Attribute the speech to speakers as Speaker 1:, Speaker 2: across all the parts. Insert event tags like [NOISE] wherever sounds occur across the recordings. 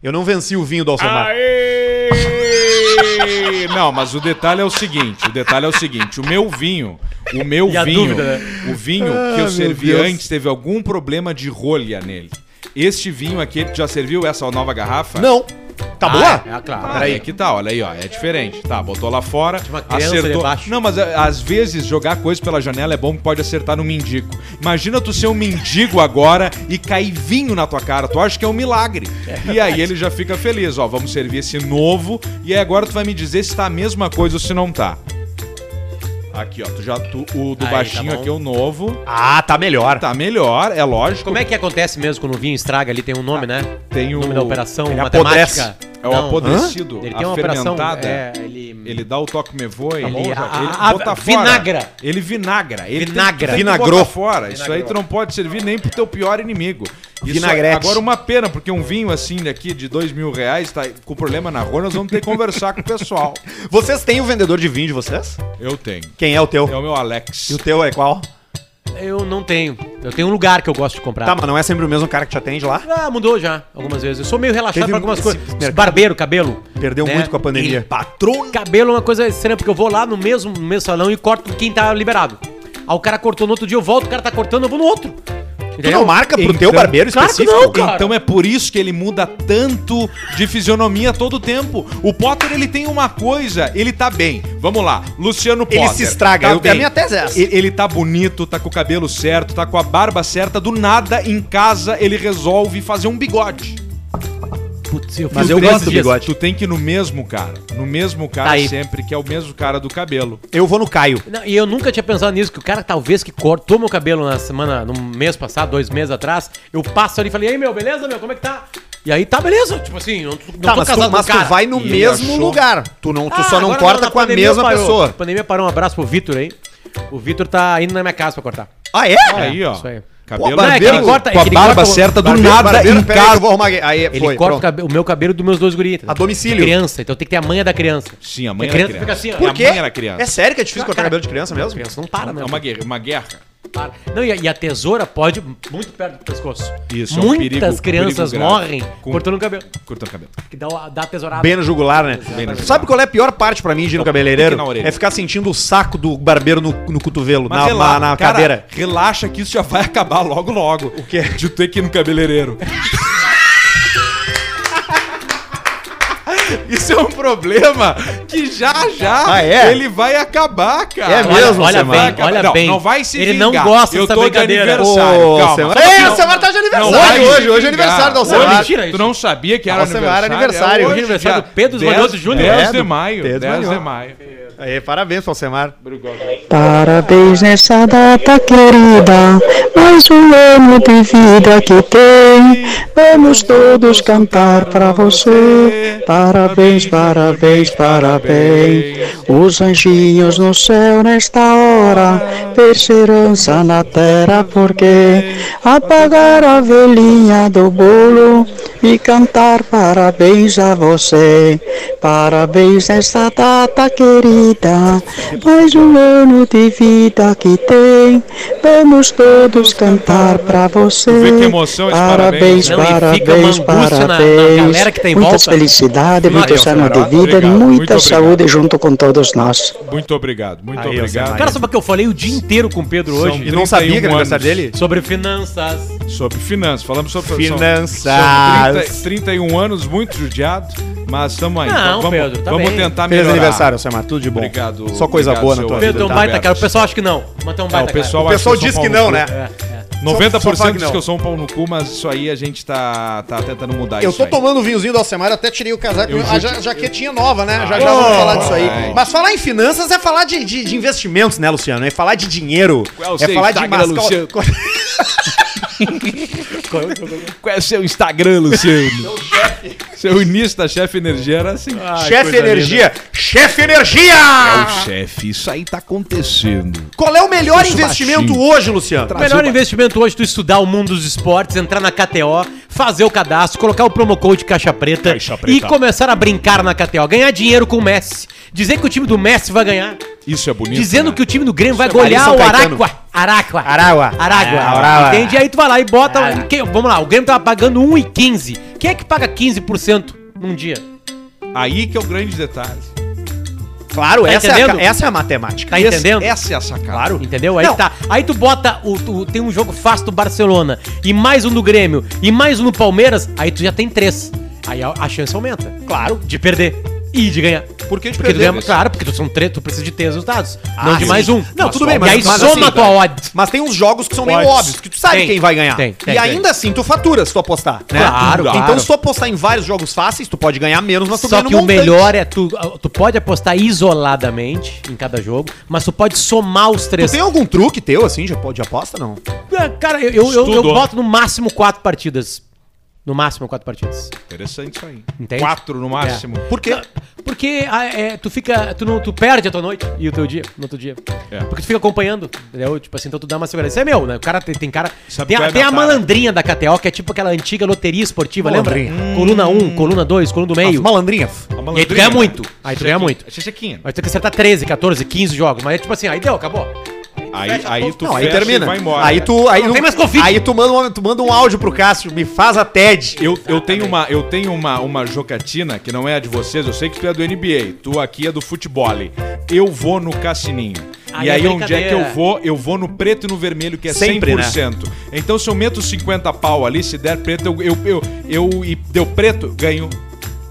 Speaker 1: Eu não venci o vinho do
Speaker 2: Ah,
Speaker 1: Alcemar.
Speaker 2: Aê! Não, mas o detalhe é o seguinte, o detalhe é o seguinte, o meu vinho, o meu
Speaker 3: E a
Speaker 2: vinho,
Speaker 3: dúvida, né?
Speaker 2: o vinho
Speaker 1: Ah,
Speaker 2: que eu
Speaker 1: meu
Speaker 2: servi
Speaker 1: Deus.
Speaker 2: antes teve algum problema de rolha nele. Este vinho aqui, ele já serviu essa nova garrafa?
Speaker 1: Não. Tá boa?
Speaker 3: Ah, claro.
Speaker 2: Ah,
Speaker 3: Peraí.
Speaker 2: é que tá, olha aí, ó, é diferente. Tá, botou lá fora,
Speaker 3: uma criança ali
Speaker 2: acertou.
Speaker 3: embaixo.
Speaker 2: Não, mas é, às vezes jogar coisa pela janela é bom que pode acertar no mendigo. Imagina tu ser um mendigo agora e cair vinho na tua cara, tu acha que é um milagre. e aí ele já fica feliz, ó, vamos servir esse novo e aí agora tu vai me dizer se tá a mesma coisa ou se não tá. Aqui, ó, tu já tu, o do
Speaker 3: Aí,
Speaker 2: baixinho
Speaker 3: tá bom.
Speaker 2: aqui é o novo.
Speaker 1: Ah, tá melhor.
Speaker 2: Tá melhor, é lógico.
Speaker 3: Como é que acontece mesmo quando o vinho estraga ali? Tem um nome, né?
Speaker 2: Tem o-
Speaker 3: nome da operação,
Speaker 1: ele apodrece.
Speaker 2: É o
Speaker 3: Não.
Speaker 2: apodrecido,
Speaker 3: Ele
Speaker 2: a
Speaker 3: tem uma operação.
Speaker 2: fermentada.
Speaker 3: É, ele.
Speaker 2: Ele dá o toque mevô e
Speaker 3: Tá bom,
Speaker 2: ele,
Speaker 3: já.
Speaker 2: ele
Speaker 3: A- a-
Speaker 2: bota fora.
Speaker 3: a- vinagra.
Speaker 2: Ele vinagra. Ele
Speaker 3: Vinagra.
Speaker 2: Tem, tem
Speaker 1: Vinagrou.
Speaker 2: Que botar fora. Isso aí tu não pode servir nem pro teu pior inimigo. Isso é
Speaker 1: Vinagrete.
Speaker 2: Agora uma pena, porque um vinho assim daqui de dois mil reais tá com problema na rua, nós vamos ter que conversar com o pessoal.
Speaker 1: Vocês têm o vendedor de vinho de vocês?
Speaker 2: Eu tenho.
Speaker 1: Quem é o teu?
Speaker 2: É o meu Alex.
Speaker 1: E o teu é qual?
Speaker 3: Eu não tenho. Eu tenho um lugar que eu gosto de comprar.
Speaker 1: Tá, mas não é sempre o mesmo cara que te atende lá?
Speaker 3: Ah, mudou já algumas vezes. Eu sou meio
Speaker 1: Teve
Speaker 3: relaxado
Speaker 1: um-
Speaker 3: pra algumas
Speaker 1: esse
Speaker 3: coisas.
Speaker 1: mercado-
Speaker 3: Barbeiro, cabelo.
Speaker 1: Perdeu
Speaker 3: né?
Speaker 1: muito com a pandemia.
Speaker 3: E cabelo é uma coisa estranha, porque eu vou lá no mesmo, no mesmo salão e corto quem tá liberado. Aí o cara cortou no outro dia, eu volto, o cara tá cortando, eu vou no outro.
Speaker 1: Tu
Speaker 3: Entendeu?
Speaker 1: não marca pro teu
Speaker 2: Então-
Speaker 1: barbeiro
Speaker 3: Claro que
Speaker 1: específico?
Speaker 3: não, cara.
Speaker 2: Então é por isso que ele muda tanto de fisionomia todo tempo. O Potter, ele tem uma coisa, ele tá bem. Vamos lá, Luciano Potter.
Speaker 1: Ele se estraga.
Speaker 2: Tá
Speaker 1: Eu- a
Speaker 2: bem.
Speaker 1: minha tese é essa.
Speaker 2: E- Ele, tá bonito, tá com o cabelo certo, tá com a barba certa. Do nada, em casa, ele resolve fazer um bigode.
Speaker 3: Putz, eu
Speaker 1: Mas
Speaker 3: fiz
Speaker 1: eu
Speaker 3: três
Speaker 1: gosto do
Speaker 3: dias.
Speaker 1: bigode.
Speaker 2: Tu tem que ir no mesmo cara. No mesmo cara
Speaker 3: Tá aí.
Speaker 2: sempre, que é o mesmo cara do cabelo.
Speaker 1: Eu vou no Caio.
Speaker 3: Não, e eu nunca tinha pensado nisso, que o cara talvez que cortou meu cabelo na semana, no mês passado, dois meses atrás, eu passo ali e falei, ei meu, beleza, meu, como é que tá? E aí, tá, beleza, tipo assim, eu não, tô- não
Speaker 1: Tá,
Speaker 3: tô
Speaker 1: mas tu,
Speaker 3: casado com
Speaker 1: mas
Speaker 3: o
Speaker 1: tu
Speaker 3: cara.
Speaker 1: vai no
Speaker 2: E
Speaker 1: mesmo
Speaker 2: achou.
Speaker 1: lugar. Tu, não, tu só
Speaker 3: Ah,
Speaker 1: não
Speaker 3: agora
Speaker 1: corta
Speaker 3: a
Speaker 1: com a
Speaker 3: pandemia
Speaker 1: mesma
Speaker 3: parou. A
Speaker 1: pessoa.
Speaker 3: pandemia parou, um abraço pro Vitor aí. O Vitor tá indo na minha casa pra cortar.
Speaker 1: Ah, é?
Speaker 2: aí, ó.
Speaker 3: isso aí.
Speaker 2: Cabelo
Speaker 1: Pô,
Speaker 3: Não, é que ele
Speaker 1: barbeiro,
Speaker 3: corta,
Speaker 2: com
Speaker 3: é
Speaker 2: a
Speaker 3: que ele
Speaker 2: barba
Speaker 3: corta o-
Speaker 2: certa do
Speaker 1: Barbeiro,
Speaker 2: nada
Speaker 1: barbeiro,
Speaker 2: em
Speaker 1: peraí que eu
Speaker 2: casa.
Speaker 1: vou arrumar. Aí,
Speaker 3: Ele
Speaker 1: É, foi,
Speaker 3: corta o,
Speaker 1: pronto.
Speaker 3: cabe- o meu cabelo dos meus dois guris. entendeu?
Speaker 1: A domicílio.
Speaker 3: Criança, então tem que ter a manha da criança.
Speaker 2: Sim, a mãe
Speaker 3: A
Speaker 2: era
Speaker 3: criança
Speaker 2: criança.
Speaker 3: fica assim, ó.
Speaker 2: E
Speaker 1: Por
Speaker 2: a
Speaker 1: quê?
Speaker 2: mãe era criança.
Speaker 1: É sério que é difícil cortar
Speaker 3: Cara,
Speaker 1: cabelo de criança
Speaker 3: A
Speaker 1: mesmo?
Speaker 3: criança não para, né?
Speaker 2: É uma guerra. Uma guerra.
Speaker 3: Para. Não, e a, e a tesoura pode muito perto do pescoço.
Speaker 2: Isso, é um
Speaker 3: Muitas
Speaker 2: perigo- um perigo
Speaker 3: crianças
Speaker 2: grave.
Speaker 3: morrem
Speaker 2: Com-
Speaker 3: cortando o cabelo.
Speaker 2: Cortando o cabelo.
Speaker 3: Que dá, o- dá a tesourada.
Speaker 1: Bem no jugular, né?
Speaker 2: Bem no
Speaker 1: Sabe
Speaker 2: jugular.
Speaker 1: qual é a pior parte pra mim de ir no cabeleireiro?
Speaker 2: na orelha.
Speaker 1: É ficar sentindo o saco do barbeiro no, no cotovelo, na,
Speaker 2: rela-
Speaker 1: na- na
Speaker 2: cara,
Speaker 1: cadeira.
Speaker 2: Relaxa que isso já vai [LAUGHS] acabar logo, logo. O
Speaker 1: quê?
Speaker 2: De ter que ir no cabeleireiro.
Speaker 1: [LAUGHS]
Speaker 2: Isso é um problema que já já
Speaker 1: Ah, é?
Speaker 2: ele vai acabar, cara.
Speaker 1: É mesmo,
Speaker 3: olha
Speaker 1: Alcemar.
Speaker 3: bem, olha
Speaker 2: não,
Speaker 3: bem.
Speaker 2: Não vai se
Speaker 3: Ele
Speaker 2: vingar.
Speaker 3: não gosta
Speaker 2: Eu
Speaker 3: dessa
Speaker 2: tô de
Speaker 3: brincadeira.
Speaker 2: aniversário.
Speaker 1: Ô,
Speaker 2: calma.
Speaker 1: Alcemar.
Speaker 2: Só que
Speaker 1: Ei,
Speaker 2: não-
Speaker 1: Alcemar tá de
Speaker 2: não
Speaker 1: aniversário hoje,
Speaker 2: vai se
Speaker 1: hoje é
Speaker 2: vingar.
Speaker 1: aniversário do
Speaker 2: Hoje-
Speaker 1: Alcemar.
Speaker 3: Mentira isso.
Speaker 2: Tu não sabia que era
Speaker 1: Alcemar
Speaker 2: aniversário.
Speaker 1: era aniversário.
Speaker 2: É
Speaker 1: Hoje
Speaker 3: é aniversário do Pedro Esmanhoso
Speaker 2: 10
Speaker 3: Júnior.
Speaker 2: 10
Speaker 1: É,
Speaker 2: de maio.
Speaker 1: Pedro
Speaker 2: 10 de
Speaker 1: Esmanhoso.
Speaker 2: maio.
Speaker 1: Aí, parabéns, Alcemar.
Speaker 4: Parabéns nesta data querida, mais um ano de vida que tem. Vamos todos cantar para você. Parabéns, parabéns, parabéns. Os anjinhos no céu nesta hora, perseverança na terra, porque apagar a velhinha do bolo e cantar parabéns a você. Parabéns nesta data querida, mais um ano de vida que tem. Vamos todos cantar para você.
Speaker 2: Tu vê que emoção esse parabéns.
Speaker 4: parabéns,
Speaker 3: Não, e fica
Speaker 4: parabéns,
Speaker 3: uma angústia na- na
Speaker 4: parabéns.
Speaker 3: galera que tá em
Speaker 4: Muitas
Speaker 3: volta.
Speaker 4: felicidades, muitos
Speaker 3: Maria,
Speaker 4: anos de
Speaker 2: Alcemar,
Speaker 4: vida e
Speaker 2: obrigado, muito
Speaker 4: muita
Speaker 2: obrigado.
Speaker 4: saúde junto com todos nós.
Speaker 2: Muito obrigado. Muito
Speaker 1: Aí,
Speaker 2: obrigado.
Speaker 1: Alcemar.
Speaker 3: Cara, sabe o que eu falei o dia inteiro com o Pedro
Speaker 2: São
Speaker 3: hoje?
Speaker 1: E não sabia que era
Speaker 2: 31
Speaker 1: aniversário
Speaker 2: anos.
Speaker 1: dele?
Speaker 3: Sobre finanças.
Speaker 2: Sobre finanças, falamos sobre
Speaker 1: Finanças.
Speaker 2: são 30, 31 anos, muito judiado, mas estamos aí.
Speaker 3: Não,
Speaker 2: Então vamos,
Speaker 3: Pedro, tá
Speaker 2: vamos
Speaker 3: bem.
Speaker 2: tentar
Speaker 1: Feliz
Speaker 2: melhorar.
Speaker 1: aniversário, Alcemar. Tudo de bom.
Speaker 2: Obrigado,
Speaker 1: Só coisa
Speaker 2: obrigado,
Speaker 1: boa na
Speaker 2: seu
Speaker 1: tua
Speaker 3: Pedro é
Speaker 1: vida. tá
Speaker 3: um
Speaker 2: Alberto.
Speaker 3: baita cara. O pessoal acha que não. Mas é um
Speaker 2: É, o
Speaker 3: baita
Speaker 2: pessoal,
Speaker 1: O
Speaker 2: acha
Speaker 1: pessoal
Speaker 2: eu sou
Speaker 1: diz
Speaker 2: um
Speaker 1: que
Speaker 2: pau
Speaker 1: não,
Speaker 2: no
Speaker 1: né?
Speaker 2: cu.
Speaker 3: cara. É, é.
Speaker 2: 90%
Speaker 1: Só- só fala que
Speaker 2: diz
Speaker 1: não.
Speaker 2: que eu sou um pau no cu, mas isso aí a gente tá, tá tentando mudar
Speaker 5: Eu
Speaker 2: isso
Speaker 5: tô
Speaker 2: aí.
Speaker 1: um
Speaker 5: tomando o vinhozinho do Alcemar, eu até tirei o casaco.
Speaker 2: Eu
Speaker 5: a
Speaker 2: juro
Speaker 5: ja-
Speaker 1: é
Speaker 5: jaquetinha nova, né? já
Speaker 2: Ah,
Speaker 5: já vamos
Speaker 1: oh,
Speaker 5: falar disso aí.
Speaker 2: ai.
Speaker 5: Mas falar em finanças.
Speaker 1: Finanças é falar de, de, de investimentos, né, Luciano? É falar de dinheiro.
Speaker 2: Qual o
Speaker 1: é
Speaker 2: seu
Speaker 1: falar de
Speaker 2: Instagram,
Speaker 1: mascar- [LAUGHS]
Speaker 2: Luciano? Qual é o seu Instagram, Luciano? Seu início da chefe energia era assim.
Speaker 1: chefe Energia! Chefe Energia!
Speaker 2: É chefe, isso aí tá acontecendo.
Speaker 1: Qual é o melhor
Speaker 2: Isso
Speaker 1: investimento
Speaker 2: baixinho.
Speaker 1: hoje, Luciano?
Speaker 3: O melhor investimento hoje é tu estudar o mundo dos esportes, entrar na KTO, fazer o cadastro, colocar o promo code Caixa Preta, e começar a brincar na KTO, ganhar dinheiro com o Messi, dizer que o time do Messi vai ganhar,
Speaker 2: Isso é bonito.
Speaker 3: dizendo
Speaker 2: né?
Speaker 3: que o time do Grêmio vai
Speaker 1: é
Speaker 3: golear
Speaker 1: Maria São
Speaker 3: o
Speaker 1: Caetano.
Speaker 3: Aracua. Aracua.
Speaker 1: Aragua.
Speaker 3: Aragua.
Speaker 1: Aragua.
Speaker 3: Entende? Aí tu vai lá e bota. quem- vamos lá, o Grêmio tava pagando 1,15. Quem é que paga 15% num dia?
Speaker 2: Aí que é o grande detalhe.
Speaker 1: Claro,
Speaker 3: Tá
Speaker 1: essa, é a,
Speaker 3: entendendo?
Speaker 1: ca- essa é a matemática.
Speaker 3: Tá entendendo?
Speaker 2: Essa é a sacada.
Speaker 1: Claro.
Speaker 3: Entendeu? Aí
Speaker 1: Não.
Speaker 3: tá. Aí tu bota o, tu- tem um jogo fácil do Barcelona e mais um do Grêmio e mais um do Palmeiras, aí tu já tem três. Aí a, a chance aumenta. Claro. De perder e de ganhar.
Speaker 2: Por que de
Speaker 3: porque tu
Speaker 2: perder,
Speaker 3: ganha,
Speaker 2: Luiz?
Speaker 3: Claro, porque tu são três, tu precisa de três resultados,
Speaker 1: Ah,
Speaker 3: não de
Speaker 1: sim.
Speaker 3: mais um.
Speaker 1: Não, tudo bem,
Speaker 3: mas
Speaker 1: mas-
Speaker 3: e aí
Speaker 1: mas
Speaker 3: soma
Speaker 1: assim,
Speaker 3: a tua odd.
Speaker 1: Mas tem uns jogos que são meio
Speaker 3: Pode.
Speaker 1: óbvios, que tu sabe
Speaker 3: Tem,
Speaker 1: quem vai ganhar.
Speaker 3: tem, tem,
Speaker 1: e
Speaker 3: tem.
Speaker 1: ainda assim, tu fatura se tu apostar, né?
Speaker 3: Claro,
Speaker 1: Então,
Speaker 3: claro.
Speaker 1: se tu apostar em vários jogos fáceis, tu pode ganhar menos, mas tu
Speaker 3: Só
Speaker 1: ganha no
Speaker 3: que o
Speaker 1: montante.
Speaker 3: melhor é tu, tu pode apostar isoladamente em cada jogo, mas tu pode somar os
Speaker 1: Tu
Speaker 3: três.
Speaker 1: tem um- algum truque teu, assim, de apo- de aposta, não?
Speaker 3: Ah, Cara, eu, eu, eu, eu
Speaker 2: Estudou.
Speaker 3: boto no máximo quatro partidas. No máximo quatro partidas.
Speaker 2: Interessante isso aí.
Speaker 3: Entende?
Speaker 2: Quatro no máximo.
Speaker 1: Por quê?
Speaker 3: Porque ah, é, tu fica. Tu, não, tu perde a tua noite e o teu dia no outro dia.
Speaker 2: É.
Speaker 3: Porque tu fica acompanhando. Entendeu? Tipo assim, então tu dá uma segurança. Isso é meu, né? O cara tem, tem cara.
Speaker 2: Sabe
Speaker 3: tem a,
Speaker 2: qual é a
Speaker 3: tem
Speaker 2: minha
Speaker 3: a
Speaker 2: cara?
Speaker 3: malandrinha da KTO, que é tipo aquela antiga loteria esportiva,
Speaker 1: Malandrinha.
Speaker 3: lembra? Hum. Coluna 1, coluna 2, coluna do meio.
Speaker 1: Ah, Malandrinha.
Speaker 3: e aí tu
Speaker 2: né?
Speaker 3: ganha muito. Aí tu ganha muito.
Speaker 2: Chequinha.
Speaker 3: Mas tu tem que acertar 13, 14, 15 jogos. Mas é tipo assim, aí deu, acabou.
Speaker 2: Aí, aí tu
Speaker 1: não, aí
Speaker 2: fecha
Speaker 1: termina.
Speaker 2: e vai embora.
Speaker 1: Aí tu, aí
Speaker 3: Não
Speaker 1: tu-
Speaker 3: tem mais conflite.
Speaker 1: Aí tu manda, um, tu manda um áudio pro Cássio, me faz a TED.
Speaker 2: Eu, eu tenho, uma, eu tenho uma, uma jocatina que não é a de vocês, eu sei que tu é do NBA, tu aqui é do futebol. Eu vou no Cassininho.
Speaker 3: Aí
Speaker 2: e
Speaker 3: é
Speaker 2: aí, onde é que eu
Speaker 3: brincadeira.
Speaker 2: vou? Eu vou no preto e no vermelho, que é
Speaker 1: Sempre,
Speaker 2: 100%. Então, se eu meto 50 pau ali, se der preto, eu, eu, eu, eu- e deu preto, ganho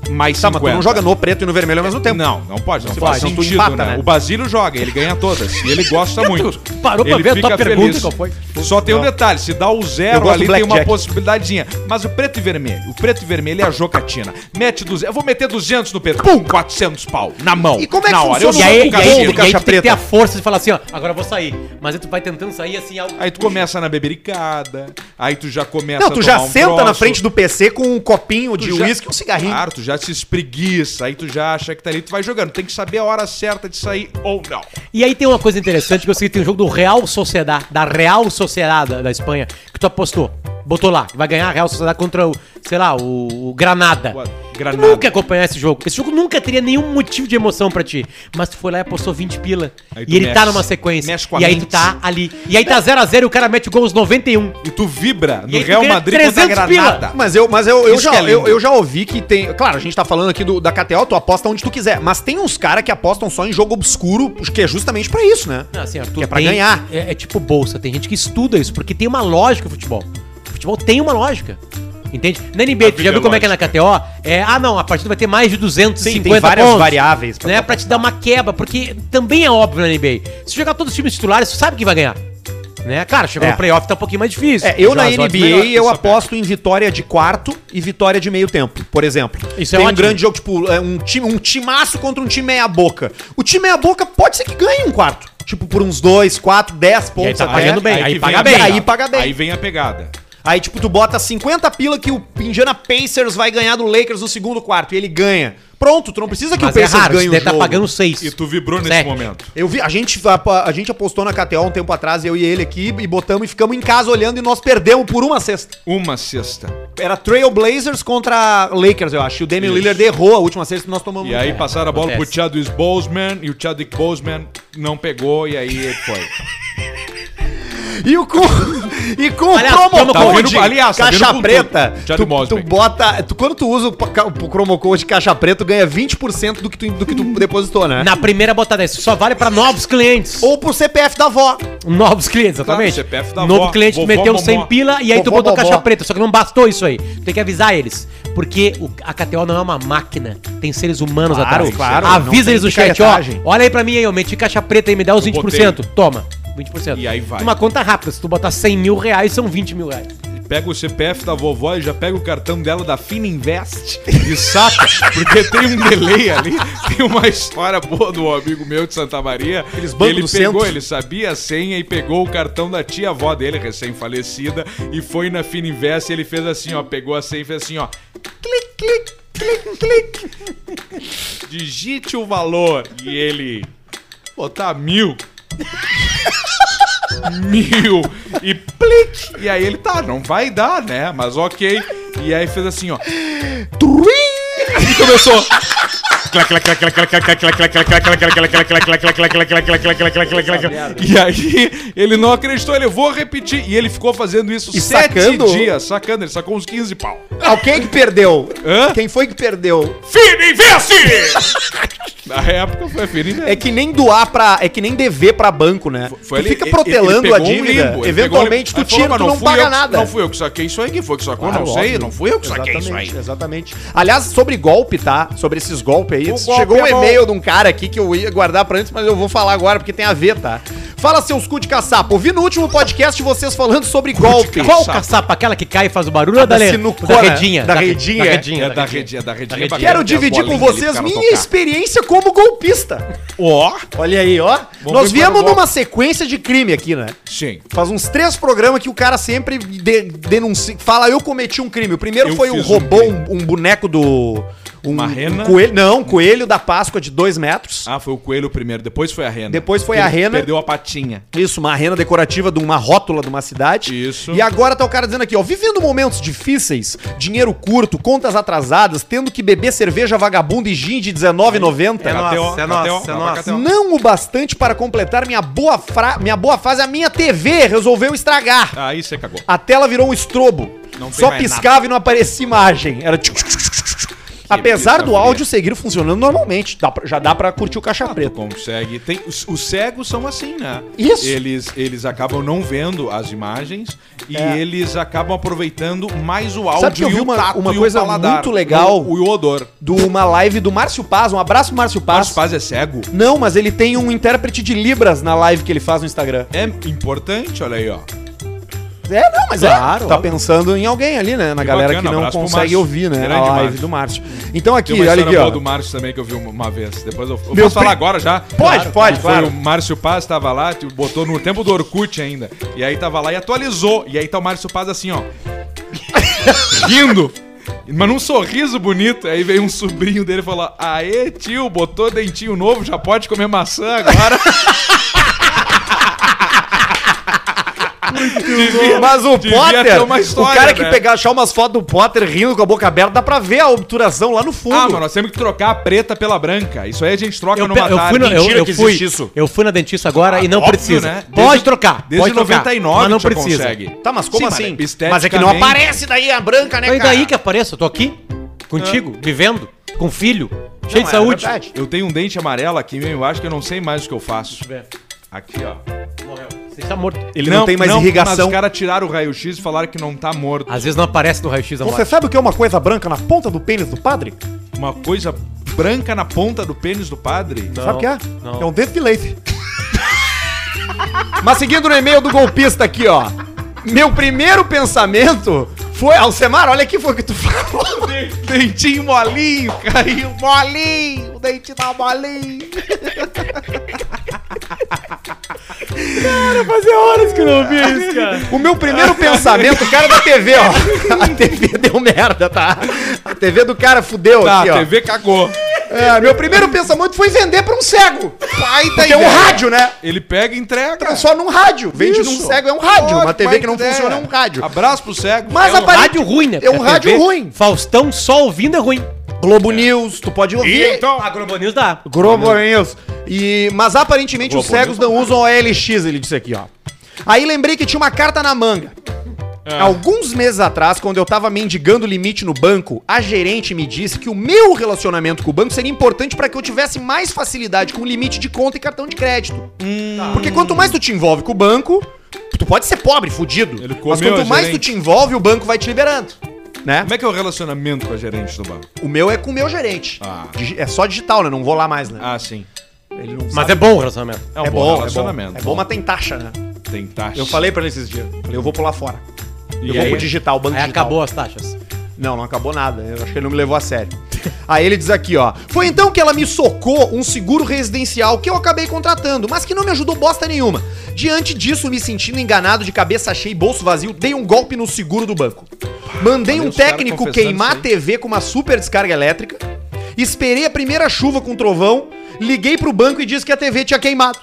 Speaker 2: mais
Speaker 1: Tá,
Speaker 2: 50.
Speaker 1: mas tu não joga no preto e no vermelho ao mesmo tempo.
Speaker 2: Não, não pode, não
Speaker 1: Você
Speaker 2: faz
Speaker 1: pode, então tu
Speaker 2: sentido,
Speaker 1: empata,
Speaker 2: né?
Speaker 1: né?
Speaker 2: O Basílio joga, ele ganha todas, e ele gosta muito.
Speaker 3: parou pra
Speaker 2: ele
Speaker 3: ver a
Speaker 2: fica
Speaker 3: tua
Speaker 2: feliz.
Speaker 3: pergunta, qual foi?
Speaker 2: Só tem um detalhe, se dá o
Speaker 1: Eu
Speaker 2: zero
Speaker 1: gosto
Speaker 2: ali,
Speaker 1: do
Speaker 2: tem uma
Speaker 1: blackjack.
Speaker 2: possibilidadinha. Mas o preto e vermelho, o preto e vermelho é a jocatina. Mete 200, eu vou meter 200 no preto, pum, 400 pau, na mão,
Speaker 1: E como é que
Speaker 2: na hora.
Speaker 1: funciona
Speaker 2: Eu
Speaker 3: E
Speaker 1: o
Speaker 2: sou um
Speaker 3: aí,
Speaker 1: Não,
Speaker 3: e
Speaker 2: o
Speaker 1: nunca
Speaker 3: aí,
Speaker 1: vou
Speaker 3: e
Speaker 1: do
Speaker 3: aí,
Speaker 1: Caixa
Speaker 3: tu tem que ter
Speaker 1: Preta.
Speaker 3: a força de falar assim, ó, agora eu vou sair. Mas aí tu vai tentando sair assim, algo.
Speaker 2: Aí tu começa na bebericada, aí tu já começa
Speaker 1: Não, tu já
Speaker 2: tomar um
Speaker 1: senta na
Speaker 2: troço.
Speaker 1: frente do PC com um copinho
Speaker 2: Tu
Speaker 1: de
Speaker 2: já-
Speaker 1: uísque e um cigarrinho.
Speaker 2: Claro, tu já se espreguiça, aí tu já acha que tá ali, tu vai jogando. Tem que saber a hora certa de sair ou não.
Speaker 3: E aí tem uma coisa interessante que eu sei que tem um jogo do Real Sociedad, da Real Sociedad da, da Espanha, que tu apostou. Botou lá, vai ganhar a Real Sociedad contra o, sei lá, o, o Granada.
Speaker 2: O
Speaker 3: Tu
Speaker 2: Granada.
Speaker 3: Nunca acompanhar esse jogo. Esse jogo nunca teria nenhum motivo de emoção pra ti. Mas tu foi lá e apostou 20 pila.
Speaker 2: Aí tu
Speaker 3: E ele
Speaker 2: mexe.
Speaker 3: tá numa sequência.
Speaker 2: Mexe com a
Speaker 3: e aí
Speaker 2: mente.
Speaker 3: tu tá ali. E aí tá 0x0 e o cara mete o gol aos 91.
Speaker 2: E tu vibra
Speaker 3: E
Speaker 2: no
Speaker 3: aí tu
Speaker 2: Real
Speaker 3: ganha
Speaker 2: Madrid contra a
Speaker 3: 300
Speaker 2: Granada.
Speaker 1: Mas eu, mas eu, eu,
Speaker 2: Isso
Speaker 1: já,
Speaker 2: que é lindo.
Speaker 1: eu, eu já ouvi que tem. Claro, a gente tá falando aqui do, da KTO, tu aposta onde tu quiser. Mas tem uns caras que apostam só em jogo obscuro, que é justamente pra isso, né?
Speaker 3: Não, assim, ó, tu
Speaker 1: que é pra
Speaker 3: tem-
Speaker 1: ganhar.
Speaker 3: É, é tipo bolsa. Tem gente que estuda isso, porque tem uma lógica o futebol. O futebol tem uma lógica. Entende? Na NBA, tu
Speaker 2: vida
Speaker 3: já viu
Speaker 2: é
Speaker 3: como é que é na KTO? É, ah, não, a partida vai ter mais de
Speaker 1: Sim,
Speaker 3: 250
Speaker 1: tem várias
Speaker 3: pontos,
Speaker 1: variáveis pra
Speaker 3: Pra né, pra te dar uma quebra, porque também é óbvio na NBA. Se jogar todos os times titulares, tu sabe quem vai ganhar. Né? Cara, chegou
Speaker 1: É.
Speaker 3: no playoff, tá um pouquinho mais difícil.
Speaker 1: É, eu
Speaker 3: Já
Speaker 1: na
Speaker 3: as odds
Speaker 1: NBA
Speaker 3: melhores.
Speaker 1: eu aposto em vitória de quarto e vitória de meio tempo, por exemplo.
Speaker 3: Isso é
Speaker 1: Tem um
Speaker 3: ótimo.
Speaker 1: grande jogo, tipo, é um, time, um timaço contra um time meia boca. O time meia boca pode ser que ganhe um quarto. Tipo, por uns dois, quatro, dez
Speaker 3: aí
Speaker 1: pontos
Speaker 3: tá pagando bem, aí
Speaker 2: que
Speaker 3: paga
Speaker 2: vem a
Speaker 3: bem.
Speaker 2: pegada.
Speaker 1: Aí paga bem.
Speaker 2: Aí vem a pegada.
Speaker 1: Aí, tipo, tu bota 50 pila que o Indiana Pacers vai ganhar do Lakers no segundo quarto e ele ganha. Pronto, tu não precisa que
Speaker 3: Mas
Speaker 1: o
Speaker 3: é
Speaker 1: Pacers
Speaker 3: raro,
Speaker 1: ganhe
Speaker 3: você
Speaker 1: o
Speaker 3: deve
Speaker 1: jogo.
Speaker 3: tá pagando É. 6.
Speaker 2: E tu vibrou nesse momento. né?
Speaker 1: Eu vi, a gente, a, a gente apostou na KTO um tempo atrás, eu e ele aqui, e botamos e ficamos em casa olhando e nós perdemos por uma cesta.
Speaker 2: Uma cesta.
Speaker 1: Era Trailblazers contra Lakers, eu acho. E o Damian
Speaker 2: Isso.
Speaker 1: Lillard errou a última cesta que nós tomamos. um.
Speaker 2: E aí passaram a bola
Speaker 3: acontece.
Speaker 2: pro Chadwick Boseman e o Chadwick Boseman não pegou e aí foi.
Speaker 1: E o com, e com
Speaker 3: Aliás,
Speaker 1: o promo
Speaker 3: promo
Speaker 1: code
Speaker 2: code, aliás, tá vindo
Speaker 1: caixa
Speaker 2: com tudo.
Speaker 1: preta,
Speaker 2: Charlie
Speaker 1: tu, tu
Speaker 2: Mosby.
Speaker 1: bota, tu, quando tu usa o, pa- ca- o promo code caixa preta, tu ganha 20% do que tu, do que tu depositou, né?
Speaker 3: Na primeira botada, isso só vale pra novos clientes.
Speaker 1: Ou pro CPF da avó.
Speaker 3: Novos clientes, exatamente.
Speaker 2: Claro, CPF da
Speaker 3: Novo
Speaker 2: avó,
Speaker 3: cliente
Speaker 2: vovó,
Speaker 3: que meteu
Speaker 2: vovó.
Speaker 3: 100 pila e aí tu
Speaker 1: Vovó,
Speaker 3: botou
Speaker 1: vovó.
Speaker 3: caixa preta. Só que não bastou isso aí. Tu tem que avisar eles. Porque o- a KTO não é uma máquina. Tem seres humanos
Speaker 1: Claro,
Speaker 3: atrás.
Speaker 1: claro, não
Speaker 3: Avisa
Speaker 1: tem
Speaker 3: eles no chat, ó.
Speaker 1: picaretagem.
Speaker 3: Olha aí pra mim aí, eu meti caixa preta aí, me dá os
Speaker 2: Eu
Speaker 3: 20%. Toma. 20%.
Speaker 2: E aí vai.
Speaker 3: Uma conta rápida. Se tu botar 100 mil reais, são 20 mil reais.
Speaker 2: Pega o CPF da vovó e já pega o cartão dela da Fininvest e saca, porque tem um delay ali. Tem uma história boa do amigo meu de Santa Maria.
Speaker 1: Aqueles bancos
Speaker 2: ele
Speaker 1: do
Speaker 2: pegou,
Speaker 1: centro.
Speaker 2: ele sabia a senha e pegou o cartão da tia avó dele, recém-falecida, e foi na Fininvest e ele fez assim, ó, pegou a senha e fez assim, ó, clic, clic. Digite o valor e ele botar mil. mil e plic. E aí ele tá, não vai dar, né? Mas ok. E aí fez assim, ó. Truim! E começou. E aí ele não acreditou, ele vou repetir. E ele ficou fazendo isso
Speaker 1: E
Speaker 2: sete
Speaker 1: sacando?
Speaker 2: dias, sacando, ele sacou uns 15 pau.
Speaker 1: Ah, quem que perdeu?
Speaker 2: Hã?
Speaker 1: Quem foi que perdeu?
Speaker 2: Fini vence! Na época foi Fini vence.
Speaker 1: É que nem doar pra. É que nem dever pra banco, né?
Speaker 2: Foi
Speaker 1: tu
Speaker 2: ali-
Speaker 1: fica
Speaker 2: ele- ele
Speaker 1: protelando a
Speaker 2: pegou um
Speaker 1: dívida.
Speaker 2: limbo, ele
Speaker 1: Eventualmente
Speaker 2: pegou um
Speaker 1: tu
Speaker 2: limbo. Aí
Speaker 1: tira,
Speaker 2: falou,
Speaker 1: tu
Speaker 2: "Mas
Speaker 1: não
Speaker 2: fui eu
Speaker 1: paga
Speaker 2: que-
Speaker 1: nada.
Speaker 2: Não fui eu que saquei isso aí, quem foi que sacou?
Speaker 1: Claro,
Speaker 2: não sei,
Speaker 1: óbvio.
Speaker 2: não fui eu que saquei isso aí.
Speaker 1: Exatamente, Exatamente. Aliás, sobre golpe, tá? Sobre esses golpes aí.
Speaker 2: O
Speaker 1: chegou
Speaker 2: golpe
Speaker 1: um
Speaker 2: é bom.
Speaker 1: e-mail de um cara aqui que eu ia guardar pra antes, mas eu vou falar agora porque tem a ver, tá? Fala seus cu de caçapo. Ouvi no último podcast vocês falando sobre golpe.
Speaker 3: Qual
Speaker 2: Caçapa.
Speaker 3: caçapa? Aquela que cai e faz o barulho ou da, le-
Speaker 1: sinucona,
Speaker 3: da redinha?
Speaker 1: né? da redinha.
Speaker 2: É
Speaker 3: Da redinha.
Speaker 2: da redinha, da redinha. é bacana,
Speaker 1: Quero
Speaker 2: tem as
Speaker 1: dividir com
Speaker 2: bolinhas ali
Speaker 1: vocês
Speaker 2: pro cara
Speaker 1: minha
Speaker 2: tocar.
Speaker 1: experiência como golpista.
Speaker 2: Ó,
Speaker 1: Olha aí, ó. Nós
Speaker 2: ver qual é o
Speaker 1: viemos
Speaker 2: golpe.
Speaker 1: numa sequência de crime aqui, né?
Speaker 2: sim.
Speaker 1: Faz uns três programas que o cara sempre de- denuncia, fala, eu cometi um crime. O primeiro
Speaker 2: Eu
Speaker 1: foi um
Speaker 2: fiz um
Speaker 1: roubou um,
Speaker 2: crime.
Speaker 1: um boneco do... Um,
Speaker 2: Uma rena?
Speaker 1: um coelho, não, um coelho da Páscoa de dois metros.
Speaker 2: Ah, foi o coelho primeiro, depois foi a rena.
Speaker 1: Depois foi
Speaker 2: Ele
Speaker 1: a rena.
Speaker 2: Perdeu a patinha.
Speaker 1: Isso, uma rena decorativa de uma rótula de uma cidade.
Speaker 2: Isso.
Speaker 1: E agora tá o cara dizendo aqui, ó, vivendo momentos difíceis, dinheiro curto, contas atrasadas, tendo que beber cerveja vagabunda e gin de R$19,90.
Speaker 3: É nossa, é nossa, é nossa.
Speaker 1: Não o bastante para completar minha boa, fra- minha boa fase, a minha TV resolveu estragar.
Speaker 2: Aí você cagou.
Speaker 1: A tela virou um estrobo.
Speaker 2: Não tem
Speaker 1: Só
Speaker 2: mais
Speaker 1: piscava e não aparecia imagem. Era tchuc, tchuc, tchuc, tchuc, tchuc. Apesar do
Speaker 2: maravilha.
Speaker 1: áudio seguir funcionando normalmente, Dá pra- já dá pra curtir o caixa
Speaker 2: Tu
Speaker 1: preta.
Speaker 2: consegue. Tem, os, os cegos são assim, né?
Speaker 1: Isso.
Speaker 2: Eles, eles acabam não vendo as imagens e eles acabam aproveitando mais o áudio
Speaker 1: É. que eu vi
Speaker 2: e o
Speaker 1: uma-
Speaker 2: tato
Speaker 1: uma
Speaker 2: e o
Speaker 1: coisa
Speaker 2: paladar,
Speaker 1: muito legal?
Speaker 2: O, o odor.
Speaker 1: De uma live do Márcio Paz, um abraço pro Márcio Paz.
Speaker 2: Mas Paz é cego.
Speaker 1: Não, mas ele tem um intérprete de Libras na live que ele faz no Instagram.
Speaker 2: É importante, olha aí, ó.
Speaker 1: É, não, mas
Speaker 3: Claro,
Speaker 1: é, tá
Speaker 3: óbvio.
Speaker 1: pensando em alguém ali, né? Na
Speaker 2: Que
Speaker 1: galera
Speaker 2: bacana,
Speaker 1: que não
Speaker 2: abraço pro
Speaker 1: consegue
Speaker 2: Márcio.
Speaker 1: ouvir, né?
Speaker 2: Grande
Speaker 1: a live
Speaker 2: Márcio.
Speaker 1: do Márcio. Então aqui,
Speaker 2: Tem uma
Speaker 1: olha
Speaker 2: história
Speaker 1: aqui,
Speaker 2: boa
Speaker 1: ó.
Speaker 2: do Márcio também que eu vi uma, uma vez. Depois eu, eu
Speaker 1: Meu
Speaker 2: posso falar
Speaker 1: pri-
Speaker 2: agora já?
Speaker 1: Pode, pode,
Speaker 2: Foi
Speaker 1: claro.
Speaker 2: o Márcio Paz tava lá, tipo, botou no tempo do Orkut ainda. E aí tava lá e atualizou. E aí tá o Márcio Paz assim, ó. [LAUGHS] rindo. Mas num sorriso bonito. Aí veio um sobrinho dele e falou: Aê, tio, botou dentinho novo, já pode comer maçã agora. [LAUGHS] Devia-
Speaker 1: Mas o
Speaker 2: [LAUGHS] devia
Speaker 1: Potter,
Speaker 2: ter uma história,
Speaker 1: o cara que
Speaker 2: né?
Speaker 1: pegar, achar umas fotos do Potter rindo com a boca aberta, dá pra ver a obturação lá no fundo.
Speaker 2: Ah, mas nós temos que trocar a preta pela branca. Isso aí a gente troca
Speaker 3: Eu,
Speaker 2: numa
Speaker 3: pe- eu fui no, eu,
Speaker 1: Mentira
Speaker 3: eu
Speaker 1: que
Speaker 3: fui,
Speaker 1: existe isso.
Speaker 3: eu fui na dentista agora
Speaker 2: Ah,
Speaker 3: e não
Speaker 2: óbvio,
Speaker 3: precisa.
Speaker 2: né?
Speaker 3: Pode
Speaker 2: Desde-
Speaker 3: trocar.
Speaker 2: Desde
Speaker 3: pode trocar,
Speaker 2: 99
Speaker 3: mas não
Speaker 2: tu já
Speaker 3: precisa.
Speaker 2: consegue.
Speaker 1: Tá, mas como
Speaker 2: Sim,
Speaker 1: assim?
Speaker 2: mas
Speaker 1: Mas é que não
Speaker 2: esteticamente-
Speaker 1: aparece daí a branca, né,
Speaker 3: Mas
Speaker 1: cara?
Speaker 3: e daí que apareça, eu tô aqui, contigo, vivendo, com filho, cheio de
Speaker 1: Ah. é
Speaker 3: saúde.
Speaker 1: verdade.
Speaker 2: Eu tenho um dente amarelo aqui, meu, eu acho que eu não sei mais o que eu faço. Aqui, ó.
Speaker 3: Morreu. Você está morto.
Speaker 1: Ele não, tem mais
Speaker 2: Mas
Speaker 1: irrigação.
Speaker 2: os caras tiraram o raio-x e falaram que não tá morto.
Speaker 3: Às vezes não aparece no raio-x a
Speaker 1: Você
Speaker 3: morte.
Speaker 1: sabe o que é uma coisa branca na ponta do pênis do padre?
Speaker 2: Uma coisa branca na ponta do pênis do padre.
Speaker 1: sabe o que é?
Speaker 3: não.
Speaker 1: É um desfilete. [LAUGHS] Mas seguindo no e-mail do golpista aqui, ó. Meu primeiro pensamento foi. Alcemar, olha aqui foi o que tu falou.
Speaker 2: Dentinho molinho, caiu.
Speaker 1: Molinho, o dente tá molinho. cara, fazia horas que não vi isso, cara. O meu
Speaker 2: [LAUGHS]
Speaker 1: primeiro pensamento, o cara da TV, ó. [LAUGHS] A TV deu merda, tá? A TV do cara fudeu
Speaker 2: Tá,
Speaker 1: aqui,
Speaker 2: a
Speaker 1: ó.
Speaker 2: TV cagou.
Speaker 1: É, meu primeiro pensamento foi vender pra um cego. Pai Porque é um
Speaker 2: ideia.
Speaker 1: rádio, né? É
Speaker 2: Ele pega e entrega.
Speaker 1: Só num rádio. Vende num
Speaker 2: Isso.
Speaker 1: cego é um rádio.
Speaker 2: Ótimo,
Speaker 1: uma TV que não
Speaker 2: ideia.
Speaker 1: funciona é um rádio.
Speaker 2: Abraço pro cego.
Speaker 1: Mas
Speaker 2: É um
Speaker 1: a parede-
Speaker 3: Rádio ruim, né?
Speaker 1: É um
Speaker 3: Porque a
Speaker 1: rádio ruim.
Speaker 3: Faustão só ouvindo é ruim.
Speaker 1: Globo News, tu pode ouvir.
Speaker 2: Então,
Speaker 3: A Globo News dá.
Speaker 1: Globo News. E, mas aparentemente os
Speaker 2: Globo
Speaker 1: cegos não usam OLX, ele disse aqui, ó. Aí lembrei que tinha uma carta na manga.
Speaker 2: Ah.
Speaker 1: Alguns meses atrás, quando eu tava mendigando limite no banco, a gerente me disse que o meu relacionamento com o banco seria importante pra que eu tivesse mais facilidade com limite de conta e cartão de crédito.
Speaker 2: Hum.
Speaker 1: Porque quanto mais tu te envolve com o banco, tu pode ser pobre, fudido.
Speaker 2: Ele
Speaker 1: mas
Speaker 2: comeu a
Speaker 1: quanto mais tu
Speaker 2: gerente.
Speaker 1: te envolve, o banco vai te liberando. Né?
Speaker 2: como é que é o relacionamento com a gerente do banco?
Speaker 1: O meu é com o meu gerente.
Speaker 2: Ah.
Speaker 1: Digi- É só digital, né? Não vou lá mais, né?
Speaker 2: Ah, sim.
Speaker 1: Ele não
Speaker 3: Mas é bom o relacionamento.
Speaker 2: É um
Speaker 1: é
Speaker 2: bom,
Speaker 1: bom,
Speaker 2: relacionamento.
Speaker 1: É bom, é bom, mas tem taxa, né?
Speaker 2: Tem taxa.
Speaker 1: Eu falei pra ele esses dias. Eu falei, eu vou pular fora.
Speaker 2: E
Speaker 1: eu vou
Speaker 2: aí?
Speaker 1: pro digital, o banco
Speaker 3: Aí
Speaker 1: digital.
Speaker 3: acabou as taxas.
Speaker 1: Não, não acabou nada. Eu acho que ele não me levou a sério. [LAUGHS] Aí ele diz aqui, ó. Foi então que ela me socou um seguro residencial que eu acabei contratando, mas que não me ajudou bosta nenhuma. Diante disso, me sentindo enganado de cabeça cheia e bolso vazio, dei um golpe no seguro do banco. Mandei
Speaker 2: Olha
Speaker 1: um
Speaker 2: os caras
Speaker 1: técnico
Speaker 2: confessando
Speaker 1: queimar a
Speaker 2: isso aí.
Speaker 1: TV com uma super descarga elétrica. Esperei a primeira chuva com trovão. Liguei pro banco e disse que a TV tinha queimado.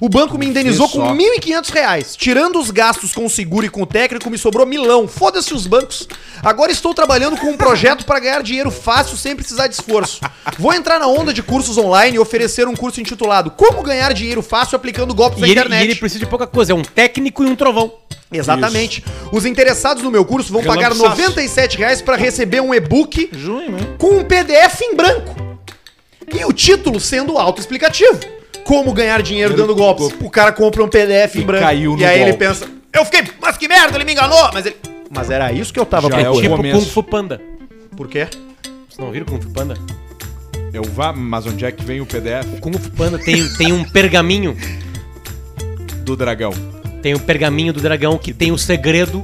Speaker 1: O banco me indenizou
Speaker 2: Vê
Speaker 1: com
Speaker 2: só.
Speaker 1: R$ 1.500. reais. Tirando os gastos com o seguro e com o técnico, me sobrou milão. Foda-se os bancos. Agora estou trabalhando com um projeto para ganhar dinheiro fácil sem precisar de esforço. Vou entrar na onda de cursos online e oferecer um curso intitulado Como Ganhar Dinheiro Fácil Aplicando Golpes
Speaker 3: E
Speaker 1: na
Speaker 3: ele,
Speaker 1: Internet.
Speaker 3: e ele precisa de pouca coisa, é um técnico e um trovão.
Speaker 1: Exatamente. Os interessados no meu curso vão pagar R$
Speaker 2: Relâmpago
Speaker 1: 97 reais para receber um e-book
Speaker 2: né?
Speaker 1: com um PDF em branco. E o título sendo autoexplicativo. Como ganhar dinheiro
Speaker 2: Dinheiro
Speaker 1: dando golpes.
Speaker 2: com golpe.
Speaker 1: O cara compra um PDF em
Speaker 2: E
Speaker 1: branco.
Speaker 2: caiu
Speaker 1: e
Speaker 2: no
Speaker 1: aí ele
Speaker 2: golpe.
Speaker 1: pensa, eu fiquei, mas que merda, ele me enganou. Mas ele... Mas era isso que eu tava
Speaker 2: Já é o
Speaker 1: procurando.
Speaker 3: tipo
Speaker 2: começo.
Speaker 3: Kung Fu Panda.
Speaker 1: Por quê?
Speaker 3: Vocês não viram Kung Fu Panda?
Speaker 2: Eu vá, mas onde é que vem o PDF
Speaker 3: Kung Fu Panda tem, tem um [LAUGHS] pergaminho.
Speaker 2: do dragão?
Speaker 3: Tem o pergaminho do dragão que tem o segredo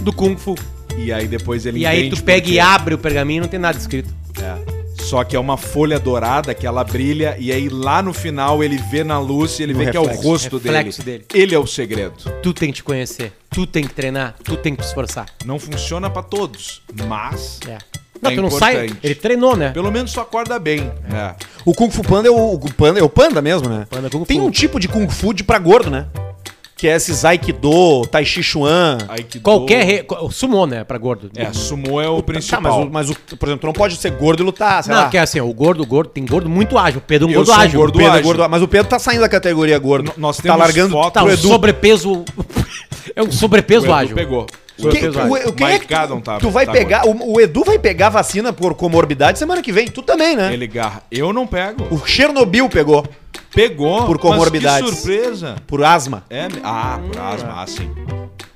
Speaker 3: do Kung Fu.
Speaker 2: E aí depois ele
Speaker 3: E aí
Speaker 2: entende
Speaker 3: tu pega
Speaker 2: por
Speaker 3: e
Speaker 2: quê.
Speaker 3: abre o pergaminho e não tem nada escrito.
Speaker 2: É. Só que é uma folha dourada que ela brilha e aí lá no final ele vê na luz e ele vê que é o
Speaker 1: reflexo.
Speaker 2: rosto dele.
Speaker 3: Reflexo dele.
Speaker 2: Ele é o segredo.
Speaker 3: Tu tem que te conhecer, tu tem que treinar, tu tem que te esforçar.
Speaker 2: Não funciona pra todos, mas
Speaker 3: É. Não,
Speaker 2: É
Speaker 3: tu não
Speaker 2: importante.
Speaker 3: sai. Ele treinou, né?
Speaker 2: pelo menos tu acorda
Speaker 1: É.
Speaker 2: bem. né?
Speaker 1: O Kung Fu Panda é o, o panda, é o panda mesmo, né?
Speaker 2: é
Speaker 3: Panda Kung
Speaker 1: Tem
Speaker 3: Fu.
Speaker 1: um tipo de Kung Fu de pra gordo, né? Que é esses Aikido, Tai Chi Chuan.
Speaker 2: Aikido-
Speaker 3: Qualquer. Re... co- Sumô, né? Pra gordo.
Speaker 2: É, sumô é o
Speaker 1: Tá, mas,
Speaker 2: principal.
Speaker 1: o, mas o- por exemplo, tu não pode ser gordo e lutar, sei
Speaker 3: Não,
Speaker 1: lá.
Speaker 3: que é assim, ó, o gordo, o gordo, tem gordo muito ágil. O Pedro é um
Speaker 2: Eu
Speaker 3: gordo
Speaker 2: sou um
Speaker 3: ágil.
Speaker 2: gordo
Speaker 1: Pedro
Speaker 2: ágil.
Speaker 1: gordo, mas o Pedro tá saindo da categoria gordo.
Speaker 2: N- nós
Speaker 1: tá
Speaker 2: temos
Speaker 1: largando
Speaker 2: foto-
Speaker 3: Tá,
Speaker 1: pro
Speaker 3: o
Speaker 1: Edu.
Speaker 3: sobrepeso. [LAUGHS] é um
Speaker 2: O
Speaker 3: sobrepeso
Speaker 2: Edu
Speaker 3: ágil.
Speaker 2: pegou.
Speaker 1: Que-
Speaker 2: O Edu
Speaker 1: o- o- quem é que
Speaker 2: Mike
Speaker 1: tu,
Speaker 2: Cadon tá-
Speaker 1: tu vai
Speaker 2: tá
Speaker 1: pegar, o, o Edu vai pegar vacina por comorbidade semana que vem, tu também, né?
Speaker 2: Ele garra. Eu não pego.
Speaker 1: O Chernobyl pegou
Speaker 2: Pegou.
Speaker 1: Por comorbidades.
Speaker 2: Mas que surpresa.
Speaker 1: por asma.
Speaker 2: É, ah, por asma, ah, sim.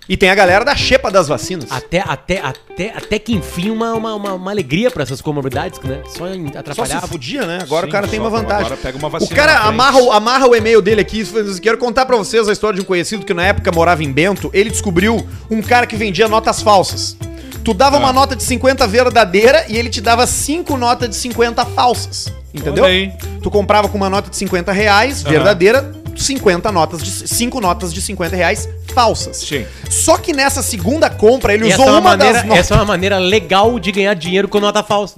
Speaker 1: E tem a galera da xepa das vacinas.
Speaker 3: Até, até, até, até que enfim uma, uma, uma, uma alegria pra essas comorbidades, né? Só em-
Speaker 1: Só se
Speaker 3: atrapalhava.
Speaker 1: fudia, né? Agora
Speaker 2: Sim,
Speaker 1: o cara tem
Speaker 2: só
Speaker 1: uma
Speaker 2: como
Speaker 1: vantagem.
Speaker 2: agora pega uma
Speaker 1: o
Speaker 2: vacina na
Speaker 1: cara
Speaker 2: frente.
Speaker 1: amarra, o- amarra o e-mail dele aqui. e fala, Quero contar pra vocês a história de um conhecido que na época morava em Bento. Ele descobriu um cara que vendia notas falsas. Tu dava
Speaker 2: Ah.
Speaker 1: uma nota de 50 verdadeira e ele te dava cinco notas de 50 falsas. Entendeu?
Speaker 2: Olha aí.
Speaker 1: Tu comprava com uma nota de 50 reais
Speaker 2: Aham.
Speaker 1: verdadeira, 50 notas de 5 notas de 50 reais falsas.
Speaker 2: Sim.
Speaker 1: Só que nessa segunda compra ele
Speaker 3: E essa,
Speaker 1: usou
Speaker 3: é uma
Speaker 1: uma
Speaker 3: maneira,
Speaker 1: das notas.
Speaker 3: essa é uma maneira legal de ganhar dinheiro com nota falsa.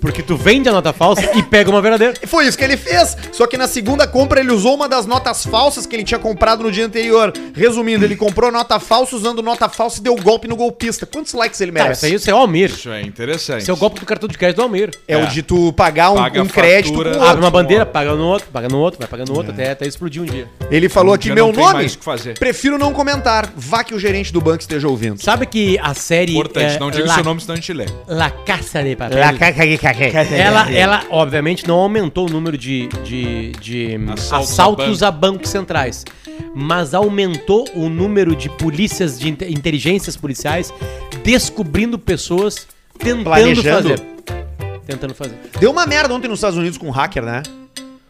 Speaker 3: Porque tu vende a nota falsa e pega uma verdadeira.
Speaker 1: E Foi isso que ele fez. Só que na segunda compra ele usou uma das notas falsas que ele tinha comprado no dia anterior. Resumindo, ele comprou nota falsa usando nota falsa e deu golpe no golpista. Quantos likes ele
Speaker 3: Cara,
Speaker 1: [LAUGHS] merece?
Speaker 3: isso aí isso é o Almir.
Speaker 2: Isso é interessante.
Speaker 3: Isso é o golpe do cartão de crédito do Almir.
Speaker 1: É o de tu pagar um,
Speaker 2: Paga
Speaker 1: um
Speaker 2: a
Speaker 1: crédito.
Speaker 2: fatura.
Speaker 1: com
Speaker 3: Abre
Speaker 1: outro. É.
Speaker 3: uma bandeira, paga no outro, paga no outro, vai pagando no outro, até, até explodir um dia.
Speaker 1: Ele falou
Speaker 2: Um
Speaker 1: aqui
Speaker 2: dia
Speaker 1: meu
Speaker 2: não tem
Speaker 1: nome.
Speaker 2: mais o que fazer.
Speaker 1: Prefiro não comentar. Vá que o gerente do banco esteja ouvindo.
Speaker 3: Sabe que a série.
Speaker 2: Importante,
Speaker 3: é,
Speaker 2: não diga o
Speaker 3: La-
Speaker 2: seu nome, senão a gente lê.
Speaker 3: La Caça de Papel.
Speaker 1: É,
Speaker 3: Ela, ela, obviamente, não aumentou o número de, de, de
Speaker 2: Assaltos
Speaker 3: assaltos,
Speaker 2: a
Speaker 3: a, bancos centrais, mas aumentou o número de polícias, de inte- inteligências policiais, descobrindo pessoas tentando
Speaker 1: Planejando.
Speaker 3: fazer. Tentando fazer.
Speaker 1: Deu uma merda ontem nos Estados Unidos com um hacker, né?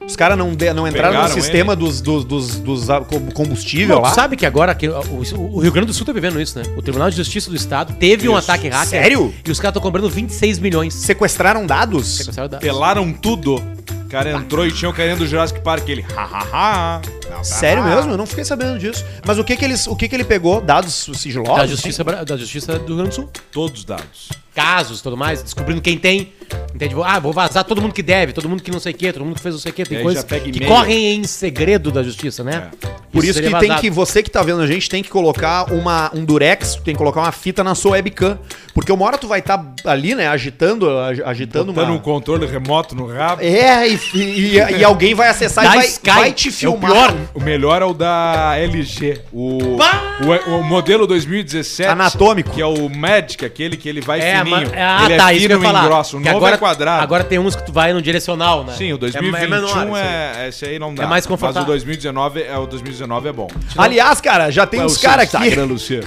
Speaker 1: Os caras não, de- não entraram no
Speaker 2: Pegaram
Speaker 1: sistema dos, dos, dos, dos a- co- combustível
Speaker 3: Bom, tu
Speaker 1: lá.
Speaker 3: sabe que agora que o, o- o Rio Grande do Sul tá vivendo isso, né? O Tribunal de Justiça do Estado teve um
Speaker 2: Isso.
Speaker 3: ataque hacker.
Speaker 1: Sério?
Speaker 3: E os caras estão cobrando 26 milhões.
Speaker 1: Sequestraram dados?
Speaker 3: Sequestraram da-
Speaker 2: Pelaram tudo. O cara entrou e tinha o carinha do Jurassic Park. Ele, ha, ha, ha. Não, tá
Speaker 1: Sério
Speaker 2: lá.
Speaker 1: mesmo? Eu não fiquei sabendo disso. Mas o que que, eles, o que que ele pegou? Dados sigilosos?
Speaker 3: Da justiça, bra- da justiça do Rio Grande do Sul.
Speaker 2: Todos os dados.
Speaker 3: casos, tudo mais, descobrindo quem tem. Entende? Ah, vou vazar todo mundo que deve, todo mundo que não sei o quê, todo mundo que fez não sei o quê.
Speaker 2: E
Speaker 3: Tem
Speaker 2: aí
Speaker 3: coisas
Speaker 2: já pega
Speaker 3: que
Speaker 2: e-mail.
Speaker 3: correm em segredo da justiça, né?
Speaker 1: Por isso
Speaker 3: seria
Speaker 1: que tem
Speaker 3: vazado.
Speaker 1: que você que tá vendo a gente tem que colocar uma um durex, tem que colocar uma fita na sua webcam, porque uma hora tu vai estar ali, né, agitando, ag- agitando
Speaker 2: Dando um
Speaker 1: uma
Speaker 2: controle remoto no rabo.
Speaker 1: É, e, e- e- e alguém vai acessar
Speaker 3: Da
Speaker 1: e vai,
Speaker 3: Sky,
Speaker 1: vai te
Speaker 3: é o
Speaker 1: filmar.
Speaker 3: pior.
Speaker 2: O melhor é o da LG. O, o, o modelo 2017.
Speaker 1: Anatômico.
Speaker 2: Que é o Magic, aquele que ele vai
Speaker 3: É,
Speaker 2: fininho.
Speaker 3: mas, ah,
Speaker 2: ele
Speaker 3: tá,
Speaker 2: é
Speaker 3: isso que eu
Speaker 2: fino
Speaker 3: ia
Speaker 2: e
Speaker 3: falar.
Speaker 2: grosso. O
Speaker 3: que
Speaker 2: novo
Speaker 3: agora,
Speaker 2: é quadrado.
Speaker 3: Agora tem uns que tu vai no direcional, né?
Speaker 2: Sim, o
Speaker 3: É, é
Speaker 2: 2021
Speaker 3: menor,
Speaker 2: é,
Speaker 3: assim.
Speaker 2: Esse aí não dá.
Speaker 3: É mais
Speaker 2: Mas
Speaker 3: confortável.
Speaker 2: o 2019 é, o 2019 é bom.
Speaker 1: Aliás, é
Speaker 3: [LAUGHS]
Speaker 1: cara, já tem uns caras aqui.
Speaker 2: Luciano.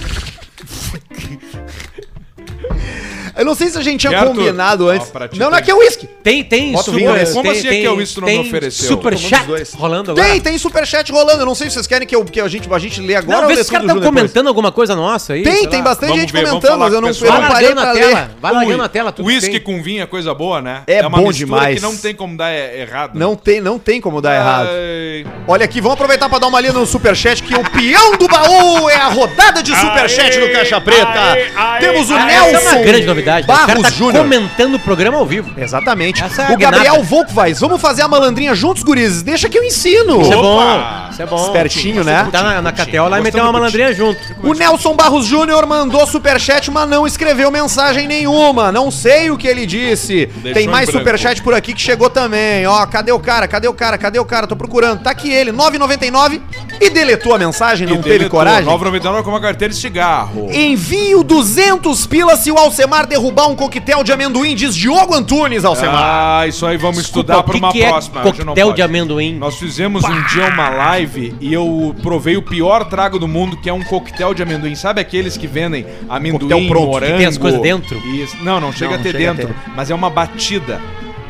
Speaker 1: Eu não sei se a gente tinha
Speaker 2: E, Arthur,
Speaker 1: combinado
Speaker 2: ó,
Speaker 1: antes.
Speaker 2: pra ti
Speaker 1: não, não,
Speaker 2: tem-
Speaker 1: aqui é whisky.
Speaker 3: Tem, tem
Speaker 1: Bota o vinho nesse.
Speaker 3: tem-
Speaker 2: Como assim é
Speaker 3: tem-
Speaker 2: que eu isso não
Speaker 3: tem
Speaker 2: me ofereceu?
Speaker 3: Super
Speaker 1: Tomando os dois.
Speaker 3: chat rolando agora.
Speaker 1: Tem, tem superchat rolando. Eu não sei se vocês querem que, eu, que a, gente, a gente lê agora
Speaker 3: não, vê
Speaker 1: lê
Speaker 3: se os
Speaker 1: tudo
Speaker 3: caras estão
Speaker 1: junto depois.
Speaker 3: comentando alguma coisa nossa aí. sei
Speaker 1: Tem,
Speaker 3: lá.
Speaker 1: tem bastante
Speaker 2: Vamos
Speaker 1: gente
Speaker 2: ver, vamos
Speaker 1: comentando,
Speaker 2: falar
Speaker 1: mas eu
Speaker 2: com
Speaker 1: não,
Speaker 2: o
Speaker 1: eu
Speaker 2: pessoal.
Speaker 3: Vai
Speaker 1: não parei
Speaker 3: largando
Speaker 1: pra
Speaker 3: na
Speaker 1: ler.
Speaker 3: tela. Vai largando na tela. tudo
Speaker 2: Whisky
Speaker 3: tem.
Speaker 2: com vinho é coisa boa, né?
Speaker 1: É
Speaker 2: uma
Speaker 1: bom
Speaker 2: mistura
Speaker 1: demais.
Speaker 2: que não tem como dar é, errado.
Speaker 1: Não tem, não tem como dar errado.
Speaker 2: Ai.
Speaker 1: Olha aqui, vamos aproveitar pra dar uma lida no Superchat, que o peão do baú é a rodada de Superchat
Speaker 2: Aê,
Speaker 1: do Caixa Preta.
Speaker 2: aê, aê.
Speaker 1: Temos o
Speaker 3: Ah,
Speaker 1: Nelson
Speaker 3: Essa é uma grande novidade. né? o
Speaker 1: Barros
Speaker 3: cara tá
Speaker 1: Júnior.
Speaker 3: comentando o programa ao vivo.
Speaker 1: Exatamente.
Speaker 3: Essa é a
Speaker 1: o Gabriel
Speaker 3: guinada.
Speaker 1: Volkvais, vamos fazer a malandrinha juntos, gurizes. Deixa que eu ensino.
Speaker 3: Isso é
Speaker 2: Opa!
Speaker 3: bom. Isso é bom.
Speaker 1: Espertinho, né?
Speaker 3: Tá na, na KTO lá e meter uma malandrinha junto.
Speaker 1: O Nelson Barros Júnior mandou superchat, mas não escreveu mensagem nenhuma. Não sei o que ele disse. Tem
Speaker 2: em
Speaker 1: mais
Speaker 2: branco.
Speaker 1: superchat por aqui que chegou também. Ó, cadê o cara? Cadê o cara? Cadê o cara? Tô procurando. Tá aqui ele, 9,99 e deletou a mensagem, não teve coragem.
Speaker 2: 9,99 com uma carteira de cigarro.
Speaker 1: Envio 200 pilas se o Alcemar derrubar um coquetel de amendoim, diz Diogo Antunes, Alcemar.
Speaker 2: Ah, isso aí vamos
Speaker 3: Desculpa,
Speaker 2: estudar
Speaker 3: o
Speaker 2: para
Speaker 3: que
Speaker 2: uma
Speaker 3: que é
Speaker 2: próxima. Hoje não
Speaker 3: coquetel
Speaker 2: pode.
Speaker 3: de amendoim?
Speaker 2: Nós fizemos um dia uma live e eu provei o pior trago do mundo, que é um coquetel de amendoim. Sabe aqueles que vendem amendoim,
Speaker 1: Coquetel pronto, que
Speaker 2: morango?
Speaker 3: tem as coisas dentro?
Speaker 2: Isso. Não, não chega
Speaker 1: Não,
Speaker 2: a ter
Speaker 1: chega a
Speaker 2: dentro, mas é uma batida.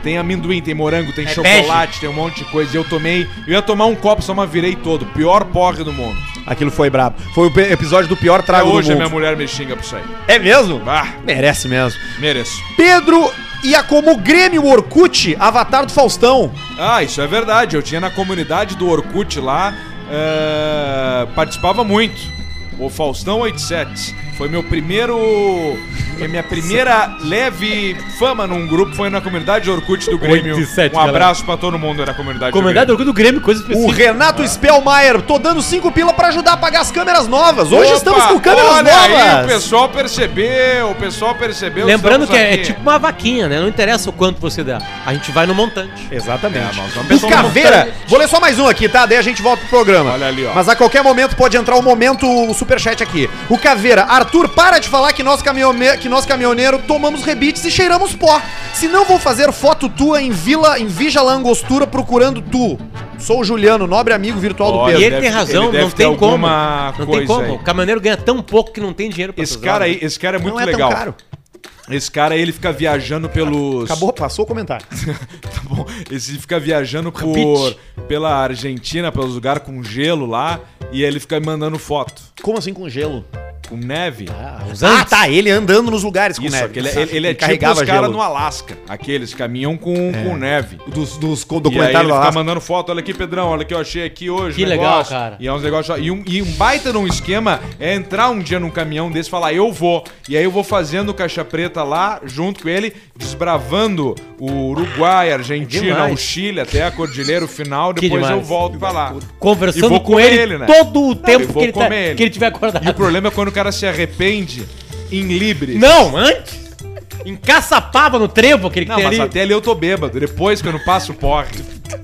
Speaker 2: Tem amendoim, tem morango, tem
Speaker 3: É
Speaker 2: chocolate, tem um monte de coisa. E eu tomei, eu ia tomar um copo, só mas virei todo. Pior porre do mundo.
Speaker 1: Aquilo foi brabo. Foi o pe- episódio do pior
Speaker 2: Até
Speaker 1: trago
Speaker 2: hoje a
Speaker 1: do
Speaker 2: minha
Speaker 1: mundo.
Speaker 2: mulher me xinga por isso aí.
Speaker 1: É mesmo?
Speaker 2: Ah,
Speaker 1: Merece mesmo.
Speaker 2: mereço.
Speaker 1: Pedro ia como Grêmio Orkut, avatar do Faustão.
Speaker 2: Ah, isso é verdade. Eu tinha na comunidade do Orkut lá, eh, participava muito. O Faustão 87. Foi meu primeiro. Foi minha primeira leve fama num grupo, foi na comunidade Orkut do Grêmio.
Speaker 3: 87,
Speaker 2: um abraço pra todo mundo da comunidade
Speaker 3: Comandante
Speaker 2: do
Speaker 3: do Grêmio,
Speaker 2: Uh,
Speaker 3: coisa
Speaker 1: O
Speaker 3: específica.
Speaker 1: Renato
Speaker 2: Ah.
Speaker 1: Spellmaier, tô dando cinco pila pra ajudar a pagar as câmeras novas. Hoje
Speaker 2: Grêmio.
Speaker 1: estamos
Speaker 2: Opa,
Speaker 1: com câmeras
Speaker 2: olha Aí, o
Speaker 1: novas.
Speaker 2: pessoal percebeu, o pessoal percebeu.
Speaker 3: Lembrando
Speaker 2: estamos
Speaker 3: que é, é
Speaker 2: aqui.
Speaker 3: tipo uma vaquinha, né? Não interessa o quanto você dá. A gente vai no montante.
Speaker 2: É,
Speaker 1: Exatamente.
Speaker 2: mas uma
Speaker 1: o
Speaker 2: pessoa
Speaker 1: Caveira, vou ler só mais um aqui, tá? Daí a gente volta pro programa.
Speaker 2: Olha ali, ó.
Speaker 1: Mas a qualquer momento pode entrar o momento o superchat aqui. O Caveira, Arthur, para de falar que nós, caminhone... que nós caminhoneiro tomamos rebites e cheiramos pó. Se não vou fazer foto tua em Vila, em Vija La Angostura procurando tu. Sou o Juliano, nobre amigo virtual do
Speaker 2: Olha,
Speaker 1: Pedro.
Speaker 3: e ele
Speaker 2: deve-
Speaker 3: tem razão,
Speaker 2: ele
Speaker 3: não
Speaker 2: deve ter
Speaker 3: tem como.
Speaker 2: alguma
Speaker 3: Não
Speaker 2: coisa
Speaker 3: tem como.
Speaker 2: aí.
Speaker 3: O caminhoneiro ganha tão pouco que não tem dinheiro pra né?
Speaker 2: Esse
Speaker 3: essas
Speaker 2: cara
Speaker 3: horas.
Speaker 2: aí, esse cara é muito legal. Esse cara aí, ele fica viajando pelos.
Speaker 1: Acabou, passou o
Speaker 2: [LAUGHS]
Speaker 1: comentário.
Speaker 2: Tá bom. Esse fica viajando por,
Speaker 3: Rapid.
Speaker 2: pela Argentina, pelos lugares com gelo lá, e ele fica me mandando foto
Speaker 1: Como assim com gelo?
Speaker 2: com neve.
Speaker 3: Os
Speaker 2: Ah,
Speaker 3: Andes.
Speaker 1: tá, ele andando nos lugares
Speaker 2: Isso,
Speaker 1: neve.
Speaker 2: aquele- ele, ele é tipo
Speaker 1: carregava
Speaker 2: os caras
Speaker 1: gelo. É.
Speaker 2: no Alasca. Aqueles caminham com, com neve.
Speaker 1: Dos, dos
Speaker 2: E aí ele
Speaker 1: documentários
Speaker 2: fica
Speaker 1: lá.
Speaker 2: mandando foto, olha aqui, Pedrão, olha o que eu achei aqui hoje.
Speaker 3: Que
Speaker 2: um
Speaker 3: legal,
Speaker 2: negócio.
Speaker 3: cara.
Speaker 2: E é uns negócios. E um, e um baita num esquema é entrar um dia num caminhão desse e falar, eu vou. E aí eu vou fazendo caixa preta lá, junto com ele, desbravando o Uruguai, a Argentina,
Speaker 3: demais.
Speaker 2: o Chile, até a cordilheira, o final,
Speaker 3: Que
Speaker 2: depois eu
Speaker 3: demais.
Speaker 2: volto pra lá. E
Speaker 3: tá Conversando
Speaker 2: vou
Speaker 3: com
Speaker 2: comer
Speaker 3: ele,
Speaker 2: ele, né?
Speaker 3: todo o
Speaker 2: e
Speaker 3: tempo
Speaker 2: vou
Speaker 3: que ele, tá-
Speaker 2: comer ele.
Speaker 3: que ele tiver
Speaker 2: E o
Speaker 3: acordado.
Speaker 2: problema é quando o cara se arrepende em Libre.
Speaker 3: Não, antes. Em caçapava no trevo, aquele que
Speaker 2: Não,
Speaker 3: tem
Speaker 2: mas
Speaker 3: ali.
Speaker 2: até ali eu tô bêbado. Depois que eu não passo porre.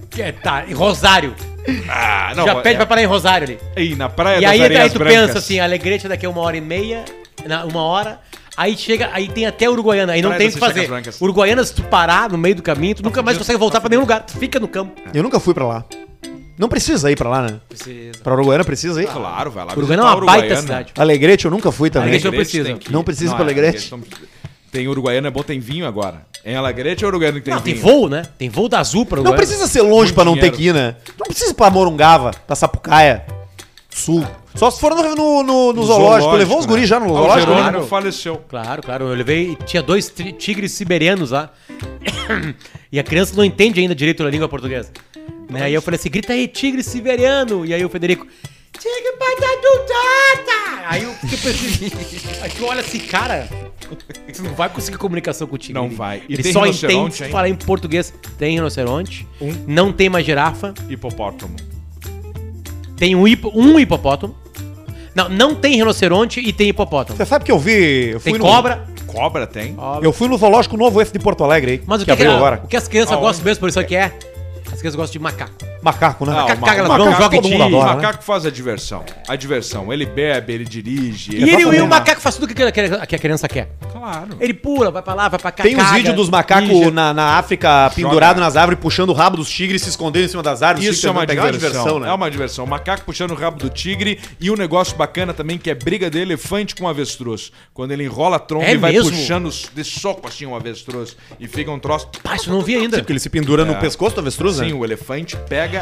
Speaker 3: Que é, tá, em Rosário.
Speaker 2: Ah, não.
Speaker 3: Já pede pra
Speaker 2: é...
Speaker 3: parar em Rosário ali.
Speaker 2: Ih, na praia
Speaker 3: e aí, aí tu
Speaker 2: Brancas.
Speaker 3: pensa assim, Alegrete daqui a uma hora e meia, na- uma hora. Aí chega, aí tem até Uruguaiana, aí não
Speaker 2: Praia
Speaker 3: tem o
Speaker 2: das
Speaker 3: que
Speaker 2: Chacras
Speaker 3: fazer.
Speaker 2: Brancas.
Speaker 3: Uruguaiana, se tu parar no meio do caminho, tu nunca mais consegue voltar pra nenhum lugar. Tu fica no campo.
Speaker 2: É,
Speaker 1: Eu nunca fui pra lá. Não precisa ir pra lá, né?
Speaker 3: Precisa.
Speaker 1: Pra Uruguaiana precisa ir?
Speaker 2: Claro, vai lá.
Speaker 3: Uruguaiana é
Speaker 2: visitar
Speaker 3: uma baita
Speaker 2: Uruguaiana.
Speaker 3: cidade.
Speaker 1: Alegrete eu nunca fui também.
Speaker 3: Alegrete eu-
Speaker 2: Alegrete é
Speaker 3: precisa.
Speaker 2: tem que-
Speaker 1: Não precisa ir pra
Speaker 2: é,
Speaker 1: Alegrete.
Speaker 2: Alegrete não- Tem Uruguaiana, é bom, tem vinho agora. É Alegrete ou Uruguaiana que tem
Speaker 3: Não, tem
Speaker 2: vinho?
Speaker 3: voo, né? Tem voo da Azul pra
Speaker 1: Não
Speaker 3: Uruguaiana.
Speaker 1: precisa ser longe
Speaker 2: Muito
Speaker 1: pra não ter
Speaker 2: dinheiro.
Speaker 1: que ir, né? Não precisa ir pra Morungava, pra Sapucaia, Sul. Só se for no, no, no- no zoológico. Levou os
Speaker 2: né?
Speaker 1: guris já no
Speaker 2: Ah, o
Speaker 1: zoológico?
Speaker 2: Jerônimo
Speaker 3: Claro.
Speaker 2: faleceu.
Speaker 3: Claro, claro. Eu levei. Tinha dois tri- tigres siberianos lá. [COUGHS] E a criança não entende ainda direito a língua portuguesa. Né? E eu falei assim: grita aí, tigre siberiano. E aí o Federico. Tigre patatutada! Aí eu fiquei pensando. [LAUGHS] Aí tu olha assim, cara. Tu não vai conseguir comunicação com o tigre.
Speaker 2: Não vai. E
Speaker 3: Ele
Speaker 2: tem
Speaker 3: só
Speaker 2: rinoceronte
Speaker 3: entende se
Speaker 2: ainda?
Speaker 3: falar em português. Tem rinoceronte.
Speaker 2: Um.
Speaker 3: Não tem mais girafa.
Speaker 2: Hipopótamo.
Speaker 3: Tem um, hipo- um hipopótamo. Não, não tem rinoceronte e tem hipopótamo.
Speaker 1: Você sabe que eu vi. Eu fui
Speaker 3: Tem
Speaker 1: no-
Speaker 3: cobra.
Speaker 2: Cobra tem?
Speaker 3: Ah,
Speaker 1: Eu fui no zoológico novo esse de Porto Alegre aí.
Speaker 3: Mas o que, é
Speaker 1: abriu
Speaker 3: que-
Speaker 1: agora?
Speaker 3: o que as crianças
Speaker 2: Aonde?
Speaker 3: gostam mesmo, por isso aqui é. As crianças gostam de macaco.
Speaker 1: Macaco, né?
Speaker 2: Ah,
Speaker 3: Macaco
Speaker 2: o
Speaker 3: caga, elas
Speaker 2: macaco-
Speaker 3: vão, joga em
Speaker 2: todo
Speaker 3: ti.
Speaker 2: mundo adora,
Speaker 1: né?
Speaker 2: O macaco faz a diversão. A diversão. Ele bebe, ele dirige.
Speaker 3: E ele é um e
Speaker 2: faz-
Speaker 3: o macaco faz tudo o que, que a criança quer.
Speaker 2: Claro.
Speaker 3: Ele pula, vai pra lá, vai pra cá.
Speaker 1: Tem os
Speaker 3: caga,
Speaker 1: vídeos dos macacos
Speaker 3: mija.
Speaker 1: na, na África pendurado nas árvores, puxando o rabo dos tigres, se escondendo em cima das árvores. Os
Speaker 2: Isso
Speaker 1: tigres
Speaker 2: é uma
Speaker 1: tentando
Speaker 2: diversão.
Speaker 1: né?
Speaker 2: É uma diversão. O macaco puxando o rabo do tigre e um negócio bacana também que é briga de elefante com avestruz. Quando ele enrola a tromba
Speaker 3: É
Speaker 2: e vai
Speaker 3: mesmo?
Speaker 2: puxando os- de soco assim o avestruz e fica um troço.
Speaker 3: Ah, isso eu não vi
Speaker 1: Sim,
Speaker 3: ainda.
Speaker 1: porque ele se pendura no pescoço do avestruz,
Speaker 2: É.
Speaker 3: É.
Speaker 2: Sim,
Speaker 1: né?
Speaker 2: o elefante pega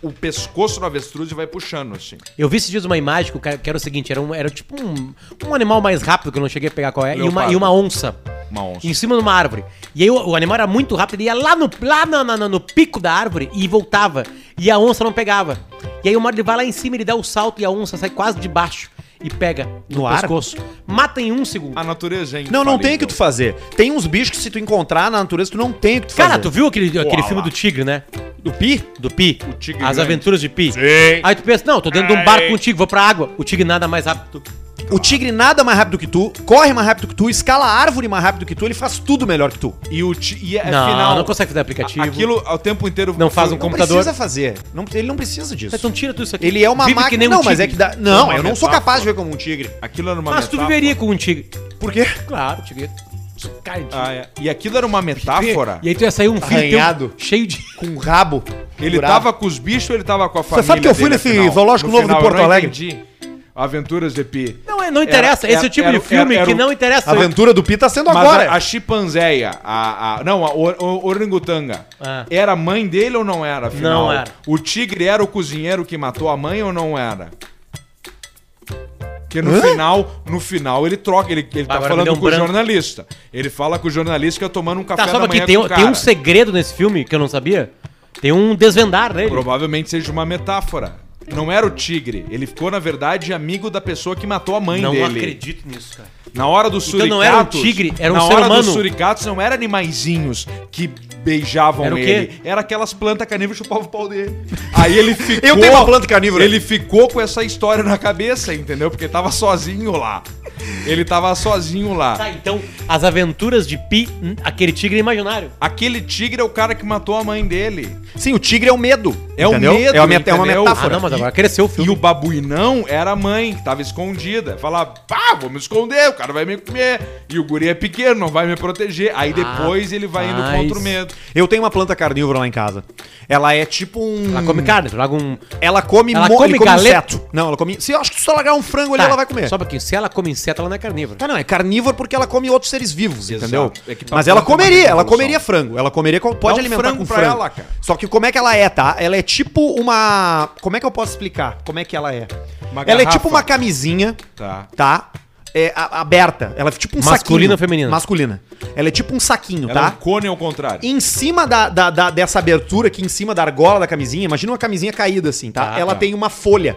Speaker 2: o pescoço do avestruz e vai puxando assim.
Speaker 3: Eu vi esses dias uma imagem que o cara- que era o seguinte, era, um, era tipo um, um animal mais rápido que eu não cheguei a pegar qual é, e uma,
Speaker 2: Leopardo.
Speaker 3: e uma onça.
Speaker 2: Uma onça.
Speaker 3: Em cima de uma árvore. E aí o, o animal era muito rápido, ele ia lá, no, lá na- na- na- no pico da árvore e voltava. E a onça não pegava. E aí uma hora ele vai lá em cima, ele dá o salto e a onça sai quase de baixo e pega no,
Speaker 1: No ar?
Speaker 3: pescoço. Mata em um segundo.
Speaker 2: A natureza, é hein?
Speaker 1: Não, não tem o que tu fazer. Tem uns bichos que se tu encontrar na natureza, tu não tem o que tu fazer.
Speaker 3: Cara, tu viu aquele, aquele filme do tigre, né?
Speaker 1: Do pi?
Speaker 3: Do Pi.
Speaker 2: O tigre
Speaker 3: As
Speaker 2: grande.
Speaker 3: aventuras de Pi. Aí tu pensa, não, tô dentro de um barco contigo, vou pra água. O tigre nada mais rápido.
Speaker 1: O tigre nada mais rápido que tu, corre mais rápido que tu, escala a árvore mais rápido que tu, ele faz tudo melhor que tu.
Speaker 2: E o ti... e é
Speaker 3: não,
Speaker 2: final.
Speaker 3: não consegue fazer aplicativo.
Speaker 2: Aquilo ao tempo inteiro
Speaker 3: Não faz um
Speaker 1: Não
Speaker 3: Computador.
Speaker 1: precisa fazer. Não- ele não precisa disso.
Speaker 3: Então tira tudo isso aqui.
Speaker 1: Ele é uma
Speaker 3: Vive que
Speaker 1: máquina.
Speaker 3: nem um
Speaker 1: não, mas
Speaker 3: tigre.
Speaker 1: é que dá. Não,
Speaker 2: Uma
Speaker 1: eu não sou
Speaker 2: metáfora.
Speaker 1: capaz de ver como um tigre.
Speaker 2: Aquilo era uma
Speaker 3: Mas tu
Speaker 2: metáfora.
Speaker 3: viveria com um tigre.
Speaker 1: Por quê?
Speaker 3: Claro, tigre. Cara, de-
Speaker 2: Ah, é. E aquilo era uma metáfora.
Speaker 3: [LAUGHS] E aí tu ia sair um filho teu
Speaker 1: Arranhado.
Speaker 3: cheio de.
Speaker 1: Com um rabo.
Speaker 2: Ele
Speaker 1: curado.
Speaker 2: tava com os bichos ou ele tava com a família?
Speaker 1: sabe que eu fui
Speaker 2: dele,
Speaker 1: nesse
Speaker 2: afinal?
Speaker 1: zoológico
Speaker 2: No
Speaker 1: novo de
Speaker 2: final,
Speaker 1: Porto
Speaker 2: eu não
Speaker 1: Aventura?
Speaker 2: entendi. Aventuras de Pi.
Speaker 3: Não, é, não interessa.
Speaker 2: Era-
Speaker 3: Esse é o tipo
Speaker 2: era-
Speaker 3: de filme
Speaker 2: era- era
Speaker 3: que
Speaker 2: o-
Speaker 3: não interessa.
Speaker 1: A aventura do Pi tá
Speaker 3: Tipo
Speaker 1: sendo
Speaker 2: Mas
Speaker 1: agora.
Speaker 2: a, a chimpanzéia, a, a- não, a or- or- orangutanga,
Speaker 3: Ah.
Speaker 2: era mãe dele ou não era, afinal?
Speaker 3: Não era.
Speaker 2: O tigre era o cozinheiro que matou a mãe ou não era? Porque no final, no final ele troca, ele, ele tá
Speaker 3: Agora me
Speaker 2: falando
Speaker 3: deu um
Speaker 2: com o
Speaker 3: branco.
Speaker 2: jornalista. Ele fala com o jornalista que eu tomando um café
Speaker 3: Tá,
Speaker 2: da
Speaker 3: só
Speaker 2: manhã
Speaker 3: aqui,
Speaker 2: com
Speaker 3: tem,
Speaker 2: o
Speaker 3: tem um
Speaker 2: cara.
Speaker 3: segredo nesse filme que eu não sabia. Tem um desvendar nele.
Speaker 2: Provavelmente seja uma metáfora. Não era o tigre, ele ficou na verdade amigo da pessoa que matou a mãe
Speaker 3: não
Speaker 2: dele.
Speaker 3: acredito nisso, cara.
Speaker 2: Na hora dos
Speaker 3: Então
Speaker 2: suricatos.
Speaker 3: não era um tigre, era um
Speaker 2: na
Speaker 3: ser
Speaker 2: hora
Speaker 3: humano.
Speaker 2: dos suricatos não eram animaizinhos que beijavam
Speaker 3: Era o quê?
Speaker 2: ele. Era aquelas plantas carnívoras que chupavam o pau dele. Aí
Speaker 3: [LAUGHS]
Speaker 2: ele ficou.
Speaker 1: Eu tenho uma planta carnívora.
Speaker 2: Ele ficou com essa história na cabeça, entendeu? Porque tava sozinho lá. Ele tava sozinho lá.
Speaker 3: Tá, então, as aventuras de Pi, hum, aquele tigre imaginário.
Speaker 2: Aquele tigre é o cara que matou a mãe dele.
Speaker 1: Sim, o tigre é o medo.
Speaker 2: É o
Speaker 1: entendeu?
Speaker 2: medo,
Speaker 1: É uma, met- é uma
Speaker 2: entendeu?
Speaker 3: Ah,
Speaker 1: metáfora.
Speaker 3: não, mas agora cresceu o filme.
Speaker 2: E o babuinão era a mãe, que tava escondida. Falava, pá, vou me esconder, o cara vai me comer. E o guri é pequeno, não vai me proteger. Aí depois ele vai indo
Speaker 3: Ah, rapaz.
Speaker 2: contra o medo.
Speaker 1: Eu tenho uma planta carnívora lá em casa. Ela é tipo um.
Speaker 3: Ela come carne, joga um.
Speaker 1: Ela come,
Speaker 3: Ela
Speaker 1: mo-
Speaker 3: come
Speaker 1: ele
Speaker 3: galeto?
Speaker 1: inseto. Não, ela come. Se eu acho que se tu largar um frango
Speaker 2: Tá.
Speaker 1: ali, ela vai comer.
Speaker 3: Tá, Só pra quem? Se ela come inseto, ela não é carnívora.
Speaker 1: Tá, não, é carnívoro porque ela come outros seres vivos,
Speaker 2: Exato.
Speaker 1: entendeu?
Speaker 2: É que pra
Speaker 1: Mas ela
Speaker 2: planta é uma
Speaker 1: comeria, ela
Speaker 2: evolução.
Speaker 1: comeria frango. Ela comeria, com- pode
Speaker 2: Dá um
Speaker 1: alimentar
Speaker 2: frango
Speaker 1: com
Speaker 2: pra
Speaker 1: frango.
Speaker 2: ela, cara.
Speaker 1: Só que como é que ela é, tá? Ela é tipo uma... Como é que eu posso explicar como é que ela é?
Speaker 2: Uma
Speaker 1: ela é
Speaker 2: garrafa.
Speaker 1: tipo uma camisinha,
Speaker 2: Tá.
Speaker 1: tá? É, a- aberta. Ela é tipo um
Speaker 3: Masculina
Speaker 1: saquinho.
Speaker 3: ou feminina?
Speaker 1: Masculina. Ela é tipo um saquinho,
Speaker 2: Era um
Speaker 1: tá?
Speaker 2: cone ao contrário.
Speaker 1: Em cima da, da- da- dessa abertura aqui, em cima da argola da camisinha, imagina uma camisinha caída assim, tá?
Speaker 3: Tá,
Speaker 1: Ela
Speaker 3: tá.
Speaker 1: tem uma folha.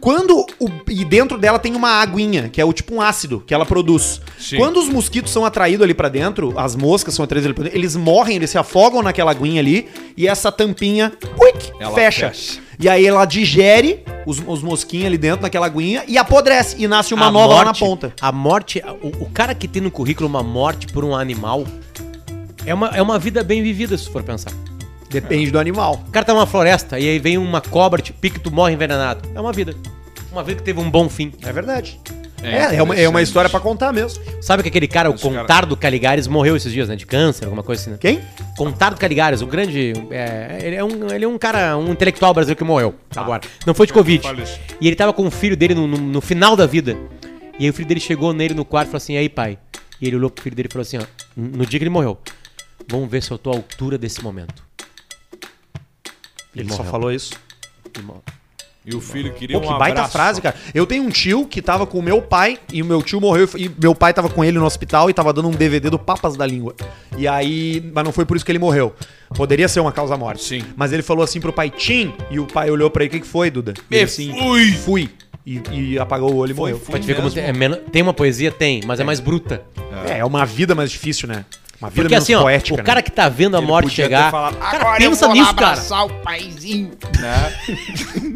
Speaker 1: Quando o, e dentro dela tem uma aguinha, que é o tipo um ácido que ela produz.
Speaker 2: Sim.
Speaker 1: Quando os mosquitos são atraídos ali pra dentro, as moscas são atraídas ali pra dentro, eles morrem, eles se afogam naquela aguinha ali e essa tampinha uic,
Speaker 2: Ela
Speaker 1: fecha.
Speaker 2: fecha.
Speaker 1: E aí ela digere os, os mosquinhos ali dentro naquela aguinha e apodrece e nasce uma
Speaker 3: A
Speaker 1: nova lá na
Speaker 3: morte-
Speaker 1: ponta.
Speaker 3: A morte, o, o cara que tem no currículo uma morte por um animal é uma, é uma vida bem vivida, se for pensar.
Speaker 1: Depende do animal.
Speaker 3: O cara tá numa floresta e aí vem uma cobra, te pica e tu morre envenenado. É uma vida. Uma vida que teve um bom fim.
Speaker 1: É verdade.
Speaker 2: É
Speaker 1: É, é, uma, é uma
Speaker 2: interessante.
Speaker 1: história pra contar mesmo.
Speaker 3: Sabe que aquele cara, o
Speaker 2: Mas o cara-
Speaker 3: Contardo Caligares, morreu esses dias, né? De câncer, alguma coisa assim, né?
Speaker 1: Quem?
Speaker 3: Contardo Caligares, um grande. é, ele, é um, ele é um cara, um intelectual brasileiro que morreu agora. Não foi de Covid.
Speaker 2: faleceu.
Speaker 3: E ele tava com o filho dele no, no- no final da vida. E aí o filho dele chegou nele no quarto e falou assim: "E aí, pai? E ele olhou pro filho dele e falou assim: ó, no dia que ele morreu, vamos ver se eu tô à altura desse momento.
Speaker 1: Ele, só
Speaker 3: morreu.
Speaker 1: falou isso.
Speaker 3: Ele morreu.
Speaker 2: E o filho queria
Speaker 1: Pô,
Speaker 2: um
Speaker 1: que baita
Speaker 2: abraço.
Speaker 1: frase, cara. Eu tenho um tio que tava com o meu pai e o meu tio morreu e meu pai tava com ele no hospital e tava dando um DVD do Papas da Língua. E aí, mas não foi por isso que ele morreu. Poderia ser uma causa morte.
Speaker 2: Sim.
Speaker 1: Mas ele falou assim pro pai, Tim, e o pai olhou pra ele, o que que foi, Duda? E ele assim,
Speaker 2: fui.
Speaker 1: fui. E, e apagou o olho e morreu.
Speaker 2: fui.
Speaker 3: Pra te ver como
Speaker 2: mesmo.
Speaker 3: é menos- tem uma poesia? Tem, mas é mais bruta.
Speaker 1: É, é uma vida mais difícil, né? Uma vida
Speaker 3: Porque
Speaker 1: menos
Speaker 3: assim, ó,
Speaker 1: poética,
Speaker 3: o cara
Speaker 1: né?
Speaker 3: que tá vendo a
Speaker 2: Ele
Speaker 3: morte
Speaker 2: podia ter
Speaker 3: chegar.
Speaker 2: falado,
Speaker 3: cara, pensa nisso, cara.
Speaker 5: o paizinho.
Speaker 2: Né?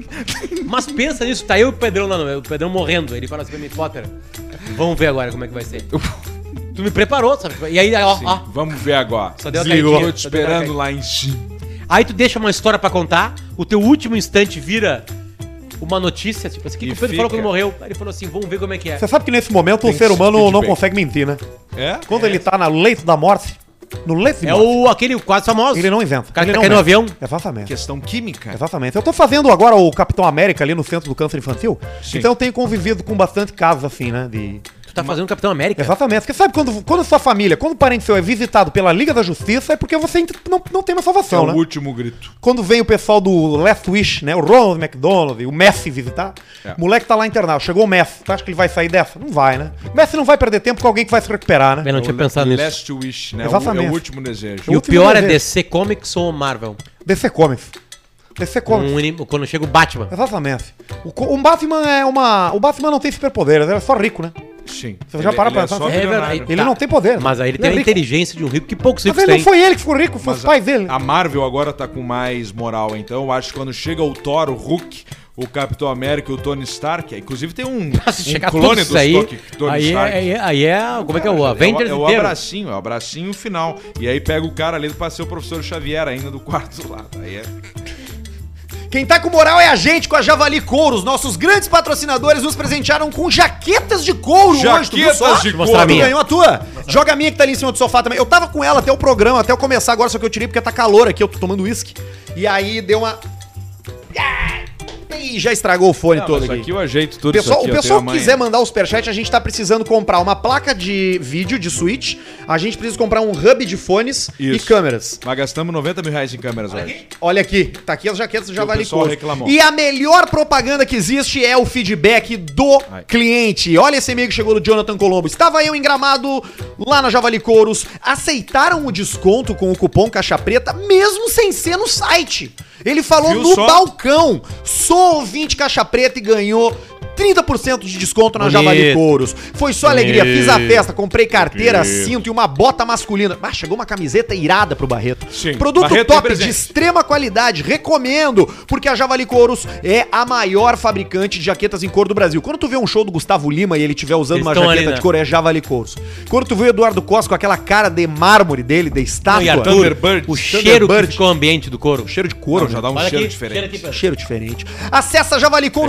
Speaker 3: Mas pensa nisso, tá eu e o Pedrão lá, no- o Pedrão morrendo. Ele fala assim pra mim, Potter, vamos ver agora como é que vai ser. tu me preparou, sabe? E aí, ó,
Speaker 2: Sim,
Speaker 3: ó,
Speaker 2: Vamos ver agora.
Speaker 3: Só deu a
Speaker 2: Desligou.
Speaker 3: caidinha,
Speaker 2: Tô te
Speaker 3: só deu a
Speaker 2: esperando
Speaker 3: caidinha.
Speaker 2: lá em cima.
Speaker 3: aí tu deixa uma história pra contar, o teu último instante vira uma notícia, tipo assim, o que,
Speaker 2: E
Speaker 3: que o Pedro falou
Speaker 2: fica.
Speaker 3: quando morreu? Aí ele falou assim, vamos ver como é que é.
Speaker 1: Você sabe que nesse momento
Speaker 2: Tem
Speaker 1: o ser humano não
Speaker 2: feedback.
Speaker 1: consegue mentir, né?
Speaker 2: É?
Speaker 6: Quando ele tá no leito da morte, no leito de
Speaker 3: É
Speaker 6: morte,
Speaker 3: o aquele quase famoso.
Speaker 6: ele não inventa.
Speaker 3: cara que
Speaker 6: ele
Speaker 3: tá
Speaker 6: não
Speaker 3: caindo no
Speaker 6: inventa.
Speaker 3: avião.
Speaker 6: Exatamente.
Speaker 2: Questão química.
Speaker 6: Exatamente. Eu tô fazendo agora o Capitão América ali no centro do câncer infantil.
Speaker 2: Sim.
Speaker 6: Então eu tenho convivido com bastante casos assim, né? De...
Speaker 3: Tu tá fazendo Capitão
Speaker 2: É.
Speaker 3: América.
Speaker 6: Exatamente. Porque sabe quando, quando sua família, quando o parente seu é visitado pela Liga da Justiça, é porque você não, não tem uma
Speaker 2: É
Speaker 6: salvação,
Speaker 2: o
Speaker 6: né?
Speaker 2: último grito.
Speaker 6: Quando vem o pessoal do Last Wish, né? O Ronald McDonald, o Messi visitar.
Speaker 2: É.
Speaker 6: O moleque tá lá internado. Chegou o Messi. Tu acha que ele vai sair dessa? Não vai, né? O Messi não vai perder tempo com alguém que vai se recuperar,
Speaker 3: Eu
Speaker 6: né?
Speaker 3: não tinha pensado nisso.
Speaker 2: Last wish, né? O- É
Speaker 6: Exatamente.
Speaker 2: o último desejo.
Speaker 3: E o
Speaker 6: último
Speaker 3: pior é
Speaker 6: desejo.
Speaker 3: DC Comics ou Marvel?
Speaker 6: DC Comics. DC Comics.
Speaker 3: Um inimigo- quando chega o Batman.
Speaker 6: Exatamente. O, co- o Batman é uma. O Batman não tem superpoderes, ele é só rico, né?
Speaker 2: Sim.
Speaker 6: Você já para pra
Speaker 2: é
Speaker 6: pensar.
Speaker 2: só
Speaker 6: É
Speaker 2: milionário.
Speaker 6: Ele não tem poder.
Speaker 3: Mas aí ele
Speaker 6: Ele
Speaker 3: tem
Speaker 6: é
Speaker 3: a
Speaker 6: rico.
Speaker 3: inteligência de um rico que poucos
Speaker 6: Mas
Speaker 3: ricos
Speaker 6: ele
Speaker 3: têm.
Speaker 6: não foi ele que ficou rico, foi
Speaker 2: Mas
Speaker 6: os pais dele.
Speaker 2: A Marvel agora tá com mais moral, então. Eu acho que quando chega o Thor, o Hulk, o Capitão América e o Tony Stark, inclusive tem
Speaker 3: [LAUGHS]
Speaker 2: um,
Speaker 3: Se
Speaker 2: um
Speaker 3: chegar
Speaker 2: clone
Speaker 3: tudo
Speaker 2: dos
Speaker 3: isso aí,
Speaker 2: Tony, Tony
Speaker 3: aí, é-
Speaker 2: Stark.
Speaker 3: aí, é- aí é, como é que é o Avengers
Speaker 2: É o, é o
Speaker 3: inteiro.
Speaker 2: abracinho, é o abracinho final. E aí pega o cara ali pra ser o professor Xavier ainda do quarto [LAUGHS] lá. Aí é...
Speaker 1: Quem tá com moral é a gente com a Javali Couro. Os nossos grandes patrocinadores nos presentearam com jaquetas de couro hoje. tu viu
Speaker 2: Jaquetas
Speaker 1: só?
Speaker 2: de
Speaker 1: Tu
Speaker 2: couro.
Speaker 1: ganhou a tua. Joga a minha que tá ali em cima do sofá também. Eu tava com ela até o programa, até eu começar agora, só que eu tirei porque tá calor aqui, eu tô tomando uísque. E aí deu uma... Ah! E já estragou o fone
Speaker 2: Não,
Speaker 1: todo
Speaker 2: Ah, mas
Speaker 1: aqui.
Speaker 2: aqui eu ajeito tudo
Speaker 1: Pessoal,
Speaker 2: isso aqui.
Speaker 1: o pessoal que quiser mandar o superchat, a gente tá precisando comprar uma placa de vídeo, de switch. A gente precisa comprar um hub de fones e
Speaker 2: Isso.
Speaker 1: câmeras.
Speaker 2: Mas gastamos 90 mil reais em câmeras hoje.
Speaker 1: Olha aqui, tá aqui as jaquetas do
Speaker 2: o
Speaker 1: Javali
Speaker 2: pessoal
Speaker 1: Couro.
Speaker 2: reclamou.
Speaker 1: E a melhor propaganda que existe é o feedback do
Speaker 2: Ai.
Speaker 1: cliente. Olha esse e-mail que chegou do Jonathan Colombo. Estava eu em Gramado, lá na Javali Couros. Aceitaram o desconto com o cupom Caixa Preta, mesmo sem ser no site. Ele falou
Speaker 2: Viu
Speaker 1: no
Speaker 2: só?
Speaker 1: balcão. Sou ouvinte Caixa Preta e ganhou... 30% de desconto na
Speaker 3: Bonito.
Speaker 1: Javali Couros. Foi só alegria, fiz a festa, comprei carteira, cinto e uma bota masculina. Ah, chegou uma camiseta irada pro Barreto.
Speaker 2: Sim,
Speaker 1: Produto
Speaker 2: Barreto tem
Speaker 1: top de
Speaker 2: presente.
Speaker 1: extrema qualidade, recomendo, porque a Javali Couros é a maior fabricante de jaquetas em couro do Brasil. Quando tu vê um show do Gustavo Lima e ele estiver usando
Speaker 3: Eles
Speaker 1: uma
Speaker 3: tão
Speaker 1: jaqueta
Speaker 3: ali, né?
Speaker 1: de couro, é Javali Couros. Quando tu vê o Eduardo Costa com aquela cara de mármore dele, de estátua,
Speaker 3: E Ah, Arthur,
Speaker 2: Thunderbird. Thunderbird.
Speaker 3: o cheiro que ficou o ambiente do couro.
Speaker 1: cheiro de couro, né?
Speaker 2: Não, já dá um
Speaker 3: Olha
Speaker 2: cheiro
Speaker 3: aqui, cheiro
Speaker 2: diferente.
Speaker 3: aqui, Pedro.
Speaker 1: Cheiro diferente. Acesse
Speaker 2: É cheiro de couro.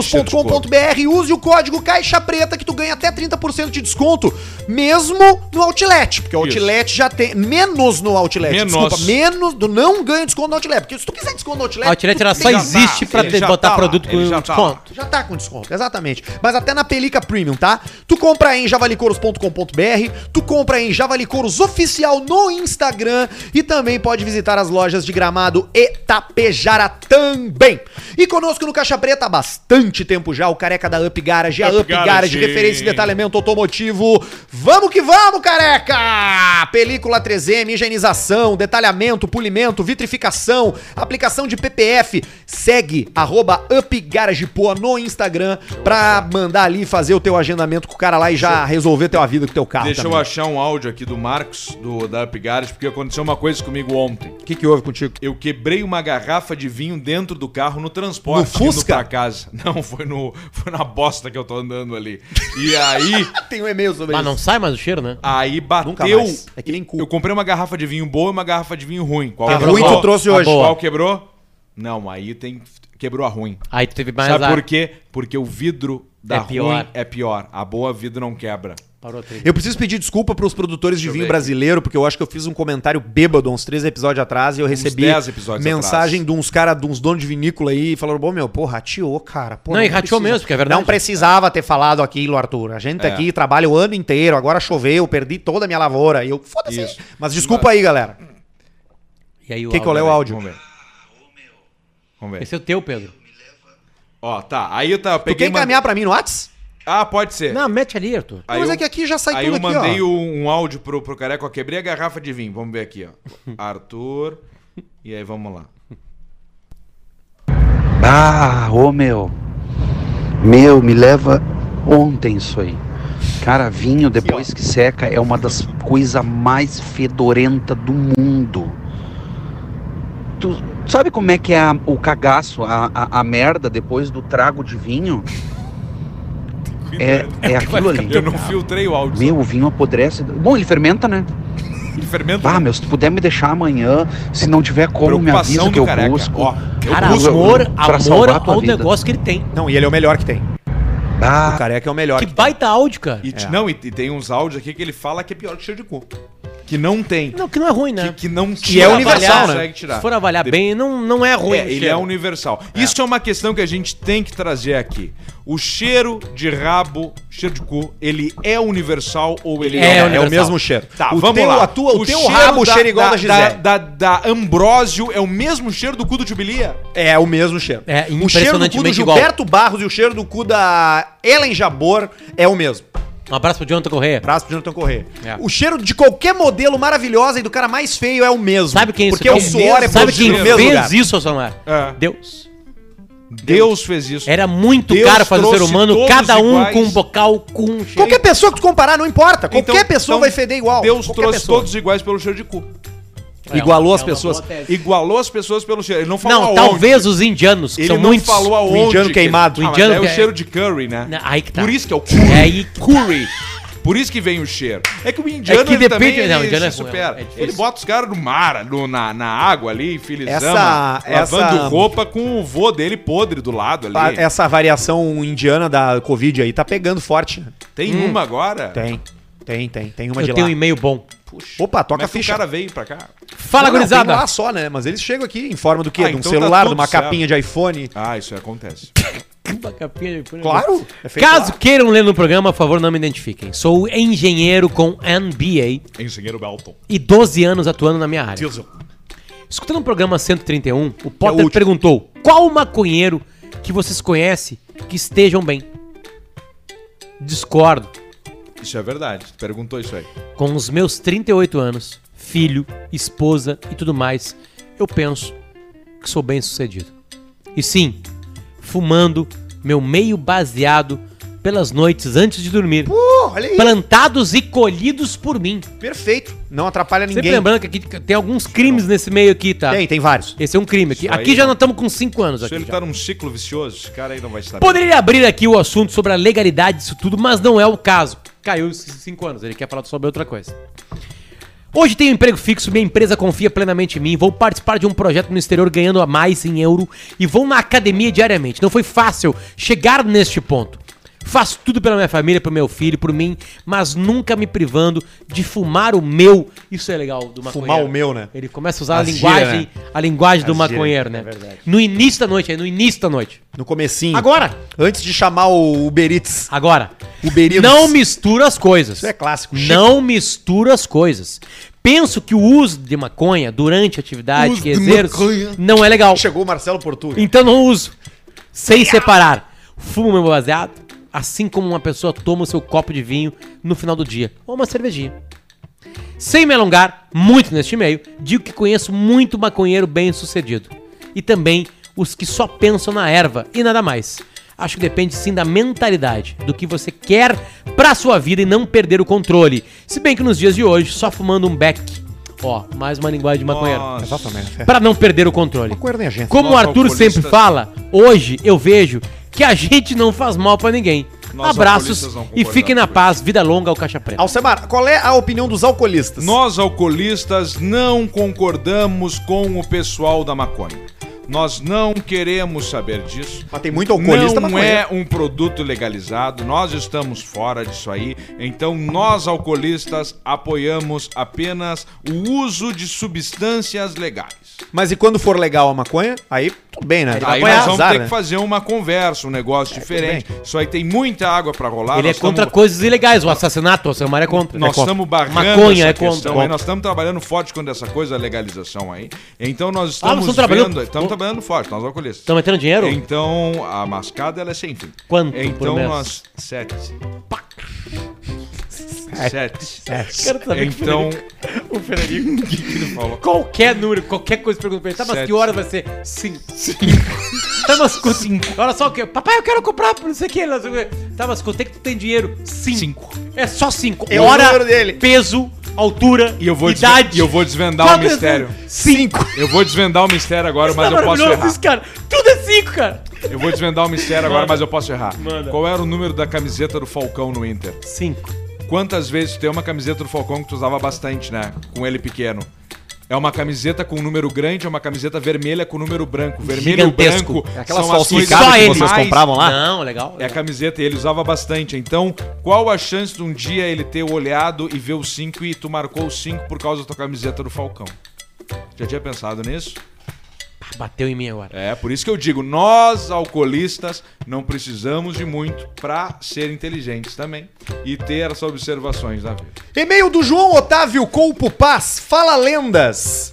Speaker 1: javalicoros.com.br e use o código Caixa Preta que tu ganha até 30% de desconto, mesmo no Outlet, porque o
Speaker 2: Isso.
Speaker 1: Outlet já tem menos no Outlet,
Speaker 2: Menos.
Speaker 1: menos, do não ganha desconto no Outlet, porque se tu quiser desconto no Outlet,
Speaker 3: A Outlet
Speaker 1: tu
Speaker 3: ela
Speaker 1: tem
Speaker 3: só
Speaker 1: que-
Speaker 3: existe pra
Speaker 2: ele
Speaker 3: ter-
Speaker 2: já tá
Speaker 3: botar
Speaker 2: lá,
Speaker 3: produto
Speaker 2: ele
Speaker 3: com
Speaker 2: já tá lá.
Speaker 3: desconto.
Speaker 1: Já tá com desconto, exatamente. Mas até na Pelica Premium, tá? Tu compra em javalicouros.com.br, tu compra em Javalicouros Oficial no Instagram e também pode visitar as lojas de Gramado e Tapejara também. E conosco no Caixa Preta há bastante tempo já, o careca da Up Garage, a
Speaker 2: Up
Speaker 1: Up,
Speaker 2: Garage.
Speaker 1: Garage, referência e detalhamento automotivo. Vamos que vamos, careca! Película 3M, higienização, detalhamento, polimento, vitrificação, aplicação de PPF. Segue arroba upgaragepoa no Instagram pra mandar ali fazer o teu agendamento com o cara lá e já resolver tua vida com o teu carro.
Speaker 2: Deixa eu
Speaker 1: também.
Speaker 2: achar um áudio aqui do Marcos, do, da Up Garage, porque aconteceu uma coisa comigo ontem.
Speaker 1: O que, que houve contigo?
Speaker 2: Eu quebrei uma garrafa de vinho dentro do carro no transporte.
Speaker 1: No
Speaker 2: indo
Speaker 1: Fusca?
Speaker 2: pra casa. [LAUGHS] Não, foi, no, foi na bosta que eu tô andando ali. E aí,
Speaker 1: [LAUGHS] Tem um e-mail sobre
Speaker 3: Mas não sai mais o cheiro, né?
Speaker 2: aí
Speaker 1: Nunca
Speaker 2: bateu.
Speaker 1: mais. É que nem cu.
Speaker 2: Eu comprei uma garrafa de vinho boa e uma garrafa de vinho ruim. Qual
Speaker 1: A ruim
Speaker 2: qual-
Speaker 1: tu trouxe
Speaker 3: a
Speaker 1: hoje.
Speaker 3: boa.
Speaker 2: Qual quebrou? Não, aí tem quebrou a ruim.
Speaker 3: Aí tu teve mais
Speaker 2: Sabe
Speaker 3: ar.
Speaker 2: por quê? Porque o vidro da
Speaker 3: É
Speaker 2: ruim
Speaker 3: pior.
Speaker 2: é pior. A boa vidro não quebra.
Speaker 3: Parou a trilha.
Speaker 1: Eu preciso pedir desculpa pros produtores de
Speaker 2: eu
Speaker 1: vinho
Speaker 2: ver
Speaker 1: brasileiro, porque eu acho que eu fiz um comentário bêbado uns três episódios atrás e eu recebi
Speaker 2: 10 episódios
Speaker 1: mensagem
Speaker 2: atrás.
Speaker 1: de uns caras, de uns donos de vinícola aí, e falaram, bom, meu, pô, rateou, cara. Pô,
Speaker 3: Não, e rateou mesmo, porque é verdade.
Speaker 1: Não precisava ter falado aquilo, Arthur. A gente tá
Speaker 2: É.
Speaker 1: aqui trabalha o ano inteiro, agora choveu, perdi toda a minha lavoura. E eu, foda-se.
Speaker 2: Isso.
Speaker 1: Mas desculpa aí, galera.
Speaker 3: E aí o
Speaker 2: é
Speaker 1: Quem que eu leio É o
Speaker 3: né?
Speaker 1: áudio?
Speaker 2: Vamos ver. Vamos ver.
Speaker 3: Esse é o teu, Pedro.
Speaker 2: Ó, tá. Aí tá, eu
Speaker 1: Tu
Speaker 2: peguei
Speaker 1: quer
Speaker 2: e mandei-
Speaker 1: encaminhar pra mim no Whats?
Speaker 2: Ah, pode ser.
Speaker 3: Não, mete ali, Arthur.
Speaker 2: Aí
Speaker 1: Mas
Speaker 2: eu-
Speaker 1: é que aqui já sai
Speaker 2: Aí
Speaker 1: tudo
Speaker 2: eu
Speaker 1: aqui,
Speaker 2: mandei
Speaker 1: ó.
Speaker 2: um, um áudio pro, pro careca, ó, quebrei a garrafa de vinho. Vamos ver aqui, ó. Arthur. E aí, vamos lá.
Speaker 7: Ah, ô meu. Meu, me leva ontem isso aí. Cara, vinho depois que seca é uma das coisas mais fedorentas do mundo. Tu sabe como é que é a- o cagaço, a, a, a merda depois do trago de
Speaker 2: [LAUGHS]
Speaker 7: vinho? É, é aquilo ali.
Speaker 2: Eu não filtrei o áudio.
Speaker 7: Meu, o vinho apodrece. Bom, ele fermenta, né?
Speaker 2: Ele fermenta. né?
Speaker 7: Ah, meu, se tu puder me deixar amanhã, se não tiver como, me
Speaker 2: Preocupação
Speaker 7: avisa
Speaker 2: do
Speaker 7: que eu
Speaker 2: careca.
Speaker 7: busco.
Speaker 2: Ó, eu
Speaker 3: Cara,
Speaker 7: uso
Speaker 3: amor,
Speaker 7: pra
Speaker 3: amor
Speaker 7: salvar a tua
Speaker 3: ao
Speaker 7: vida.
Speaker 3: negócio que ele tem.
Speaker 1: Não, e ele é o melhor que tem. O careca é o melhor.
Speaker 3: Que baita áudio, cara.
Speaker 2: E t- Não, e, e tem uns áudios aqui que ele fala que é pior que cheiro de cu. Que não tem.
Speaker 3: Não, que não é ruim, né?
Speaker 2: Que, que não tira,
Speaker 3: é universal,
Speaker 2: avaliar,
Speaker 3: né?
Speaker 2: consegue tirar.
Speaker 3: Se for avaliar bem, não, não é ruim.
Speaker 2: É,
Speaker 3: o
Speaker 2: ele
Speaker 3: cheiro.
Speaker 2: é universal. Isso é uma questão que a gente tem que trazer aqui. O cheiro de rabo, cheiro de cu, ele é universal ou ele
Speaker 3: É
Speaker 2: não
Speaker 1: É o
Speaker 3: universal.
Speaker 1: mesmo cheiro.
Speaker 2: Tá,
Speaker 1: o
Speaker 2: vamos
Speaker 1: teu,
Speaker 2: lá.
Speaker 1: A tua, o, teu
Speaker 2: cheiro
Speaker 1: rabo
Speaker 2: da-
Speaker 1: cheira igual da,
Speaker 2: da,
Speaker 1: Gisele.
Speaker 2: da, da Ambrósio é o mesmo cheiro do cu do Jubilia?
Speaker 1: É o mesmo cheiro. o
Speaker 3: É,
Speaker 1: cheiro do cu do
Speaker 3: impressionantemente igual.
Speaker 1: Gilberto Barros e o cheiro do cu da Ellen Jabor é o mesmo.
Speaker 3: Um abraço pro Jonathan Correia.
Speaker 1: Braço de Jonathan Corrêa.
Speaker 3: É.
Speaker 1: O cheiro de qualquer modelo maravilhosa e do cara mais feio é o mesmo.
Speaker 3: Sabe quem
Speaker 1: Porque o suor é
Speaker 3: Sabe
Speaker 1: produzido
Speaker 3: quem
Speaker 1: no mesmo
Speaker 3: fez
Speaker 1: lugar.
Speaker 3: isso, Samar?
Speaker 2: É.
Speaker 3: Deus.
Speaker 2: Deus fez isso.
Speaker 3: Era muito
Speaker 2: Deus
Speaker 3: caro fazer o ser
Speaker 2: trouxe
Speaker 3: humano,
Speaker 2: todos
Speaker 3: cada um
Speaker 2: iguais.
Speaker 3: com um bocal, com um cheiro.
Speaker 1: Qualquer pessoa que tu comparar, não importa. Qualquer
Speaker 2: Então-
Speaker 1: pessoa
Speaker 2: então
Speaker 1: vai feder igual.
Speaker 2: Deus
Speaker 1: Qualquer
Speaker 2: trouxe
Speaker 1: pessoa.
Speaker 2: todos iguais pelo cheiro de cu.
Speaker 1: Igualou
Speaker 3: É
Speaker 1: as
Speaker 3: uma
Speaker 1: pessoas.
Speaker 3: boa tese.
Speaker 2: Igualou as pessoas pelo cheiro. Ele não falou
Speaker 3: Não,
Speaker 2: aonde.
Speaker 3: talvez os indianos, que
Speaker 2: Ele
Speaker 3: são
Speaker 2: não
Speaker 3: muitos.
Speaker 2: falou aonde.
Speaker 1: O indiano
Speaker 2: que ele-
Speaker 1: queimado.
Speaker 2: Ah,
Speaker 3: O
Speaker 2: mas
Speaker 3: indiano
Speaker 2: é
Speaker 3: que
Speaker 2: o
Speaker 3: é-
Speaker 2: cheiro de curry, né?
Speaker 3: Não, Aí que tá.
Speaker 2: Por isso que é o curry.
Speaker 3: É aí que-
Speaker 2: curry. Por isso que vem o cheiro. É que o indiano
Speaker 3: É que
Speaker 2: ele
Speaker 3: depende-
Speaker 2: também ele
Speaker 3: não, o indiano é
Speaker 2: se
Speaker 3: ruim,
Speaker 2: supera.
Speaker 3: é difícil.
Speaker 2: ele bota os caras no mar, no- na, na água ali, filizama,
Speaker 1: Essa- essa-
Speaker 2: lavando roupa com o vô dele podre do lado
Speaker 1: Pa-
Speaker 3: Ah, é-
Speaker 2: ali.
Speaker 1: Ah, Essa variação indiana da Covid aí tá pegando forte. né?
Speaker 2: Tem
Speaker 3: Hum.
Speaker 2: uma agora?
Speaker 1: Tem. Tem, tem. Tem uma
Speaker 3: Eu
Speaker 1: de
Speaker 3: tenho um
Speaker 1: lá.
Speaker 3: e-mail bom.
Speaker 2: Puxa.
Speaker 1: Opa,
Speaker 2: Como
Speaker 1: toca
Speaker 2: é
Speaker 1: a
Speaker 2: que
Speaker 1: ficha.
Speaker 2: o cara veio pra cá?
Speaker 3: Fala,
Speaker 1: Não, não, tem
Speaker 3: gurizada.
Speaker 1: lá só, né? Mas eles chegam aqui em forma do quê?
Speaker 2: Ah,
Speaker 1: de um
Speaker 2: então tá
Speaker 1: celular, de
Speaker 2: tudo
Speaker 1: uma
Speaker 2: certo.
Speaker 1: capinha de iPhone.
Speaker 3: Hum.
Speaker 2: Ah, isso acontece.
Speaker 3: Uma capinha de folha.
Speaker 1: Claro. É feito
Speaker 3: Caso
Speaker 1: lá.
Speaker 3: queiram ler no programa, por favor, não me identifiquem. Sou engenheiro com MBA
Speaker 2: Engenheiro Belton.
Speaker 3: e 12 anos atuando na minha área. Escutando o programa 131,
Speaker 1: é
Speaker 3: o Potter
Speaker 1: último.
Speaker 3: perguntou: qual maconheiro que vocês conhecem que estejam bem? Discordo.
Speaker 2: Isso é verdade. Tu perguntou isso aí.
Speaker 3: Com os meus 38 anos, filho, esposa e tudo mais, eu penso que sou bem sucedido. E sim, fumando meu meio baseado pelas noites antes de dormir,
Speaker 1: Pô, olha aí.
Speaker 3: plantados e colhidos por mim.
Speaker 1: Perfeito. Não atrapalha
Speaker 3: Sempre
Speaker 1: ninguém.
Speaker 3: lembrando que aqui tem alguns crimes nesse meio aqui, tá?
Speaker 1: Tem, tem vários.
Speaker 3: Esse é um crime aqui.
Speaker 2: Isso aí,
Speaker 3: Aqui já
Speaker 2: ó.
Speaker 3: nós estamos com 5 anos
Speaker 2: Se
Speaker 3: aqui.
Speaker 2: ele
Speaker 3: já.
Speaker 2: tá num ciclo vicioso, esse cara aí não vai estar bem.
Speaker 3: Poderia abrir aqui o assunto sobre a legalidade disso tudo, mas não é o caso. Caiu esses cinco anos, ele quer falar sobre outra coisa. Hoje tenho um emprego fixo, minha empresa confia plenamente em mim, vou participar de um projeto no exterior ganhando a mais em euro e vou na academia diariamente. Não foi fácil chegar neste ponto. Faço tudo pela minha família, pro meu filho, por mim, mas nunca me privando de fumar o meu. Isso é legal do maconheiro.
Speaker 1: Fumar o meu, né?
Speaker 3: Ele começa a usar a
Speaker 1: As
Speaker 3: linguagem,
Speaker 1: gírias,
Speaker 3: a linguagem do
Speaker 1: As gírias,
Speaker 3: maconheiro, né?
Speaker 1: é verdade.
Speaker 3: no início da noite, aí no início da noite.
Speaker 1: No comecinho.
Speaker 3: Agora,
Speaker 1: Antes de chamar o Uber Eats.
Speaker 3: Agora,
Speaker 1: Uber Eats.
Speaker 3: não mistura as coisas.
Speaker 1: Isso é clássico, Chico.
Speaker 3: Não mistura as coisas. Penso que o uso de maconha durante a atividade que exerço não é legal.
Speaker 1: Chegou o Marcelo Portuga.
Speaker 3: Então não uso. Sem separar. Fumo meu baseado, assim como uma pessoa toma o seu copo de vinho no final do dia. Ou uma cervejinha. Sem me alongar muito neste e-mail, digo que conheço muito maconheiro bem sucedido. E também os que só pensam na erva e nada mais. Acho que depende sim da mentalidade, do que você quer pra sua vida e não perder o controle. Se bem que nos dias de hoje, só fumando um beck. Ó, mais uma linguagem de maconheiro.
Speaker 1: Exatamente.
Speaker 3: Pra não perder o controle.
Speaker 1: Maconheiro tem agência.
Speaker 3: Como o
Speaker 2: Nós
Speaker 3: Arthur
Speaker 2: alcoolistas-
Speaker 3: sempre fala, hoje eu vejo que a gente não faz mal pra ninguém.
Speaker 2: Nós
Speaker 3: Abraços
Speaker 2: alcoolistas não
Speaker 3: e
Speaker 2: concordamos
Speaker 3: fiquem na
Speaker 2: com
Speaker 3: paz, vida longa ao Caixa Preta.
Speaker 1: Alcemar, qual é a opinião dos alcoolistas?
Speaker 2: Nós alcoolistas não concordamos com o pessoal da maconha. Nós não queremos saber disso.
Speaker 1: Mas tem muito alcoolista
Speaker 2: Não
Speaker 1: maconheiro.
Speaker 2: é um produto legalizado, nós estamos fora disso aí. Então nós alcoolistas apoiamos apenas o uso de substâncias legais.
Speaker 1: Mas e quando for legal a maconha, aí tudo bem, né?
Speaker 2: Aí
Speaker 1: Maconha é
Speaker 2: nós vamos
Speaker 1: azar,
Speaker 2: ter
Speaker 1: né?
Speaker 2: que fazer uma conversa, um negócio diferente. Isso aí tem muita água pra rolar.
Speaker 3: Ele é
Speaker 2: nós tamo-
Speaker 3: contra coisas ilegais, o assassinato, o Samara é contra.
Speaker 2: Nós
Speaker 3: É contra.
Speaker 2: estamos barrando
Speaker 3: Maconha
Speaker 2: essa
Speaker 3: é
Speaker 2: questão
Speaker 3: contra.
Speaker 2: aí, nós estamos trabalhando forte contra essa coisa da legalização aí. Então nós
Speaker 3: Ah,
Speaker 2: estamos
Speaker 3: vocês estão trabalhando-
Speaker 2: vendo- estamos trabalhando forte, nós alcoolistas.
Speaker 3: Estão metendo dinheiro?
Speaker 2: Então, a mascada ela é sem fim.
Speaker 3: Quanto por
Speaker 2: Então
Speaker 3: mês?
Speaker 2: nós. Sete. Pá. Sete.
Speaker 3: Quero saber que
Speaker 2: Então.
Speaker 3: o Frederico-
Speaker 2: [LAUGHS]
Speaker 3: [LAUGHS]
Speaker 2: O que que ele falou?
Speaker 3: Qualquer número, qualquer coisa pergunta pra ele. Tá, mas
Speaker 2: Sete. né?
Speaker 3: que hora vai ser? Cinco. tá, mas quanto? Olha só o que. Papai, eu quero comprar por isso aqui. não sei o quê. Tá, mas quanto é que tu tem dinheiro? Cinco. É só cinco.
Speaker 1: É o número dele.
Speaker 3: peso, altura,
Speaker 2: E eu vou, desve-
Speaker 3: idade.
Speaker 2: e eu vou desvendar
Speaker 3: Quanto
Speaker 2: o
Speaker 3: é
Speaker 2: mistério.
Speaker 3: Cinco. Tá
Speaker 2: Eu vou desvendar o mistério agora, mas eu posso errar.
Speaker 3: isso, cara. Tudo é cinco, cara.
Speaker 2: Eu vou desvendar o mistério agora, mas eu posso errar.
Speaker 3: Manda.
Speaker 2: Qual era o número da camiseta do Falcão no Inter?
Speaker 3: Cinco.
Speaker 2: Quantas vezes tu tem uma camiseta do Falcão que tu usava bastante, né? Com ele pequeno. É uma camiseta com número grande, é uma camiseta vermelha com número branco. Vermelho e
Speaker 3: Gigantesco.
Speaker 2: branco.
Speaker 3: É
Speaker 1: Aquelas
Speaker 2: são as coisas
Speaker 1: falsificadas que
Speaker 2: mais-
Speaker 1: vocês compravam lá?
Speaker 3: Não, legal.
Speaker 2: É a camiseta, e ele usava bastante. Então, qual a chance de um dia ele ter olhado e ver o 5 e tu marcou o 5 por causa da tua camiseta do Falcão? Já tinha pensado nisso?
Speaker 3: Bateu em mim agora.
Speaker 2: É, por isso que eu digo, nós alcoolistas não precisamos de muito pra ser inteligentes também e ter essas observações da vida.
Speaker 1: E-mail do João Otávio Colpo Paz, fala lendas.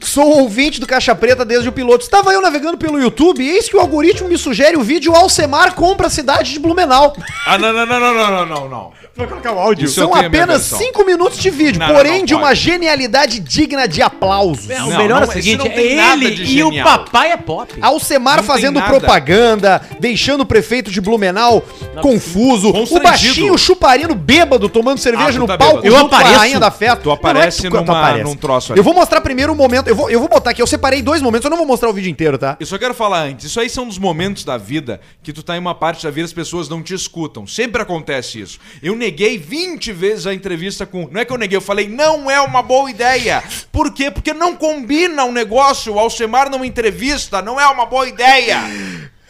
Speaker 1: Sou ouvinte do Caixa Preta desde o piloto. Estava eu navegando pelo YouTube e eis que o algoritmo me sugere o vídeo Alcemar compra a cidade de Blumenau.
Speaker 2: Ah, não, não, não, não, não, não, não, não.
Speaker 1: Vai colocar o áudio.
Speaker 2: Isso eu
Speaker 1: São
Speaker 2: tenho a minha
Speaker 1: apenas
Speaker 2: versão.
Speaker 1: 5 minutos de vídeo,
Speaker 2: Não, não,
Speaker 1: porém
Speaker 2: não
Speaker 1: de uma
Speaker 2: pode.
Speaker 1: genialidade digna de aplausos.
Speaker 3: É, o
Speaker 2: Não,
Speaker 3: melhor
Speaker 2: não,
Speaker 3: é o
Speaker 2: esse
Speaker 3: seguinte,
Speaker 2: não
Speaker 3: é
Speaker 2: tem nada
Speaker 3: ele
Speaker 2: de
Speaker 3: e o
Speaker 2: genial.
Speaker 3: papai é pop.
Speaker 1: Alcemar
Speaker 2: Não tem
Speaker 1: fazendo
Speaker 2: nada.
Speaker 1: propaganda, deixando o prefeito de Blumenau confuso, o
Speaker 2: Constrangido.
Speaker 1: baixinho chuparino bêbado tomando cerveja
Speaker 2: Ah, tu
Speaker 1: no
Speaker 2: tá
Speaker 1: palco
Speaker 2: bêbado. Eu
Speaker 1: com a
Speaker 3: apareço?
Speaker 1: rainha da festa.
Speaker 2: Tu aparece
Speaker 1: Não, não é que
Speaker 2: numa- num troço ali.
Speaker 1: Eu vou mostrar primeiro o momento, eu vou, eu vou botar aqui, eu separei dois momentos, eu não vou mostrar o vídeo inteiro, tá?
Speaker 2: Eu só quero falar antes, isso aí são dos momentos da vida que tu tá em uma parte da vida e as pessoas não te escutam. Sempre acontece isso. Eu neguei 20 vezes a entrevista com. Não é que eu neguei, eu falei, não é uma boa ideia. Por quê? Porque não combina o negócio. O Alcemar não entrevista, não é uma boa ideia.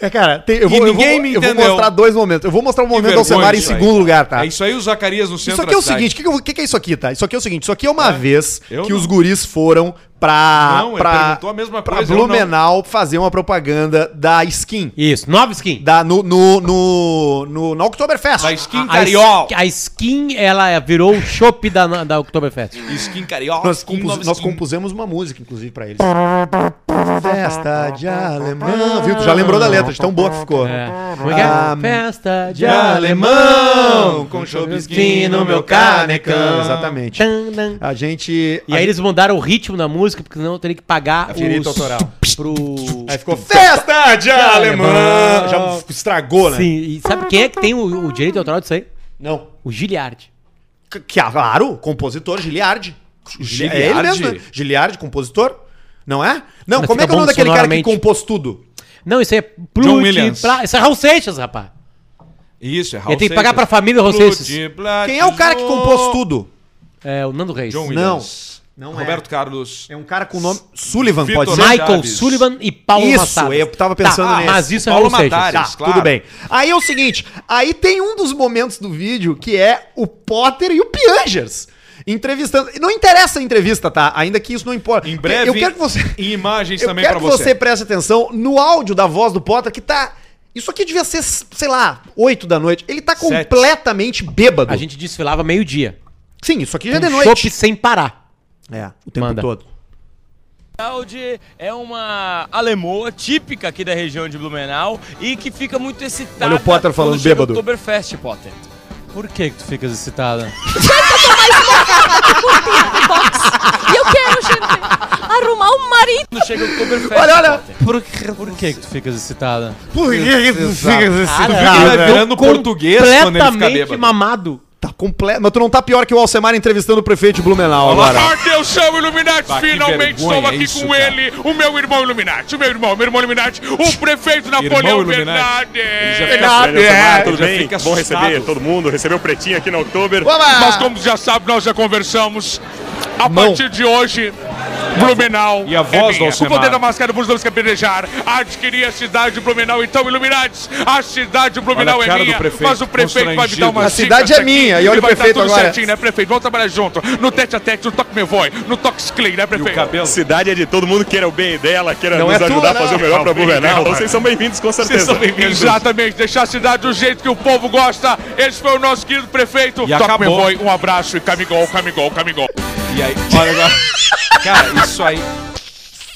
Speaker 1: É, cara, tem- eu,
Speaker 2: E
Speaker 1: vou, eu, vou,
Speaker 2: ninguém me
Speaker 1: eu vou
Speaker 2: entendeu.
Speaker 1: mostrar dois momentos. Eu vou mostrar o momento do
Speaker 2: vergonha
Speaker 1: Alcemar em
Speaker 2: isso aí.
Speaker 1: segundo lugar, tá?
Speaker 2: É isso aí, o Zacarias no centro
Speaker 1: Isso aqui é
Speaker 2: da
Speaker 1: o
Speaker 2: cidade.
Speaker 1: seguinte, o que que, eu- que que é isso aqui, tá? Isso aqui é o seguinte, isso aqui é uma vez que
Speaker 2: eu
Speaker 1: os
Speaker 2: não.
Speaker 1: guris foram pra,
Speaker 2: Não, ele
Speaker 1: pra,
Speaker 2: perguntou a mesma
Speaker 1: pra
Speaker 2: coisa, eu não.
Speaker 1: Blumenau fazer uma propaganda da skin.
Speaker 3: Isso, nova skin.
Speaker 1: Da, no, no, no, no, no Oktoberfest.
Speaker 2: Da Skin
Speaker 3: A,
Speaker 2: Cariol.
Speaker 3: a skin, ela virou o chopp da, da Oktoberfest.
Speaker 2: Skin Cariol.
Speaker 1: Nós,
Speaker 2: skin,
Speaker 1: compus-
Speaker 2: nova
Speaker 1: nós
Speaker 2: skin.
Speaker 1: compusemos uma música, inclusive, pra eles. Festa de alemão. Viu? Tu já lembrou da letra, de tão boa que ficou.
Speaker 3: É. Como é que é?
Speaker 1: Ah,
Speaker 3: Festa de
Speaker 1: De alemão, com
Speaker 3: Chobiskin
Speaker 1: chobisquinho no meu canecão. Exatamente. A gente...
Speaker 3: E aí eles mudaram o ritmo da música, porque senão eu teria que
Speaker 2: É
Speaker 3: pagar o
Speaker 1: Direito autoral.
Speaker 3: Pro...
Speaker 1: Aí ficou festa de tá- alemão. Já estragou, né?
Speaker 3: Sim, e sabe quem é que tem o, o direito autoral disso aí?
Speaker 1: Não.
Speaker 3: O Giliard.
Speaker 1: C- que- Claro, compositor Giliardi. Gili- É ele
Speaker 2: Giliardi?
Speaker 1: mesmo, né? Giliardi, compositor. Não é? Não,
Speaker 3: Mas
Speaker 1: como é
Speaker 3: fica
Speaker 1: que é o nome
Speaker 3: bom
Speaker 1: daquele cara que
Speaker 3: sonoramente.
Speaker 1: compôs tudo?
Speaker 3: Não, isso aí é Pluti,
Speaker 2: Williams.
Speaker 3: pra... Isso é Raul Seixas, rapaz.
Speaker 2: Isso, é Raul
Speaker 3: Ele tem que pagar pra
Speaker 2: Seixas.
Speaker 3: família Raul Seixas.
Speaker 2: Plutipla-
Speaker 1: Quem é o cara que compôs tudo?
Speaker 3: É, o Nando Reis.
Speaker 2: John
Speaker 1: Não,
Speaker 2: Williams.
Speaker 1: não é.
Speaker 2: Roberto Carlos.
Speaker 1: É um cara com o nome. Sullivan,
Speaker 2: Vitor
Speaker 1: pode ser?
Speaker 2: Nai-
Speaker 3: Michael
Speaker 2: Chaves.
Speaker 3: Sullivan e Paulo
Speaker 1: Isso,
Speaker 3: Massadas.
Speaker 1: eu tava pensando
Speaker 3: tá,
Speaker 1: nesse.
Speaker 3: Mas isso é
Speaker 2: Paulo
Speaker 3: Raul Seixas.
Speaker 2: Matares.
Speaker 1: Tá,
Speaker 2: claro.
Speaker 1: tudo bem. Aí é o seguinte: aí tem um dos momentos do vídeo que é o Potter e o Piangers. Entrevistando. Não interessa a entrevista, tá? Ainda que isso não importa.
Speaker 2: Em breve,
Speaker 1: Eu quero que você.
Speaker 2: em imagens
Speaker 1: Eu
Speaker 2: também
Speaker 1: quero
Speaker 2: pra
Speaker 1: que você.
Speaker 2: você.
Speaker 1: preste atenção no áudio da voz do Potter que tá. Isso aqui devia ser, sei lá, 8 da noite. Ele tá completamente bêbado.
Speaker 3: Tá. A gente desfilava meio-dia.
Speaker 1: Sim, isso aqui já é de
Speaker 3: Um
Speaker 1: noite.
Speaker 3: chopp sem parar.
Speaker 1: É, o tempo
Speaker 3: Manda.
Speaker 1: todo.
Speaker 8: Calde é uma alemoa típica aqui da região de Blumenau e que fica muito excitada.
Speaker 1: Olha o Potter falando
Speaker 8: quando chega
Speaker 1: bêbado.
Speaker 8: o Oktoberfest, Potter.
Speaker 3: Por que que tu
Speaker 8: [LAUGHS]
Speaker 3: ficas excitada?
Speaker 9: E eu quero, gente, arrumar um marido.
Speaker 8: Quando chega o Oktoberfest,
Speaker 1: Olha, olha.
Speaker 8: Potter.
Speaker 3: Por que, por que que tu ficas excitada?
Speaker 1: Por que que tu fica assim?
Speaker 3: Cara,
Speaker 2: ele vai
Speaker 3: eu tô
Speaker 2: virando português quando ele fica
Speaker 3: Completamente
Speaker 2: bêbado.
Speaker 3: mamado.
Speaker 1: Tá completo. Mas tu não tá pior que o Alcemar entrevistando o prefeito de Blumenau agora.
Speaker 10: Olá, Deus chama o Illuminati,
Speaker 2: Bah, que
Speaker 10: finalmente
Speaker 2: vergonha
Speaker 10: estou aqui
Speaker 2: isso,
Speaker 10: com
Speaker 2: cara.
Speaker 10: ele, o meu irmão Illuminati, o meu irmão, meu irmão Illuminati, o prefeito
Speaker 2: Irmão
Speaker 10: Napoleão
Speaker 2: Illuminati.
Speaker 10: Bernardes.
Speaker 2: Ele é, já fica-
Speaker 10: Bernardes.
Speaker 2: Tudo bem? Bom receber
Speaker 10: todo
Speaker 11: mundo, recebeu o pretinho aqui no Oktober.
Speaker 10: Mas como já sabe, nós já conversamos. A
Speaker 1: Mão.
Speaker 10: partir de hoje, Blumenau. é
Speaker 2: e a voz do
Speaker 10: minha. O
Speaker 2: Alcemar.
Speaker 10: poder da máscara dos dois que apedrejar. Adquirir a cidade de Blumenau. Então, Illuminates, a cidade de Blumenau
Speaker 2: Olha a
Speaker 10: é
Speaker 2: cara do
Speaker 10: minha.
Speaker 2: prefeito,
Speaker 10: Mas o prefeito vai me dar uma
Speaker 1: A cidade é minha, e olha o prefeito
Speaker 10: tudo
Speaker 1: agora.
Speaker 10: certinho, né, prefeito? Vamos trabalhar junto. No tete a tete, no toque meu voz, no toque clean, né,
Speaker 2: E o
Speaker 10: prefeito?
Speaker 2: cabelo.
Speaker 11: Cidade é de todo mundo, queira o bem dela, queira
Speaker 1: Não
Speaker 11: nos
Speaker 1: é tua,
Speaker 11: ajudar
Speaker 1: não.
Speaker 11: a fazer o melhor pra Blumenau.
Speaker 10: cara.
Speaker 11: Vocês são bem-vindos, com certeza.
Speaker 10: Exatamente, deixar a cidade do jeito que o povo gosta. Esse foi o nosso querido prefeito.
Speaker 2: E acabou.
Speaker 10: meu boy, um abraço e camigol, camigol, camigol.
Speaker 2: E aí, olha agora. Cara, isso aí.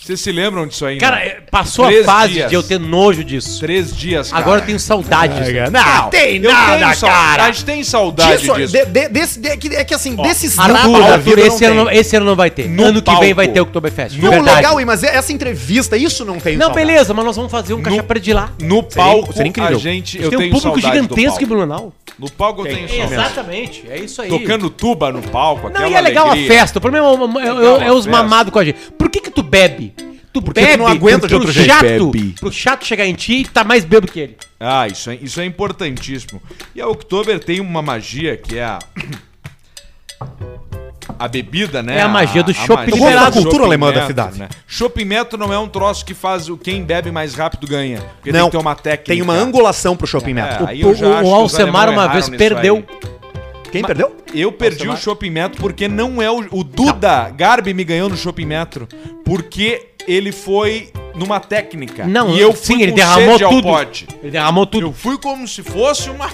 Speaker 2: Vocês se lembram disso aí?
Speaker 3: Cara,
Speaker 2: né?
Speaker 3: é- passou a
Speaker 2: Três
Speaker 3: fase
Speaker 2: dias.
Speaker 3: de eu ter nojo disso.
Speaker 2: três dias. Cara.
Speaker 3: Agora eu tenho saudade. disso.
Speaker 1: Não, tem
Speaker 2: Eu tenho saudade. A gente tem saudade
Speaker 1: Disso,
Speaker 2: disso.
Speaker 1: de- de- desse, de- que- é que assim, desse
Speaker 3: Arthur, Arthur, esse, ano, não- esse ano não vai ter.
Speaker 2: No
Speaker 3: ano que vem
Speaker 2: palco.
Speaker 3: vai ter o Oktoberfest.
Speaker 1: Não,
Speaker 3: Verdade.
Speaker 1: legal, hein, mas é- essa entrevista, isso não tem
Speaker 3: Não, beleza, mas nós vamos fazer um caixa preta de lá.
Speaker 2: No palco,
Speaker 1: seria incrível.
Speaker 2: a gente.
Speaker 3: Eu
Speaker 2: Eu
Speaker 3: tem
Speaker 2: tenho
Speaker 3: um público
Speaker 2: saudade do
Speaker 3: gigantesco
Speaker 2: palco.
Speaker 3: em Blumenau.
Speaker 2: No palco eu tenho saudade.
Speaker 3: Exatamente, é isso aí.
Speaker 2: Tocando tuba no palco.
Speaker 3: Não,
Speaker 2: aquela
Speaker 3: e é legal
Speaker 2: alegria.
Speaker 3: a festa. O problema é, o- é-
Speaker 2: Legal
Speaker 3: é
Speaker 2: a
Speaker 3: os
Speaker 2: festa.
Speaker 3: mamados com a gente. Por que que tu bebe? Tu
Speaker 1: Porque
Speaker 3: bebe
Speaker 1: tu não aguenta
Speaker 3: pro,
Speaker 1: de outro
Speaker 3: pro
Speaker 1: jeito.
Speaker 3: chato,
Speaker 1: Bebe.
Speaker 3: pro chato chegar em ti e tá mais bebo que ele.
Speaker 2: Ah, isso é, isso é importantíssimo. E a Oktober tem uma magia que é a. é [CLEARS THROAT] a bebida, né?
Speaker 3: É a magia do
Speaker 2: shopping
Speaker 3: Schoppen liberado.
Speaker 2: da
Speaker 3: Cultura alemã da
Speaker 2: metro,
Speaker 3: cidade.
Speaker 2: Né? Shopping metro não é um troço que faz o quem bebe mais rápido ganha. Porque
Speaker 1: Não.
Speaker 2: tem que ter uma técnica.
Speaker 1: Tem uma angulação pro Shopping Metro.
Speaker 2: É, aí eu já acho que os alemães erraram nisso aí.
Speaker 1: Quem
Speaker 2: Ma-
Speaker 1: perdeu?
Speaker 2: Eu perdi o Shopping Metro porque não é o. O Duda Garbi me ganhou no Shopping Metro porque ele foi numa técnica.
Speaker 3: Não,
Speaker 2: e eu
Speaker 3: sim,
Speaker 2: fui
Speaker 3: ele
Speaker 2: com
Speaker 3: derramou
Speaker 2: sede ao
Speaker 3: tudo.
Speaker 2: pote.
Speaker 3: Ele derramou tudo.
Speaker 2: Eu fui como se fosse uma.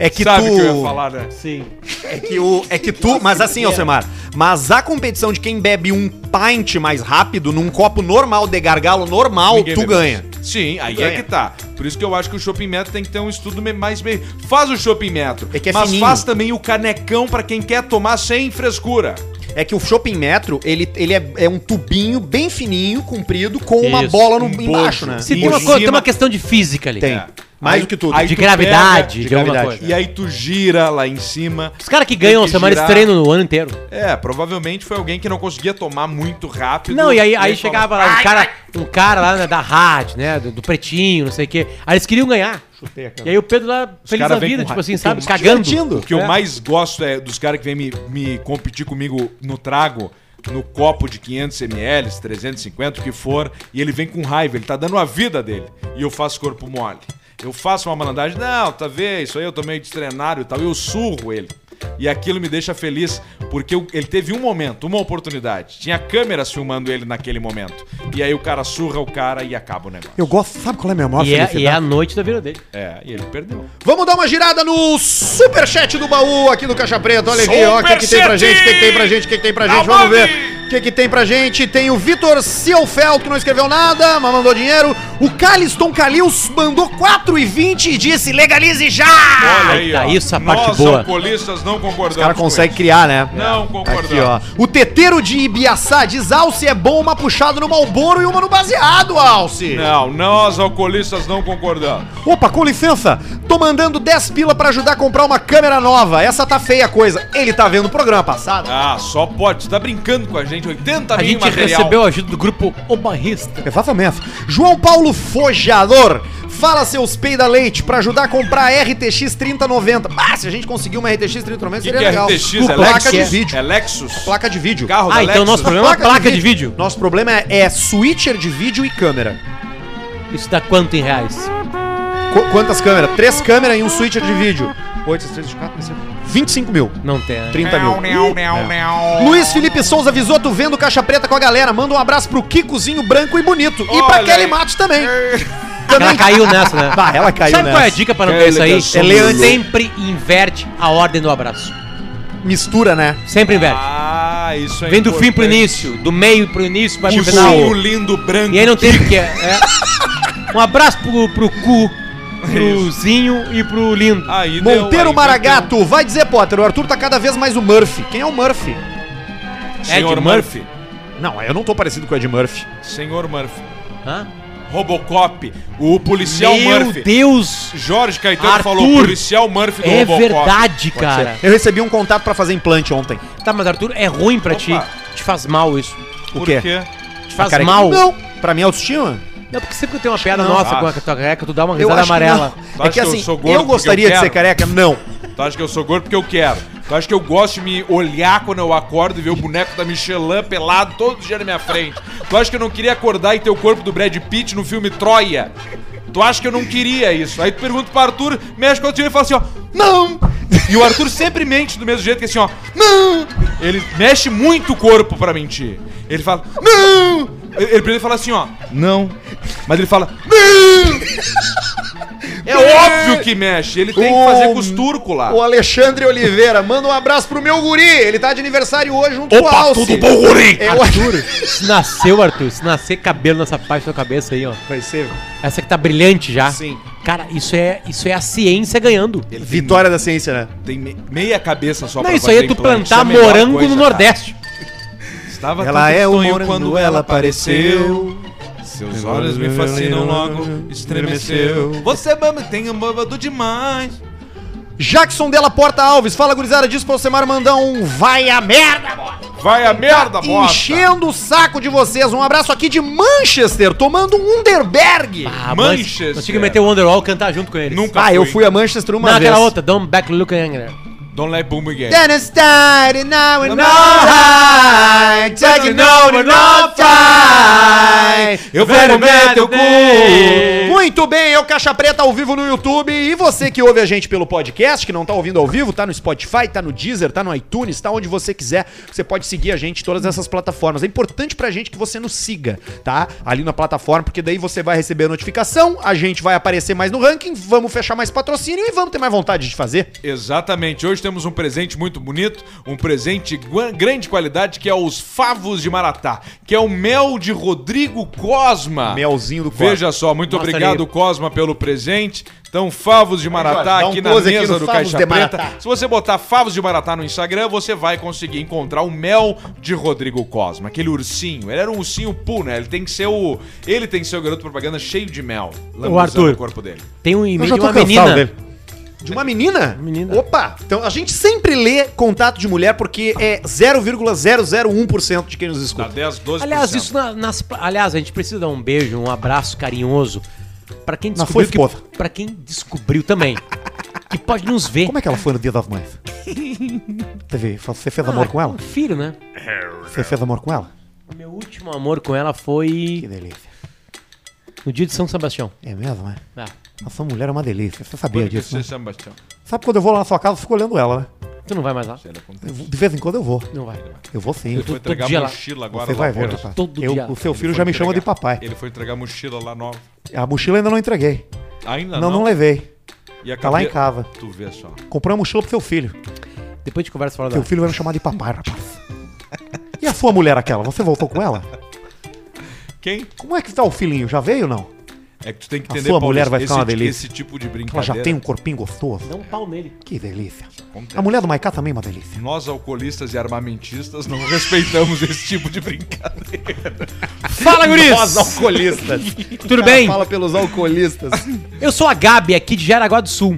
Speaker 1: É que
Speaker 2: Sabe
Speaker 1: tu-
Speaker 2: o que eu ia falar, né?
Speaker 3: Sim.
Speaker 1: É que, o, é que tu. Mas assim, Alcemar. Mas a competição de quem bebe um pint mais rápido num copo normal de gargalo normal,
Speaker 2: Ninguém
Speaker 1: tu
Speaker 2: bebe
Speaker 1: ganha.
Speaker 2: mais. Sim, aí
Speaker 1: ganha.
Speaker 2: é que tá. Por isso que eu acho que o Shopping Metro tem que ter um estudo me- mais bem. Faz o Shopping Metro,
Speaker 1: É que é
Speaker 2: mas
Speaker 1: fininho.
Speaker 2: faz também o canecão pra quem quer tomar sem frescura.
Speaker 1: É que o Shopping Metro, ele, ele é, é um tubinho bem fininho, comprido, com uma
Speaker 3: Isso.
Speaker 1: bola no,
Speaker 3: Um
Speaker 1: embaixo, né?
Speaker 3: Se
Speaker 1: E
Speaker 3: tem, uma
Speaker 1: em
Speaker 3: coisa, tem
Speaker 1: cima-
Speaker 3: uma questão de física ali.
Speaker 1: Tem.
Speaker 3: É.
Speaker 1: Mais
Speaker 3: Aí-
Speaker 1: do que tudo.
Speaker 3: aí
Speaker 1: De
Speaker 3: tu gravidade,
Speaker 2: pega-
Speaker 3: de alguma
Speaker 2: gravidade. E
Speaker 3: coisa.
Speaker 2: aí tu gira lá em cima.
Speaker 3: Os caras que ganham,
Speaker 2: Tem que
Speaker 3: Alcemar, eles
Speaker 2: girar.
Speaker 3: treinam no ano inteiro.
Speaker 2: É, provavelmente foi alguém que não conseguia tomar muito rápido.
Speaker 3: Não, e aí,
Speaker 2: falava,
Speaker 3: aí chegava lá um
Speaker 2: "Ai,
Speaker 3: cara, um cara lá né, da rádio, né? Do, do pretinho, não sei o quê. Aí eles queriam ganhar. E aí o Pedro lá, feliz
Speaker 2: cara
Speaker 3: da
Speaker 2: vem
Speaker 3: vida,
Speaker 2: com
Speaker 3: tipo
Speaker 2: ra-
Speaker 3: assim,
Speaker 2: o que
Speaker 3: sabe?
Speaker 2: eu-
Speaker 3: Cagando.
Speaker 2: O que eu
Speaker 3: É.
Speaker 2: mais gosto é dos caras que vêm me, me competir comigo no trago, no copo de 500 ml, 350, o que for, e ele vem com raiva, ele tá dando a vida dele. E eu faço corpo mole. Eu faço uma malandragem, não, tá vendo? Isso aí eu tô meio destrenado e tal, e eu surro ele. E aquilo me deixa feliz, porque eu- ele teve um momento, uma oportunidade. Tinha câmeras filmando ele naquele momento. E aí o cara surra o cara e acaba o negócio.
Speaker 6: Eu gosto, sabe qual é a minha maior
Speaker 3: E é, e é a
Speaker 6: felicidade?
Speaker 3: noite da vida dele.
Speaker 2: É, e ele perdeu.
Speaker 1: Vamos dar uma girada no superchat do baú aqui do Caixa Preta. Olha aqui, ó. O que, que tem pra gente? O que, que tem pra gente? O que, que tem pra gente? Vamos ver. O que, que tem pra gente? Tem o Vitor Silfeld, que não escreveu nada, mas mandou dinheiro. O Caliston Calils mandou 4,20 e disse: legalize já!
Speaker 2: Olha aí,
Speaker 3: tá,
Speaker 2: ó.
Speaker 3: isso é a parte
Speaker 2: Nós,
Speaker 3: boa.
Speaker 2: alcoolistas, não concordamos.
Speaker 1: O cara
Speaker 2: com
Speaker 1: consegue
Speaker 2: isso.
Speaker 1: criar, né?
Speaker 2: Não concordamos.
Speaker 1: Aqui, ó. O teteiro de Ibiaçá diz: Alce é bom, uma puxada no malboro e uma no baseado, Alce.
Speaker 2: Não, nós alcoolistas não concordamos.
Speaker 1: Opa, com licença, tô mandando 10 pila pra ajudar a comprar uma câmera nova. Essa tá feia a coisa. Ele tá vendo o programa passado.
Speaker 2: Ah, só pode. Você tá brincando com a gente. 80
Speaker 3: A
Speaker 2: mil em
Speaker 3: gente
Speaker 2: material.
Speaker 3: recebeu a ajuda do grupo O Barrista.
Speaker 1: Exatamente. É João Paulo Fojador, fala seus peida leite pra ajudar a comprar a RTX 3090. Ah, se a gente conseguir uma RTX 3090
Speaker 2: Que
Speaker 1: seria
Speaker 2: que é
Speaker 1: legal.
Speaker 2: RTX?
Speaker 1: Desculpa,
Speaker 2: é
Speaker 1: placa
Speaker 2: Lexus?
Speaker 1: de vídeo.
Speaker 2: É Lexus?
Speaker 1: Placa de vídeo.
Speaker 2: Carro
Speaker 3: Ah,
Speaker 2: da
Speaker 3: então
Speaker 2: Lexus?
Speaker 3: nosso problema é placa de vídeo.
Speaker 1: Nosso problema é, é switcher de vídeo e câmera.
Speaker 3: Isso dá quanto em reais?
Speaker 1: Qu- quantas câmeras? Três câmeras e um switcher de vídeo. 8, 6, 3, 4, 25 mil.
Speaker 3: Não tem. né?
Speaker 1: 30 mil. É. Luiz Felipe Souza Visoto vendo Caixa Preta com a galera. Manda um abraço pro Kikozinho Branco e Bonito. E pra
Speaker 2: Olha
Speaker 1: Kelly
Speaker 2: aí.
Speaker 1: Matos também.
Speaker 3: Ela caiu
Speaker 2: [LAUGHS]
Speaker 3: nessa, né?
Speaker 1: Bah, ela caiu
Speaker 3: Sabe qual é a
Speaker 1: nessa.
Speaker 3: dica pra não
Speaker 2: É,
Speaker 3: ter isso
Speaker 2: ele
Speaker 3: aí?
Speaker 2: dançou
Speaker 1: no Lulu.
Speaker 3: sempre inverte a ordem do abraço.
Speaker 1: Mistura, né?
Speaker 3: Sempre inverte.
Speaker 2: Ah, isso aí.
Speaker 3: Vem do fim pro início, do meio pro início, vai pro
Speaker 2: O
Speaker 3: final.
Speaker 2: cio um lindo branco.
Speaker 3: E aí não teve o que. É. Um abraço pro, pro cu, pro Zinho e pro
Speaker 1: Ah,
Speaker 3: Lindo.
Speaker 2: Aí deu,
Speaker 1: Monteiro
Speaker 2: aí
Speaker 1: Maragato, vai dizer, Potter, o Arthur tá cada vez mais o Murphy. Quem é o Murphy?
Speaker 2: bateu.
Speaker 3: Ed
Speaker 2: Senhor
Speaker 3: Murphy.
Speaker 2: Murphy.
Speaker 1: Não, eu não tô parecido com o Ed Murphy.
Speaker 2: Senhor Murphy.
Speaker 3: Hã?
Speaker 2: Robocop. O policial
Speaker 3: Meu
Speaker 2: Murphy.
Speaker 3: Deus!
Speaker 2: Jorge Caetano
Speaker 3: Arthur.
Speaker 2: falou policial Murphy do
Speaker 3: É
Speaker 2: Robocop.
Speaker 3: verdade, cara.
Speaker 1: Eu recebi um contato pra fazer implante ontem.
Speaker 3: Tá, mas Arthur, é ruim pra ti.
Speaker 2: Opa.
Speaker 3: Te faz mal isso.
Speaker 1: O
Speaker 2: Por
Speaker 1: quê?
Speaker 2: quê?
Speaker 3: Te faz
Speaker 1: A careca-
Speaker 3: mal.
Speaker 1: Não, pra minha autoestima.
Speaker 3: Não, porque sempre que eu tenho uma piada
Speaker 1: não.
Speaker 3: nossa
Speaker 2: Ah.
Speaker 3: com a tua careca, tu dá uma
Speaker 1: Eu
Speaker 3: risada
Speaker 1: acho que
Speaker 3: amarela.
Speaker 1: não.
Speaker 2: Tu
Speaker 1: É
Speaker 2: acha
Speaker 1: que
Speaker 2: que eu
Speaker 1: assim,
Speaker 2: sou
Speaker 1: eu,
Speaker 2: gordo porque eu
Speaker 1: gostaria de
Speaker 2: quero?
Speaker 1: ser careca? Não.
Speaker 2: Tu acha que eu sou gordo porque eu quero. Tu acha que eu gosto de me olhar quando eu acordo e ver o boneco da Michelin pelado todo dia na minha frente? Tu acha que eu não queria acordar e ter o corpo do Brad Pitt no filme Troia? Tu acha que eu não queria isso? Aí tu pergunta pro Arthur, mexe com o e fala assim, ó, não! E o Arthur sempre mente do mesmo jeito que assim, ó, não! Ele mexe muito o corpo pra mentir. Ele fala, não! Ele ele primeiro fala assim, ó, não. Mas ele fala, não! É óbvio que mexe, ele tem que fazer com os turcos lá.
Speaker 1: O Alexandre Oliveira, manda um abraço pro meu guri. Ele tá de aniversário hoje junto com o
Speaker 10: Opa,
Speaker 1: Alce.
Speaker 10: tudo bom, guri?
Speaker 1: Eu...
Speaker 3: Se nasceu, Arthur, se nascer cabelo nessa parte da tua cabeça aí, ó.
Speaker 1: Vai ser
Speaker 3: Essa que tá brilhante já.
Speaker 1: Sim.
Speaker 3: Cara, isso é, isso é a ciência ganhando.
Speaker 1: vitória da ciência, né?
Speaker 2: Tem me- meia cabeça só
Speaker 3: Não, isso aí é tu plantar morango no Nordeste.
Speaker 2: Estava
Speaker 1: Ela é o
Speaker 2: sonho
Speaker 1: morango, ela apareceu.
Speaker 2: Seus olhos me fascinam logo, estremeceu. Você mama, tem um bobado demais.
Speaker 1: Jackson Della Porta Alves, fala gurizada, diz pra Alcemar mandar um vai a merda, bora.
Speaker 2: Vai
Speaker 3: Tá
Speaker 2: a merda, bosta.
Speaker 1: Enchendo o saco de vocês. Um abraço aqui de Manchester, tomando um Underberg.
Speaker 3: Ah,
Speaker 2: Manchester.
Speaker 3: Manchester. Tinha que meter o Underwall e cantar junto com eles.
Speaker 2: Nunca
Speaker 1: Ah, eu fui a Manchester uma
Speaker 3: Não,
Speaker 1: vez.
Speaker 3: aquela outra, Don't Back Look Angry.
Speaker 2: Don't let boom again.
Speaker 1: Then it's starting now and
Speaker 2: Não.
Speaker 1: all right. Just you know we're not fine.
Speaker 2: Eu vou comer teu cu.
Speaker 1: Muito bem, eu Caixa Preta ao vivo no YouTube. E você que ouve a gente pelo podcast, que não tá ouvindo ao vivo, tá no Spotify, tá no Deezer, tá no iTunes, tá onde você quiser. Você pode seguir a gente em todas essas plataformas. É importante pra gente que você nos siga, tá? Ali na plataforma, porque daí você vai receber a notificação, a gente vai aparecer mais no ranking, vamos fechar mais patrocínio e vamos ter mais vontade de fazer.
Speaker 2: Exatamente. Hoje temos um presente muito bonito, um presente gu- grande qualidade que é os favos de Maratá, que é o mel de Rodrigo Cosma.
Speaker 1: Melzinho do Cosma.
Speaker 2: Veja só, muito
Speaker 1: Mostra
Speaker 2: obrigado
Speaker 1: ali.
Speaker 2: Cosma pelo presente. Então, favos de
Speaker 1: Jorge,
Speaker 2: Maratá
Speaker 1: dá um
Speaker 2: aqui na
Speaker 1: close aqui
Speaker 2: mesa
Speaker 1: no
Speaker 2: do
Speaker 1: Favos
Speaker 2: Caixa
Speaker 1: de
Speaker 2: Preta.
Speaker 1: Maratá.
Speaker 2: Se você botar favos de Maratá no Instagram, você vai conseguir encontrar o mel de Rodrigo Cosma, aquele ursinho. Ele era um ursinho pu, né? Ele tem que ser o ele tem que ser o garoto propaganda cheio de mel, lambuzando
Speaker 3: Arthur.
Speaker 2: o corpo dele.
Speaker 3: Tem um
Speaker 1: Eu
Speaker 3: e-mail
Speaker 1: já
Speaker 3: de
Speaker 1: tô
Speaker 3: uma
Speaker 1: cansado
Speaker 3: menina.
Speaker 1: dele. De uma menina? Menina. Opa! Então a gente sempre lê contato de mulher porque é 0,001% de quem nos escuta.
Speaker 2: 10, 12%.
Speaker 3: Aliás, isso na- nas, aliás, a gente precisa dar um beijo, um abraço carinhoso pra quem
Speaker 1: Na
Speaker 3: descobriu
Speaker 1: foice
Speaker 3: que, pra quem descobriu também que pode nos ver.
Speaker 6: Como é que ela foi no Dia das Mães? Teve, você
Speaker 1: é
Speaker 6: fez amor
Speaker 3: Ah,
Speaker 6: com ela?
Speaker 3: Filho, né?
Speaker 6: Você fez amor com ela?
Speaker 3: Meu último amor com ela foi.
Speaker 6: Que delícia.
Speaker 3: No dia de São Sebastião.
Speaker 6: É mesmo, é?
Speaker 3: É.
Speaker 6: A sua mulher é uma delícia, você sabia
Speaker 2: Porque
Speaker 6: disso,
Speaker 2: você
Speaker 6: né?
Speaker 2: é Sebastião.
Speaker 6: Sabe quando eu vou lá na sua casa, eu fico olhando ela, né?
Speaker 3: Tu não vai mais lá?
Speaker 6: Eu vou- De vez em quando eu vou.
Speaker 3: Não vai.
Speaker 6: Eu vou sim.
Speaker 2: Ele foi
Speaker 6: Todo
Speaker 2: entregar
Speaker 6: dia lá.
Speaker 2: mochila agora
Speaker 6: Você
Speaker 2: lá
Speaker 6: vai ver,
Speaker 2: fora.
Speaker 6: rapaz.
Speaker 3: Todo
Speaker 6: Eu-
Speaker 3: dia.
Speaker 6: O seu
Speaker 2: Ele
Speaker 6: filho
Speaker 2: foi
Speaker 6: já me chama de
Speaker 2: entregar-
Speaker 6: papai.
Speaker 2: Ele foi entregar a mochila lá nova.
Speaker 6: A mochila ainda não entreguei.
Speaker 2: Ainda
Speaker 6: não,
Speaker 2: não?
Speaker 6: não levei.
Speaker 2: E a
Speaker 6: Tá lá em
Speaker 2: cabe-
Speaker 6: casa.
Speaker 2: Tu vê só.
Speaker 6: Comprei uma mochila pro seu filho.
Speaker 3: Depois de conversa fora da.
Speaker 6: Seu filho vai me chamar de papai, rapaz. E a sua mulher aquela? Você voltou com ela?
Speaker 2: Quem?
Speaker 6: Como é que tá o filhinho? Já veio ou não?
Speaker 2: É que tu tem que
Speaker 6: A
Speaker 2: entender,
Speaker 6: sua mulher
Speaker 2: Paulista,
Speaker 6: vai ficar
Speaker 2: esse-
Speaker 6: uma delícia.
Speaker 2: Esse tipo de
Speaker 6: Ela
Speaker 2: brincadeira.
Speaker 6: já tem um corpinho gostoso.
Speaker 3: Dá um pau nele.
Speaker 6: Que delícia.
Speaker 2: Acontece.
Speaker 6: A mulher do Maiká também é uma delícia.
Speaker 2: Nós, alcoolistas e armamentistas, não [LAUGHS] respeitamos esse tipo de brincadeira.
Speaker 3: Fala, guris!
Speaker 1: Nós
Speaker 2: [LAUGHS]
Speaker 1: alcoolistas.
Speaker 3: Tudo bem?
Speaker 1: Fala
Speaker 6: [LAUGHS]
Speaker 1: pelos alcoolistas.
Speaker 3: Eu sou a Gabi aqui de Jaraguá do Sul.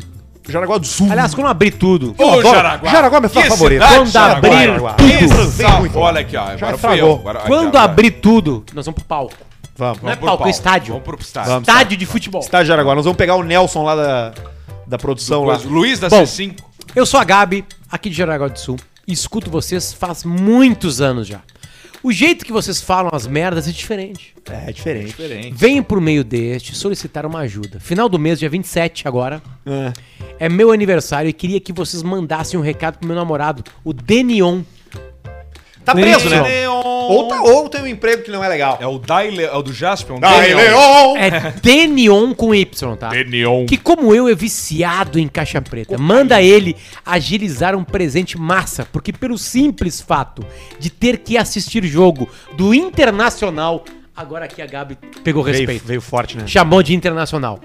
Speaker 1: Jaraguá do Sul.
Speaker 3: Aliás, quando eu abri tudo.
Speaker 2: Ô,
Speaker 6: adoro.
Speaker 2: Jaraguá!
Speaker 6: Jaraguá é meu estado
Speaker 2: Que
Speaker 6: favorito.
Speaker 2: cidade,
Speaker 3: Quando
Speaker 2: Jaraguá,
Speaker 3: abrir
Speaker 2: Jaraguá.
Speaker 3: tudo.
Speaker 2: Que
Speaker 6: Transei
Speaker 2: safo.
Speaker 6: muito.
Speaker 2: Olha aqui, ó. Agora fui
Speaker 6: estragou.
Speaker 2: eu. Agora,
Speaker 3: Quando
Speaker 2: agora-
Speaker 3: abrir tudo, nós vamos pro pau.
Speaker 6: Vamos.
Speaker 3: Não é
Speaker 2: pro
Speaker 3: palco,
Speaker 2: pau.
Speaker 3: é estádio.
Speaker 2: Vamos pro estádio.
Speaker 3: Estádio de futebol.
Speaker 1: Estádio Jaraguá. Nós vamos pegar o Nelson lá da, da produção lá.
Speaker 2: Pois, Luiz da
Speaker 3: Bom.
Speaker 2: C5.
Speaker 3: Eu sou a Gabi, aqui de Jaraguá do Sul, e escuto vocês faz muitos anos já. O jeito que vocês falam as merdas é diferente.
Speaker 1: É, é diferente.
Speaker 3: Venho por meio deste solicitar uma ajuda. Final do mês, dia 27 agora, é meu aniversário e queria que vocês mandassem um recado pro meu namorado, o Denion.
Speaker 1: Tá preso, né? Ou,
Speaker 2: Neon.
Speaker 1: tá- ou tem um emprego que não é legal.
Speaker 2: É o Daile, é o do Jasper. um
Speaker 1: Dai,
Speaker 2: Neon.
Speaker 1: Leon!
Speaker 3: É Denion com Y, tá?
Speaker 10: Neon.
Speaker 3: Que como eu é viciado em caixa preta, manda ele agilizar um presente massa, porque pelo simples fato de ter que assistir jogo do Internacional, agora aqui a Gabi pegou respeito.
Speaker 1: forte, né?
Speaker 3: Chamou de Internacional.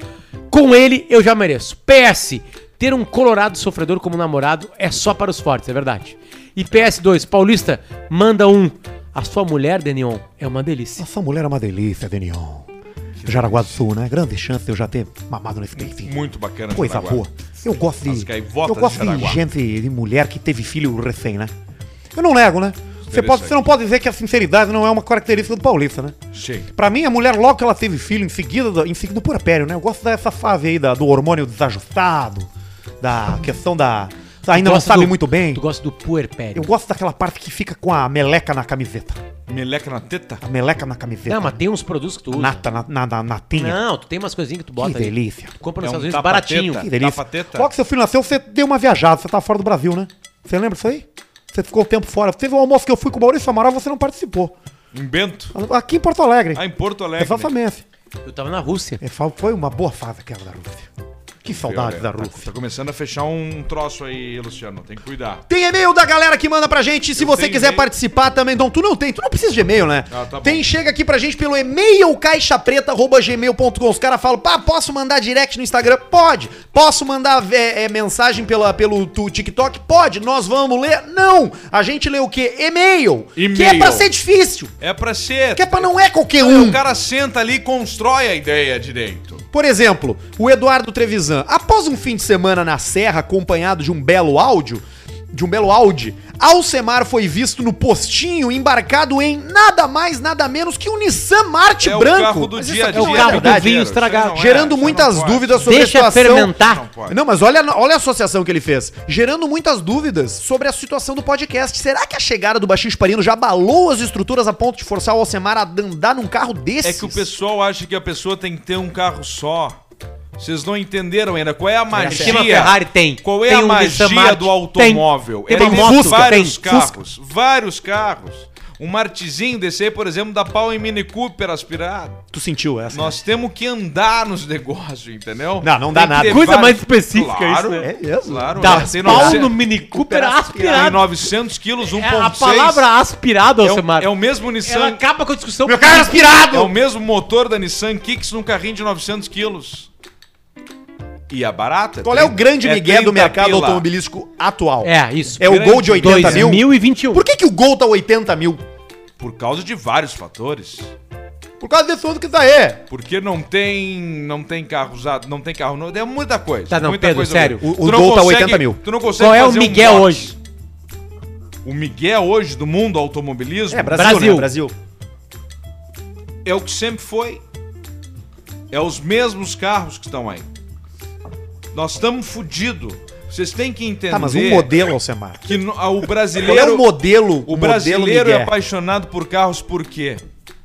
Speaker 3: Com ele eu já mereço. PS, ter um colorado sofredor como namorado é só para os fortes, é verdade. E PS2, Paulista, manda um. A sua mulher, Denion, é uma delícia.
Speaker 6: Nossa mulher é uma delícia, Denion. Jaraguá do Sul, né? Grande chance de eu já ter mamado nesse peitinho.
Speaker 2: Muito bacana.
Speaker 6: Coisa
Speaker 2: Jaraguá.
Speaker 6: boa. Eu gosto
Speaker 2: As
Speaker 6: de.
Speaker 2: gaivotas
Speaker 6: Eu gosto
Speaker 2: de
Speaker 6: de
Speaker 2: Jaraguá.
Speaker 6: gente, de mulher que teve filho recém, né? Eu não nego, né? Você, pode,
Speaker 2: Interessante.
Speaker 6: você não pode dizer que a sinceridade não é uma característica do paulista, né?
Speaker 2: Sim.
Speaker 6: Pra mim, a mulher, logo que ela teve filho, em seguida, do- em seguida do puerpério, né? Eu gosto dessa fase aí da- do hormônio desajustado, da questão da. Ainda não
Speaker 3: gosta
Speaker 6: sabe
Speaker 3: do-
Speaker 6: muito bem.
Speaker 3: Tu gosta do puerpério.
Speaker 6: Eu gosto daquela parte que fica com a meleca na camiseta.
Speaker 2: Meleca na teta.
Speaker 6: A meleca na camiseta.
Speaker 3: Não, mas tem uns produtos que tu usa.
Speaker 6: Nata na, na, na natinha.
Speaker 3: Não, tu tem umas coisinhas que tu
Speaker 6: que
Speaker 3: bota ali.
Speaker 6: delícia.
Speaker 3: Tu
Speaker 2: É
Speaker 3: compra nos
Speaker 2: um
Speaker 3: Estados Unidos
Speaker 2: tapa-teta.
Speaker 3: baratinho.
Speaker 6: Que delícia.
Speaker 2: Tapateta.
Speaker 6: Logo que seu filho nasceu, você deu uma viajada, você tava fora do Brasil, né? Você lembra disso aí? Você ficou um tempo fora. Teve um almoço que eu fui com o Maurício Amaral, você não participou.
Speaker 2: Em Bento.
Speaker 6: Aqui em Porto Alegre.
Speaker 2: Ah, em Porto Alegre. né?
Speaker 6: Exatamente.
Speaker 3: Eu tava na Rússia.
Speaker 6: É, fa- Foi uma boa fase aquela da Rússia. Que saudade
Speaker 2: Olha,
Speaker 6: da
Speaker 2: tá- Tá
Speaker 6: Rússia.
Speaker 2: começando a fechar um troço aí, Luciano. Tem que cuidar.
Speaker 1: Tem e-mail da galera que manda pra gente. Se
Speaker 2: Eu
Speaker 1: você
Speaker 2: tenho
Speaker 1: quiser
Speaker 2: e-mail.
Speaker 1: participar também, Dom, tu não tem, tu não precisa de e-mail, né?
Speaker 2: Ah, tá bom.
Speaker 1: tem, chega aqui pra gente pelo e-mail caixapreta.gmail.com. Os caras falam, pá, posso mandar direct no Instagram? Pode. Posso mandar é, é, mensagem pela, pelo tu- TikTok? Pode. Nós vamos ler? Não. A gente lê o quê? E-mail.
Speaker 2: E-mail.
Speaker 1: Que é pra ser difícil.
Speaker 2: É pra ser.
Speaker 1: Que é pra não é qualquer
Speaker 2: Aí
Speaker 1: um.
Speaker 2: O cara senta ali e constrói a ideia direito.
Speaker 1: Por exemplo, o Eduardo Trevisan, após um fim de semana na Serra acompanhado de um belo áudio, de um belo Audi, Alcemar foi visto no postinho embarcado em nada mais, nada menos que um Nissan Marte
Speaker 2: É o
Speaker 1: branco.
Speaker 2: carro do
Speaker 1: Mas
Speaker 2: dia a
Speaker 1: isso aqui é
Speaker 2: dia,
Speaker 1: um carro
Speaker 2: né,
Speaker 1: do vinho
Speaker 2: Pedro? Isso
Speaker 1: estragado.
Speaker 2: não é,
Speaker 1: Gerando
Speaker 2: isso
Speaker 1: muitas
Speaker 2: não pode.
Speaker 1: dúvidas sobre
Speaker 3: Deixa
Speaker 1: a situação.
Speaker 3: fermentar.
Speaker 1: Não, pode. Não, mas olha, olha a associação que ele fez. Gerando muitas dúvidas sobre a situação do podcast. Será que a chegada do Baixinho Chuparino já abalou as estruturas a ponto de forçar o Alcemar a andar num carro desse?
Speaker 2: É que o pessoal acha que a pessoa tem que ter um carro só. Vocês não entenderam ainda qual é a magia.
Speaker 3: que uma Ferrari tem.
Speaker 2: Qual é
Speaker 3: Tem
Speaker 2: a
Speaker 3: um Nissan
Speaker 2: magia
Speaker 3: March.
Speaker 2: do automóvel?
Speaker 3: Tem.
Speaker 2: Ela
Speaker 3: Tem
Speaker 2: tem
Speaker 3: Fusca,
Speaker 2: vários
Speaker 3: tem.
Speaker 2: carros, vários carros. Um martizinho desse aí, por exemplo, dá pau em Mini Cooper aspirado.
Speaker 1: Tu sentiu essa?
Speaker 2: Nós temos que andar nos negócios, entendeu?
Speaker 1: Não, não dá
Speaker 2: Tem que
Speaker 1: nada.
Speaker 2: ter
Speaker 1: Coisa
Speaker 3: mais específica
Speaker 2: claro,
Speaker 3: isso, né?
Speaker 2: É mesmo? Claro.
Speaker 3: Dá
Speaker 2: Tem
Speaker 3: pau
Speaker 2: 900
Speaker 3: no Mini Cooper
Speaker 2: Tem
Speaker 3: aspirado. É,
Speaker 2: 900 quilos, 1.6.
Speaker 3: a palavra aspirado,
Speaker 1: um-
Speaker 2: é o,
Speaker 3: Alcemar.
Speaker 2: é o mesmo Nissan.
Speaker 3: Ela acaba com a discussão. um-
Speaker 1: Meu carro é aspirado!
Speaker 2: É o mesmo motor da Nissan Kicks num carrinho de 900 quilos. E é barata.
Speaker 1: Qual é o grande migué do mercado
Speaker 2: automobilístico?
Speaker 1: automobilístico atual?
Speaker 3: É, isso.
Speaker 1: É o
Speaker 2: Grande
Speaker 1: Gol de 80 mil?
Speaker 3: 2021.
Speaker 1: Por que, que o Gol tá 80 mil?
Speaker 2: Por causa de vários fatores.
Speaker 1: Por causa desse outro que tá aí.
Speaker 2: Porque não tem, não tem carro usado, não tem carro novo, é muita coisa.
Speaker 3: Tá, não,
Speaker 2: muita
Speaker 3: Pedro, sério.
Speaker 2: mesmo.
Speaker 1: O- o
Speaker 2: Tu não
Speaker 1: Gol tá
Speaker 2: consegue-
Speaker 1: 80 mil.
Speaker 2: Tu não consegue
Speaker 3: Qual é o
Speaker 2: fazer um
Speaker 3: Miguel
Speaker 2: box.
Speaker 3: hoje?
Speaker 2: O Miguel hoje do mundo automobilismo
Speaker 1: É, Brasil,
Speaker 3: Brasil.
Speaker 1: né? Brasil.
Speaker 2: é o que sempre foi. É os mesmos carros que estão aí. Nós estamos fodidos. Vocês têm que entender
Speaker 1: Tá, mas um modelo, Alcemar.
Speaker 2: que no- ah,
Speaker 1: Qual
Speaker 2: o
Speaker 1: é o
Speaker 2: brasileiro,
Speaker 1: modelo?
Speaker 2: o brasileiro é
Speaker 1: Miguel?
Speaker 2: apaixonado por carros por quê?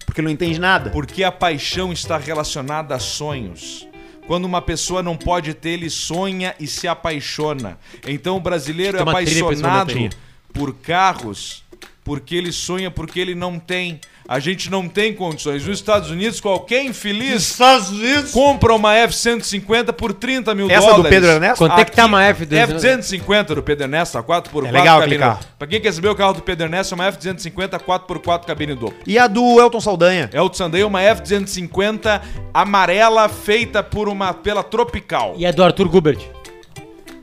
Speaker 1: Porque não entende nada.
Speaker 2: Porque a paixão está relacionada a sonhos. Quando uma pessoa não pode ter, ele sonha e se apaixona. Então o brasileiro é
Speaker 3: Tem uma trilha pra esse
Speaker 2: apaixonado
Speaker 3: momento
Speaker 2: por carros porque ele sonha, porque ele não tem. A gente não tem condições. Nos Estados Unidos, qualquer infeliz
Speaker 1: Estados Unidos.
Speaker 2: compra uma F-150 por 30 mil
Speaker 1: Essa do
Speaker 2: dólares.
Speaker 1: Pedro Ernesto?
Speaker 3: Quanto é que tá
Speaker 2: Aqui,
Speaker 3: uma F?
Speaker 2: F-250 do Pedro Ernesto, a 4x4
Speaker 1: É legal aquele
Speaker 2: cabine.
Speaker 1: carro.
Speaker 2: Pra quem quer saber o carro do Pedro Ernesto, é uma F-250 4x4 cabine dupla.
Speaker 1: E a do Elton Saldanha?
Speaker 2: É o Tsandei, uma F-250 amarela feita por uma pela Tropical.
Speaker 3: E é do Arthur Gubert.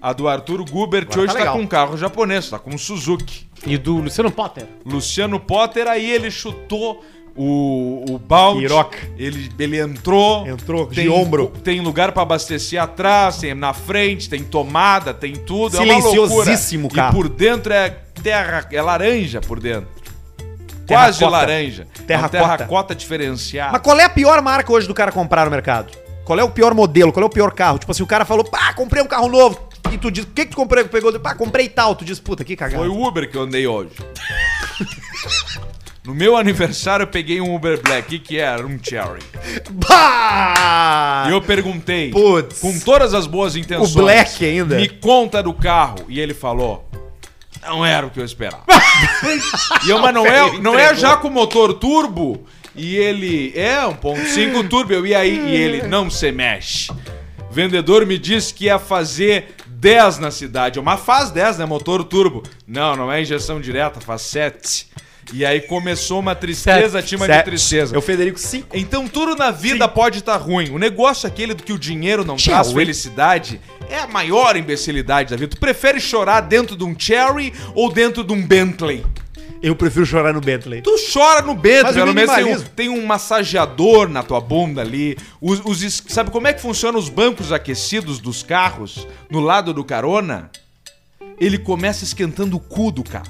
Speaker 2: A do Arthur Gubert
Speaker 1: Agora
Speaker 2: hoje
Speaker 1: tá
Speaker 2: tá,
Speaker 1: legal.
Speaker 2: com um carro japonês, tá com um Suzuki.
Speaker 3: E do Luciano Potter.
Speaker 2: Luciano Potter, aí ele chutou o, o balde.
Speaker 1: Iroca.
Speaker 2: Ele, ele entrou.
Speaker 1: Entrou de ombro.
Speaker 2: Tem lugar pra abastecer atrás, tem na frente, tem tomada, tem tudo.
Speaker 1: Silenciosíssimo
Speaker 2: é uma loucura.
Speaker 1: carro.
Speaker 2: E por dentro é terra, é laranja por dentro. Quase
Speaker 1: Terracota.
Speaker 2: laranja.
Speaker 1: Terracota.
Speaker 2: É uma terracota diferenciada.
Speaker 1: Mas qual é a pior marca hoje do cara comprar no mercado? Qual é o pior modelo? Qual é o pior carro? Tipo assim, o cara falou, pá, comprei um carro novo. E tu diz, o que que tu comprei? Pegou, pá, comprei tal. Tu diz, puta, que cagada.
Speaker 2: Foi o Uber que eu
Speaker 1: [LAUGHS]
Speaker 2: andei hoje. No meu aniversário eu peguei um Uber Black, que, que era um Cherry.
Speaker 1: Bah!
Speaker 2: E eu perguntei,
Speaker 1: Ah, Putz.
Speaker 2: com todas as boas intenções,
Speaker 1: O Black ainda?
Speaker 2: me conta do carro. E ele falou, não era o que
Speaker 1: [LAUGHS]
Speaker 2: eu esperava. e eu, mas não é, não é já com motor turbo? E ele, é
Speaker 1: [LAUGHS]
Speaker 2: 1.5 turbo. Eu, e aí? E ele, não se mexe. Vendedor me disse que ia fazer 10 na cidade. Eu, Mas faz 10, né? Motor turbo. Não, não é injeção direta, faz 7. E aí começou uma tristeza, tinha uma de
Speaker 1: Sé-
Speaker 2: tristeza.
Speaker 1: É o Federico 5.
Speaker 2: Então tudo na vida pode estar ruim. O negócio é aquele do que o dinheiro não
Speaker 1: Tia,
Speaker 2: traz
Speaker 1: oi.
Speaker 2: felicidade é a maior imbecilidade da vida. Tu prefere chorar dentro de um Cherry ou dentro de um Bentley?
Speaker 1: [LAUGHS] Eu prefiro chorar no Bentley.
Speaker 2: Tu chora no Bentley,
Speaker 1: Mas o
Speaker 2: pelo menos tem um,
Speaker 1: minimalismo.
Speaker 2: tem um massageador na tua bunda ali. Os, os es- sabe como é que funcionam os bancos aquecidos dos carros no lado do carona? Ele começa esquentando o cu do carro.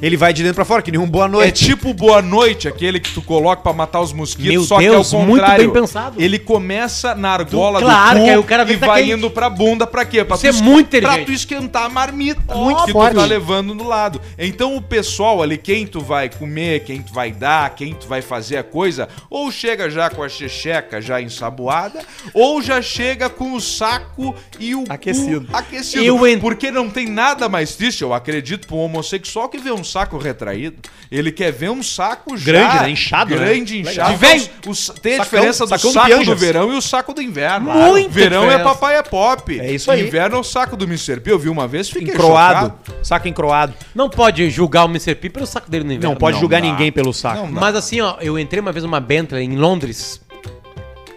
Speaker 1: Ele vai de dentro pra fora, que nem um boa
Speaker 2: É
Speaker 1: noite.
Speaker 2: tipo Boa Noite, aquele que tu coloca pra matar os mosquitos,
Speaker 3: Meu
Speaker 2: só
Speaker 3: Deus,
Speaker 2: que é o
Speaker 3: muito
Speaker 2: contrário.
Speaker 3: bem pensado.
Speaker 2: Ele começa na argola
Speaker 3: Tu- claro,
Speaker 2: do
Speaker 3: que aí
Speaker 2: cu
Speaker 3: o cara vê
Speaker 2: e
Speaker 3: que tá
Speaker 2: vai
Speaker 3: quente.
Speaker 2: indo pra bunda pra quê? Pra
Speaker 3: Isso é muito
Speaker 2: Pra
Speaker 3: inteligente.
Speaker 2: tu esquentar a marmita muito que
Speaker 1: forte.
Speaker 2: tu tá levando no lado. Então o pessoal ali, quem tu vai comer, quem tu vai dar, quem tu vai fazer a coisa, ou chega já com a checheca já ensaboada, ou já chega com o saco e o cu
Speaker 1: Aquecido.
Speaker 2: aquecido.
Speaker 3: Eu en-
Speaker 2: Porque não tem nada mais triste, eu acredito, para um homossexual que vê um saco retraído. Ele quer ver um saco já
Speaker 1: Grande, né? Inchado, né?
Speaker 2: Grande, inchado. Então,
Speaker 3: De velho.
Speaker 2: O sa- tem a
Speaker 1: Sacão-
Speaker 2: diferença do
Speaker 1: sacão do
Speaker 2: saco do
Speaker 1: Pianjas.
Speaker 2: verão e o saco do inverno.
Speaker 3: Muita
Speaker 2: Verão é
Speaker 3: diferença.
Speaker 2: papai é pop.
Speaker 1: É isso aí.
Speaker 2: Inverno é o saco do Mr. P. Eu vi uma vez, fiquei
Speaker 1: Encroado.
Speaker 2: é chocado.
Speaker 1: Saco encroado.
Speaker 3: Não pode julgar o Mr. P pelo saco dele no inverno.
Speaker 1: Não pode
Speaker 2: Não
Speaker 1: julgar
Speaker 2: dá.
Speaker 1: ninguém pelo saco.
Speaker 2: Não dá.
Speaker 3: Mas assim, ó, eu entrei uma vez numa Bentley em Londres.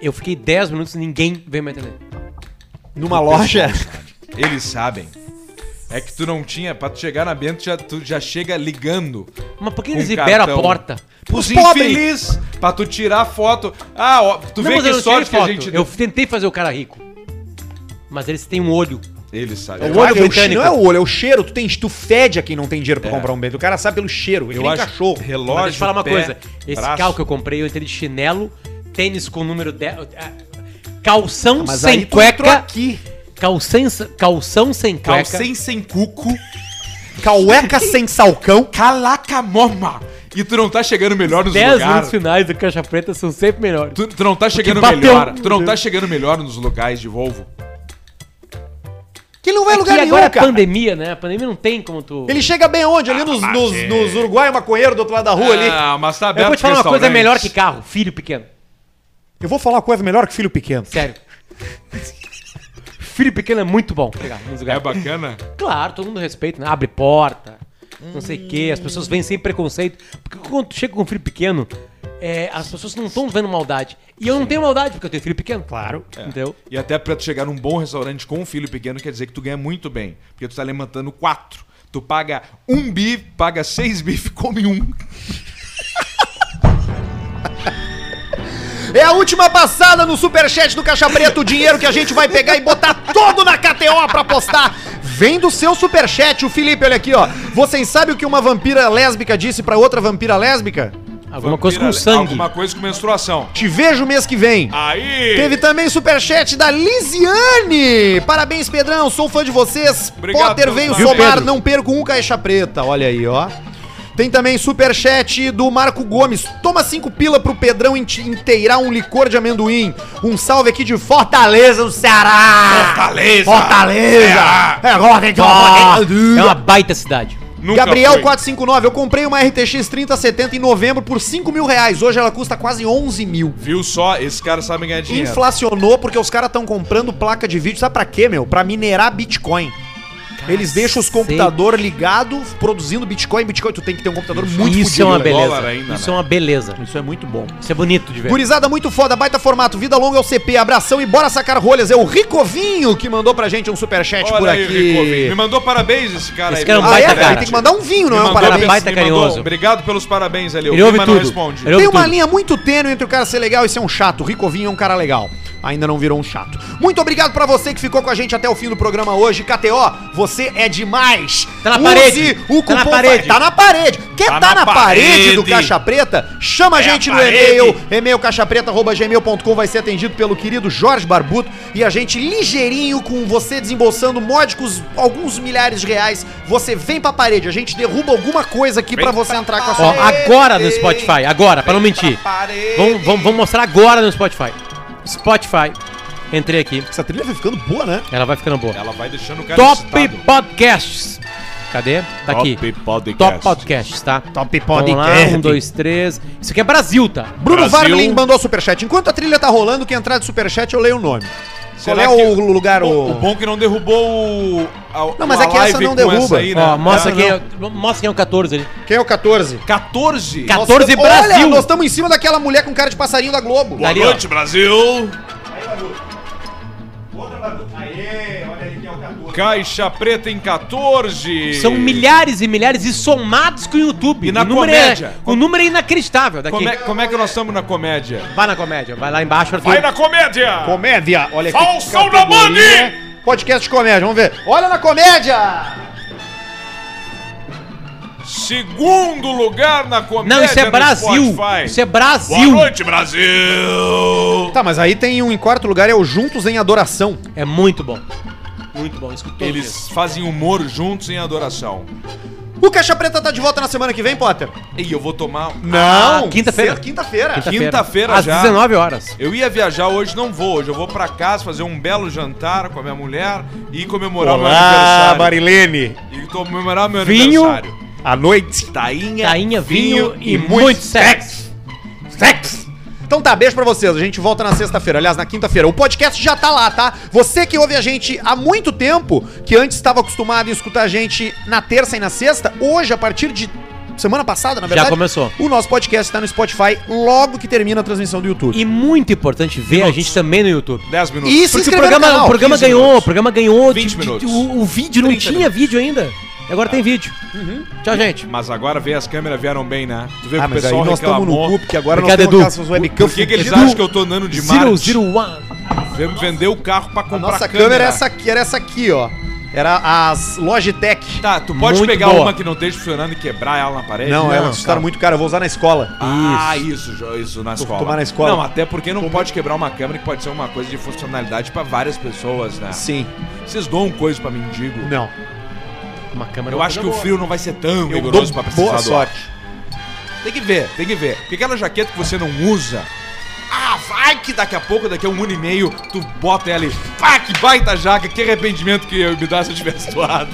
Speaker 3: Eu fiquei 10 minutos e ninguém veio me atender.
Speaker 1: Numa loja.
Speaker 2: Eles sabem. É que tu não tinha, pra tu chegar na Bento, já, tu já chega ligando.
Speaker 3: Mas por que
Speaker 2: com
Speaker 3: eles
Speaker 2: o
Speaker 3: liberam a
Speaker 2: cartão.
Speaker 3: porta?
Speaker 2: Os
Speaker 1: pobres.
Speaker 2: infeliz, pra tu tirar foto. Ah, ó, tu
Speaker 3: Não,
Speaker 2: vê
Speaker 3: mas
Speaker 2: que
Speaker 3: eu não tirei
Speaker 2: sorte que a
Speaker 3: foto.
Speaker 2: gente
Speaker 3: Eu tentei fazer o cara rico. Mas eles têm um olho
Speaker 2: Ele sabe.
Speaker 1: O olho britânico. Não é o olho, é o cheiro. Tu, tem, tu fede a quem não tem dinheiro pra comprar um bebê. O cara sabe pelo cheiro. Ele
Speaker 3: Eu
Speaker 1: tem
Speaker 3: acho
Speaker 1: cachorro.
Speaker 2: relógio,
Speaker 3: Mas deixa eu falar uma
Speaker 1: pé,
Speaker 3: coisa. Esse
Speaker 1: braço.
Speaker 3: carro que eu comprei, eu entrei de chinelo, tênis com o número 10. ah, Calção
Speaker 1: Ah, mas aí
Speaker 3: sem
Speaker 1: tu entrou
Speaker 3: cueca. Calção, calção sem cueca.
Speaker 2: Calcém sem cuco.
Speaker 1: Caueca sem salcão.
Speaker 2: Calaca moma. E tu não tá chegando melhor nos
Speaker 3: 10
Speaker 2: lugares.
Speaker 3: minutos finais do Caixa Preta são sempre melhores.
Speaker 2: Tu, tu não tá chegando
Speaker 3: bateu.
Speaker 2: melhor. Tu não tá chegando melhor nos lugares de Volvo.
Speaker 1: Que ele não vai a
Speaker 3: Aqui
Speaker 1: lugar nenhum,
Speaker 3: agora é
Speaker 1: cara.
Speaker 3: pandemia, Ah, né? A pandemia não tem como tu.
Speaker 1: Ele chega bem onde? Ali nos, nos,
Speaker 3: é.
Speaker 1: nos Uruguai maconheiro do outro lado da rua ali.
Speaker 2: Ah, mas tá aberto
Speaker 3: Eu vou te falar uma coisa
Speaker 2: restaurante.
Speaker 3: melhor que carro, filho pequeno.
Speaker 6: Eu vou falar uma coisa melhor que filho pequeno.
Speaker 3: Sério. filho pequeno é muito bom. Pegar nos
Speaker 2: É
Speaker 3: lugares.
Speaker 2: bacana?
Speaker 3: Claro, todo mundo respeita, né? Abre porta, não sei o quê, as pessoas vêm sem preconceito. Porque quando tu chega com um filho pequeno, é, as pessoas não estão vendo maldade. E eu não tenho maldade, porque eu tenho filho pequeno. Claro. Entendeu?
Speaker 2: E até pra tu chegar num bom restaurante com um filho pequeno quer dizer que tu ganha muito bem. Porque tu tá alimentando quatro. Tu paga um bife, paga seis bifes, come um.
Speaker 1: É a última passada no superchat do Caixa Preta, o dinheiro que a gente vai pegar e botar todo na KTO pra apostar. Vem do seu superchat, o Felipe, olha aqui, ó. Vocês sabem o que uma vampira lésbica disse pra outra vampira lésbica?
Speaker 3: Alguma coisa
Speaker 2: Vampira-
Speaker 3: com sangue.
Speaker 2: Alguma coisa com menstruação.
Speaker 1: Te vejo mês que vem.
Speaker 2: Aí!
Speaker 1: Teve também superchat da Lisiane. Parabéns, Pedrão. Sou fã de vocês.
Speaker 2: Obrigado,
Speaker 1: Potter
Speaker 2: meu
Speaker 1: veio
Speaker 2: pai. Viu,
Speaker 1: somar,
Speaker 2: Pedro?
Speaker 1: não perco um caixa preta. Olha aí, ó. Tem também superchat do Marco Gomes. Toma cinco pila pro Pedrão inte- inteirar um licor de amendoim. Um salve aqui de Fortaleza, do Ceará.
Speaker 2: Fortaleza!
Speaker 1: Fortaleza! É, agora tem que
Speaker 3: Ah, é uma baita cidade.
Speaker 2: Nunca
Speaker 1: Gabriel
Speaker 2: foi.
Speaker 1: 459, eu comprei uma RTX 3070 em novembro por 5 mil reais. Hoje ela custa quase 11 mil.
Speaker 2: Viu só? Esses caras sabem ganhar dinheiro.
Speaker 1: Inflacionou porque os caras estão comprando placa de vídeo, sabe pra quê, meu? Pra minerar Bitcoin. Eles deixam os computadores ligados, produzindo Bitcoin, Bitcoin. Tu tem que ter um computador muito
Speaker 3: Isso
Speaker 1: fodido,
Speaker 3: é uma
Speaker 1: né?
Speaker 3: beleza.
Speaker 2: dólar ainda,
Speaker 3: Isso
Speaker 2: né?
Speaker 3: é uma beleza.
Speaker 1: Isso é muito bom.
Speaker 3: Isso é bonito de ver.
Speaker 1: Gurizada muito foda, baita formato, vida longa é ao CP, abração e bora sacar rolhas. É o Ricovinho que mandou pra gente um superchat
Speaker 2: Olha
Speaker 1: por
Speaker 2: aí,
Speaker 1: aqui.
Speaker 2: Ricovinho. Me mandou parabéns esse cara
Speaker 3: Esse
Speaker 2: aí.
Speaker 3: cara é um
Speaker 2: viu?
Speaker 1: ah, é,
Speaker 3: baita
Speaker 1: cara,
Speaker 3: cara.
Speaker 1: tem que mandar um vinho, não é um
Speaker 2: mandou
Speaker 1: parabéns.
Speaker 2: bem-
Speaker 3: baita
Speaker 2: me mandou-
Speaker 3: carinhoso.
Speaker 2: Obrigado pelos parabéns ali. Eu
Speaker 3: Ele
Speaker 2: vi,
Speaker 3: ouve
Speaker 2: mas não
Speaker 3: tudo.
Speaker 2: responde.
Speaker 3: Ele ouve
Speaker 1: Tem uma
Speaker 3: tudo.
Speaker 1: linha muito tênue entre o cara ser legal e ser um chato. O Ricovinho é um cara legal. Ainda não virou um chato. Muito obrigado pra você que ficou com a gente até o fim do programa hoje. KTO, você é demais.
Speaker 3: Tá na
Speaker 1: Use
Speaker 3: parede.
Speaker 1: O cupom
Speaker 3: Tá na parede.
Speaker 1: Tá na parede. Quer tá,
Speaker 2: Tá
Speaker 1: na
Speaker 2: na
Speaker 1: parede, do
Speaker 2: parede.
Speaker 1: Caixa Preta? Chama a
Speaker 2: É a
Speaker 1: gente no
Speaker 2: parede.
Speaker 1: e-mail. E-mail caixapreta.gmail.com vai ser atendido pelo querido Jorge Barbuto. E a gente ligeirinho com você desembolsando módicos, alguns milhares de reais. Você vem pra parede. A gente derruba alguma coisa aqui pra você entrar com a
Speaker 3: Ó,
Speaker 1: sua
Speaker 3: agora no Spotify, agora, pra não mentir. Vamos, vamos, vamos mostrar agora no Spotify. Spotify. Entrei aqui.
Speaker 1: Essa trilha vai ficando boa, né?
Speaker 3: Ela vai ficando boa.
Speaker 2: Ela vai deixando o cara
Speaker 3: Top
Speaker 2: excitado.
Speaker 3: Podcasts. Cadê? Tá aqui.
Speaker 10: Top Podcasts.
Speaker 3: Top Podcasts, tá? Top
Speaker 1: Podcast.
Speaker 3: um, dois, três. Isso aqui é Brasil, tá?
Speaker 1: Bruno
Speaker 10: Brasil.
Speaker 1: Varlin mandou superchat. Enquanto a trilha tá rolando, quem entrar de superchat eu leio o nome.
Speaker 2: Será
Speaker 1: Qual é
Speaker 2: que-
Speaker 1: o lugar?
Speaker 2: O,
Speaker 1: O...
Speaker 2: o bom é que não derrubou o. a-
Speaker 1: Não, mas
Speaker 2: a
Speaker 1: é que essa
Speaker 2: live
Speaker 1: não
Speaker 2: com
Speaker 1: derruba.
Speaker 2: aí, né?
Speaker 3: Ó, mostra,
Speaker 2: Essa
Speaker 3: quem
Speaker 2: não.
Speaker 3: é, mostra quem é o 14 ali.
Speaker 1: Quem é o 14?
Speaker 2: 14.
Speaker 3: 14
Speaker 1: Nós tamo-
Speaker 3: Brasil.
Speaker 1: Olha, nós estamos em cima daquela mulher com cara de passarinho da Globo.
Speaker 10: Boa
Speaker 3: Dali, ó.
Speaker 10: noite, Brasil!
Speaker 2: Caixa Preta em 14.
Speaker 3: São milhares e milhares e somados com o YouTube.
Speaker 2: E na
Speaker 3: o número
Speaker 2: comédia?
Speaker 3: É, o número é inacreditável daqui.
Speaker 2: Como é, como é que nós estamos na comédia?
Speaker 3: Vai na comédia, vai lá embaixo.
Speaker 10: Vai na comédia!
Speaker 1: Comédia. Olha aqui.
Speaker 10: Falsão da Band!
Speaker 1: Podcast de comédia, vamos ver. Olha na comédia!
Speaker 2: Segundo lugar na comédia.
Speaker 3: Não, isso é
Speaker 2: no
Speaker 3: Brasil.
Speaker 2: Spotify.
Speaker 3: Isso é
Speaker 10: Boa
Speaker 3: Brasil.
Speaker 10: noite, Brasil!
Speaker 1: Tá, mas aí tem um em quarto lugar, é o Juntos em Adoração.
Speaker 3: É muito bom. Muito bom, escutou
Speaker 2: Eles fazem humor juntos em adoração.
Speaker 1: O Caixa Preta tá de volta na semana que vem, Potter?
Speaker 2: E eu vou tomar. um.
Speaker 1: Não!
Speaker 3: Ah, quinta-feira.
Speaker 1: sexta- Quinta-feira.
Speaker 2: Quinta-feira
Speaker 3: Às
Speaker 2: já.
Speaker 3: 19 horas.
Speaker 2: Eu ia viajar hoje, não vou. Hoje eu vou pra casa fazer um belo jantar com a minha mulher e comemorar o meu aniversário.
Speaker 1: Marilene.
Speaker 2: E comemorar meu
Speaker 3: Vinho.
Speaker 2: aniversário.
Speaker 1: À noite.
Speaker 2: Tainha,
Speaker 3: Tainha, vinho, e muito sexo.
Speaker 1: Sex! Então tá, beijo pra vocês. A gente volta na sexta-feira, aliás, na quinta-feira. O podcast já tá lá, tá? Você que ouve a gente há muito tempo, que antes estava acostumado em escutar a gente na terça e na sexta, hoje, a partir de semana passada, na
Speaker 3: Já
Speaker 1: verdade.
Speaker 3: começou.
Speaker 1: O nosso podcast tá no Spotify logo que termina a transmissão do YouTube.
Speaker 3: E muito importante ver a gente também no YouTube.
Speaker 2: 10 minutos.
Speaker 1: E se
Speaker 3: Porque o
Speaker 1: inscrever no
Speaker 3: programa,
Speaker 1: canal,
Speaker 3: o programa
Speaker 2: 15
Speaker 3: ganhou,
Speaker 2: minutos.
Speaker 3: o programa ganhou.
Speaker 2: 20 minutos.
Speaker 3: o, o vídeo não
Speaker 2: 30
Speaker 3: tinha vídeo ainda. E Agora tem vídeo. Tchau, gente.
Speaker 2: Mas agora vê as câmeras vieram bem, né? Tu vê
Speaker 1: Ah,
Speaker 2: que o
Speaker 1: mas
Speaker 2: pessoal
Speaker 1: aí nós estamos no
Speaker 2: reclamou.
Speaker 1: cu, porque agora
Speaker 3: Obrigado,
Speaker 1: nós
Speaker 3: Edu.
Speaker 1: temos aquelas webcams.
Speaker 2: Por que, que eles
Speaker 3: Edu,
Speaker 2: acham que eu tô andando de
Speaker 3: Zero,
Speaker 2: Marte?
Speaker 3: zero, one.
Speaker 2: Vem vender o carro pra
Speaker 1: A
Speaker 2: comprar
Speaker 1: nossa câmera, era, essa aqui, era essa aqui, ó. Era as Logitech.
Speaker 2: Tá, tu pode pegar uma que não esteja funcionando e quebrar ela na parede?
Speaker 1: Não, elas custaram
Speaker 2: tá.
Speaker 1: muito caro, eu vou usar na escola.
Speaker 2: Ah, isso, jo- isso na escola.
Speaker 1: tomar na escola.
Speaker 2: Não, até porque não pode quebrar uma câmera que pode ser uma coisa de funcionalidade pra várias pessoas, né?
Speaker 1: Sim.
Speaker 2: Vocês doam coisa pra mendigo?
Speaker 1: Não. é
Speaker 3: Uma câmera.
Speaker 2: Eu acho que o frio não vai ser tão
Speaker 1: Eu
Speaker 2: rigoroso
Speaker 1: dou
Speaker 2: pra precisar
Speaker 1: boa
Speaker 2: doar.
Speaker 1: sorte.
Speaker 2: Tem que ver, tem que ver. Porque aquela jaqueta que você não usa. Ah, vai que daqui a pouco, daqui a um ano e meio, tu bota ela e. Pá, que baita jaca, que arrependimento que eu me dá se eu tivesse doado.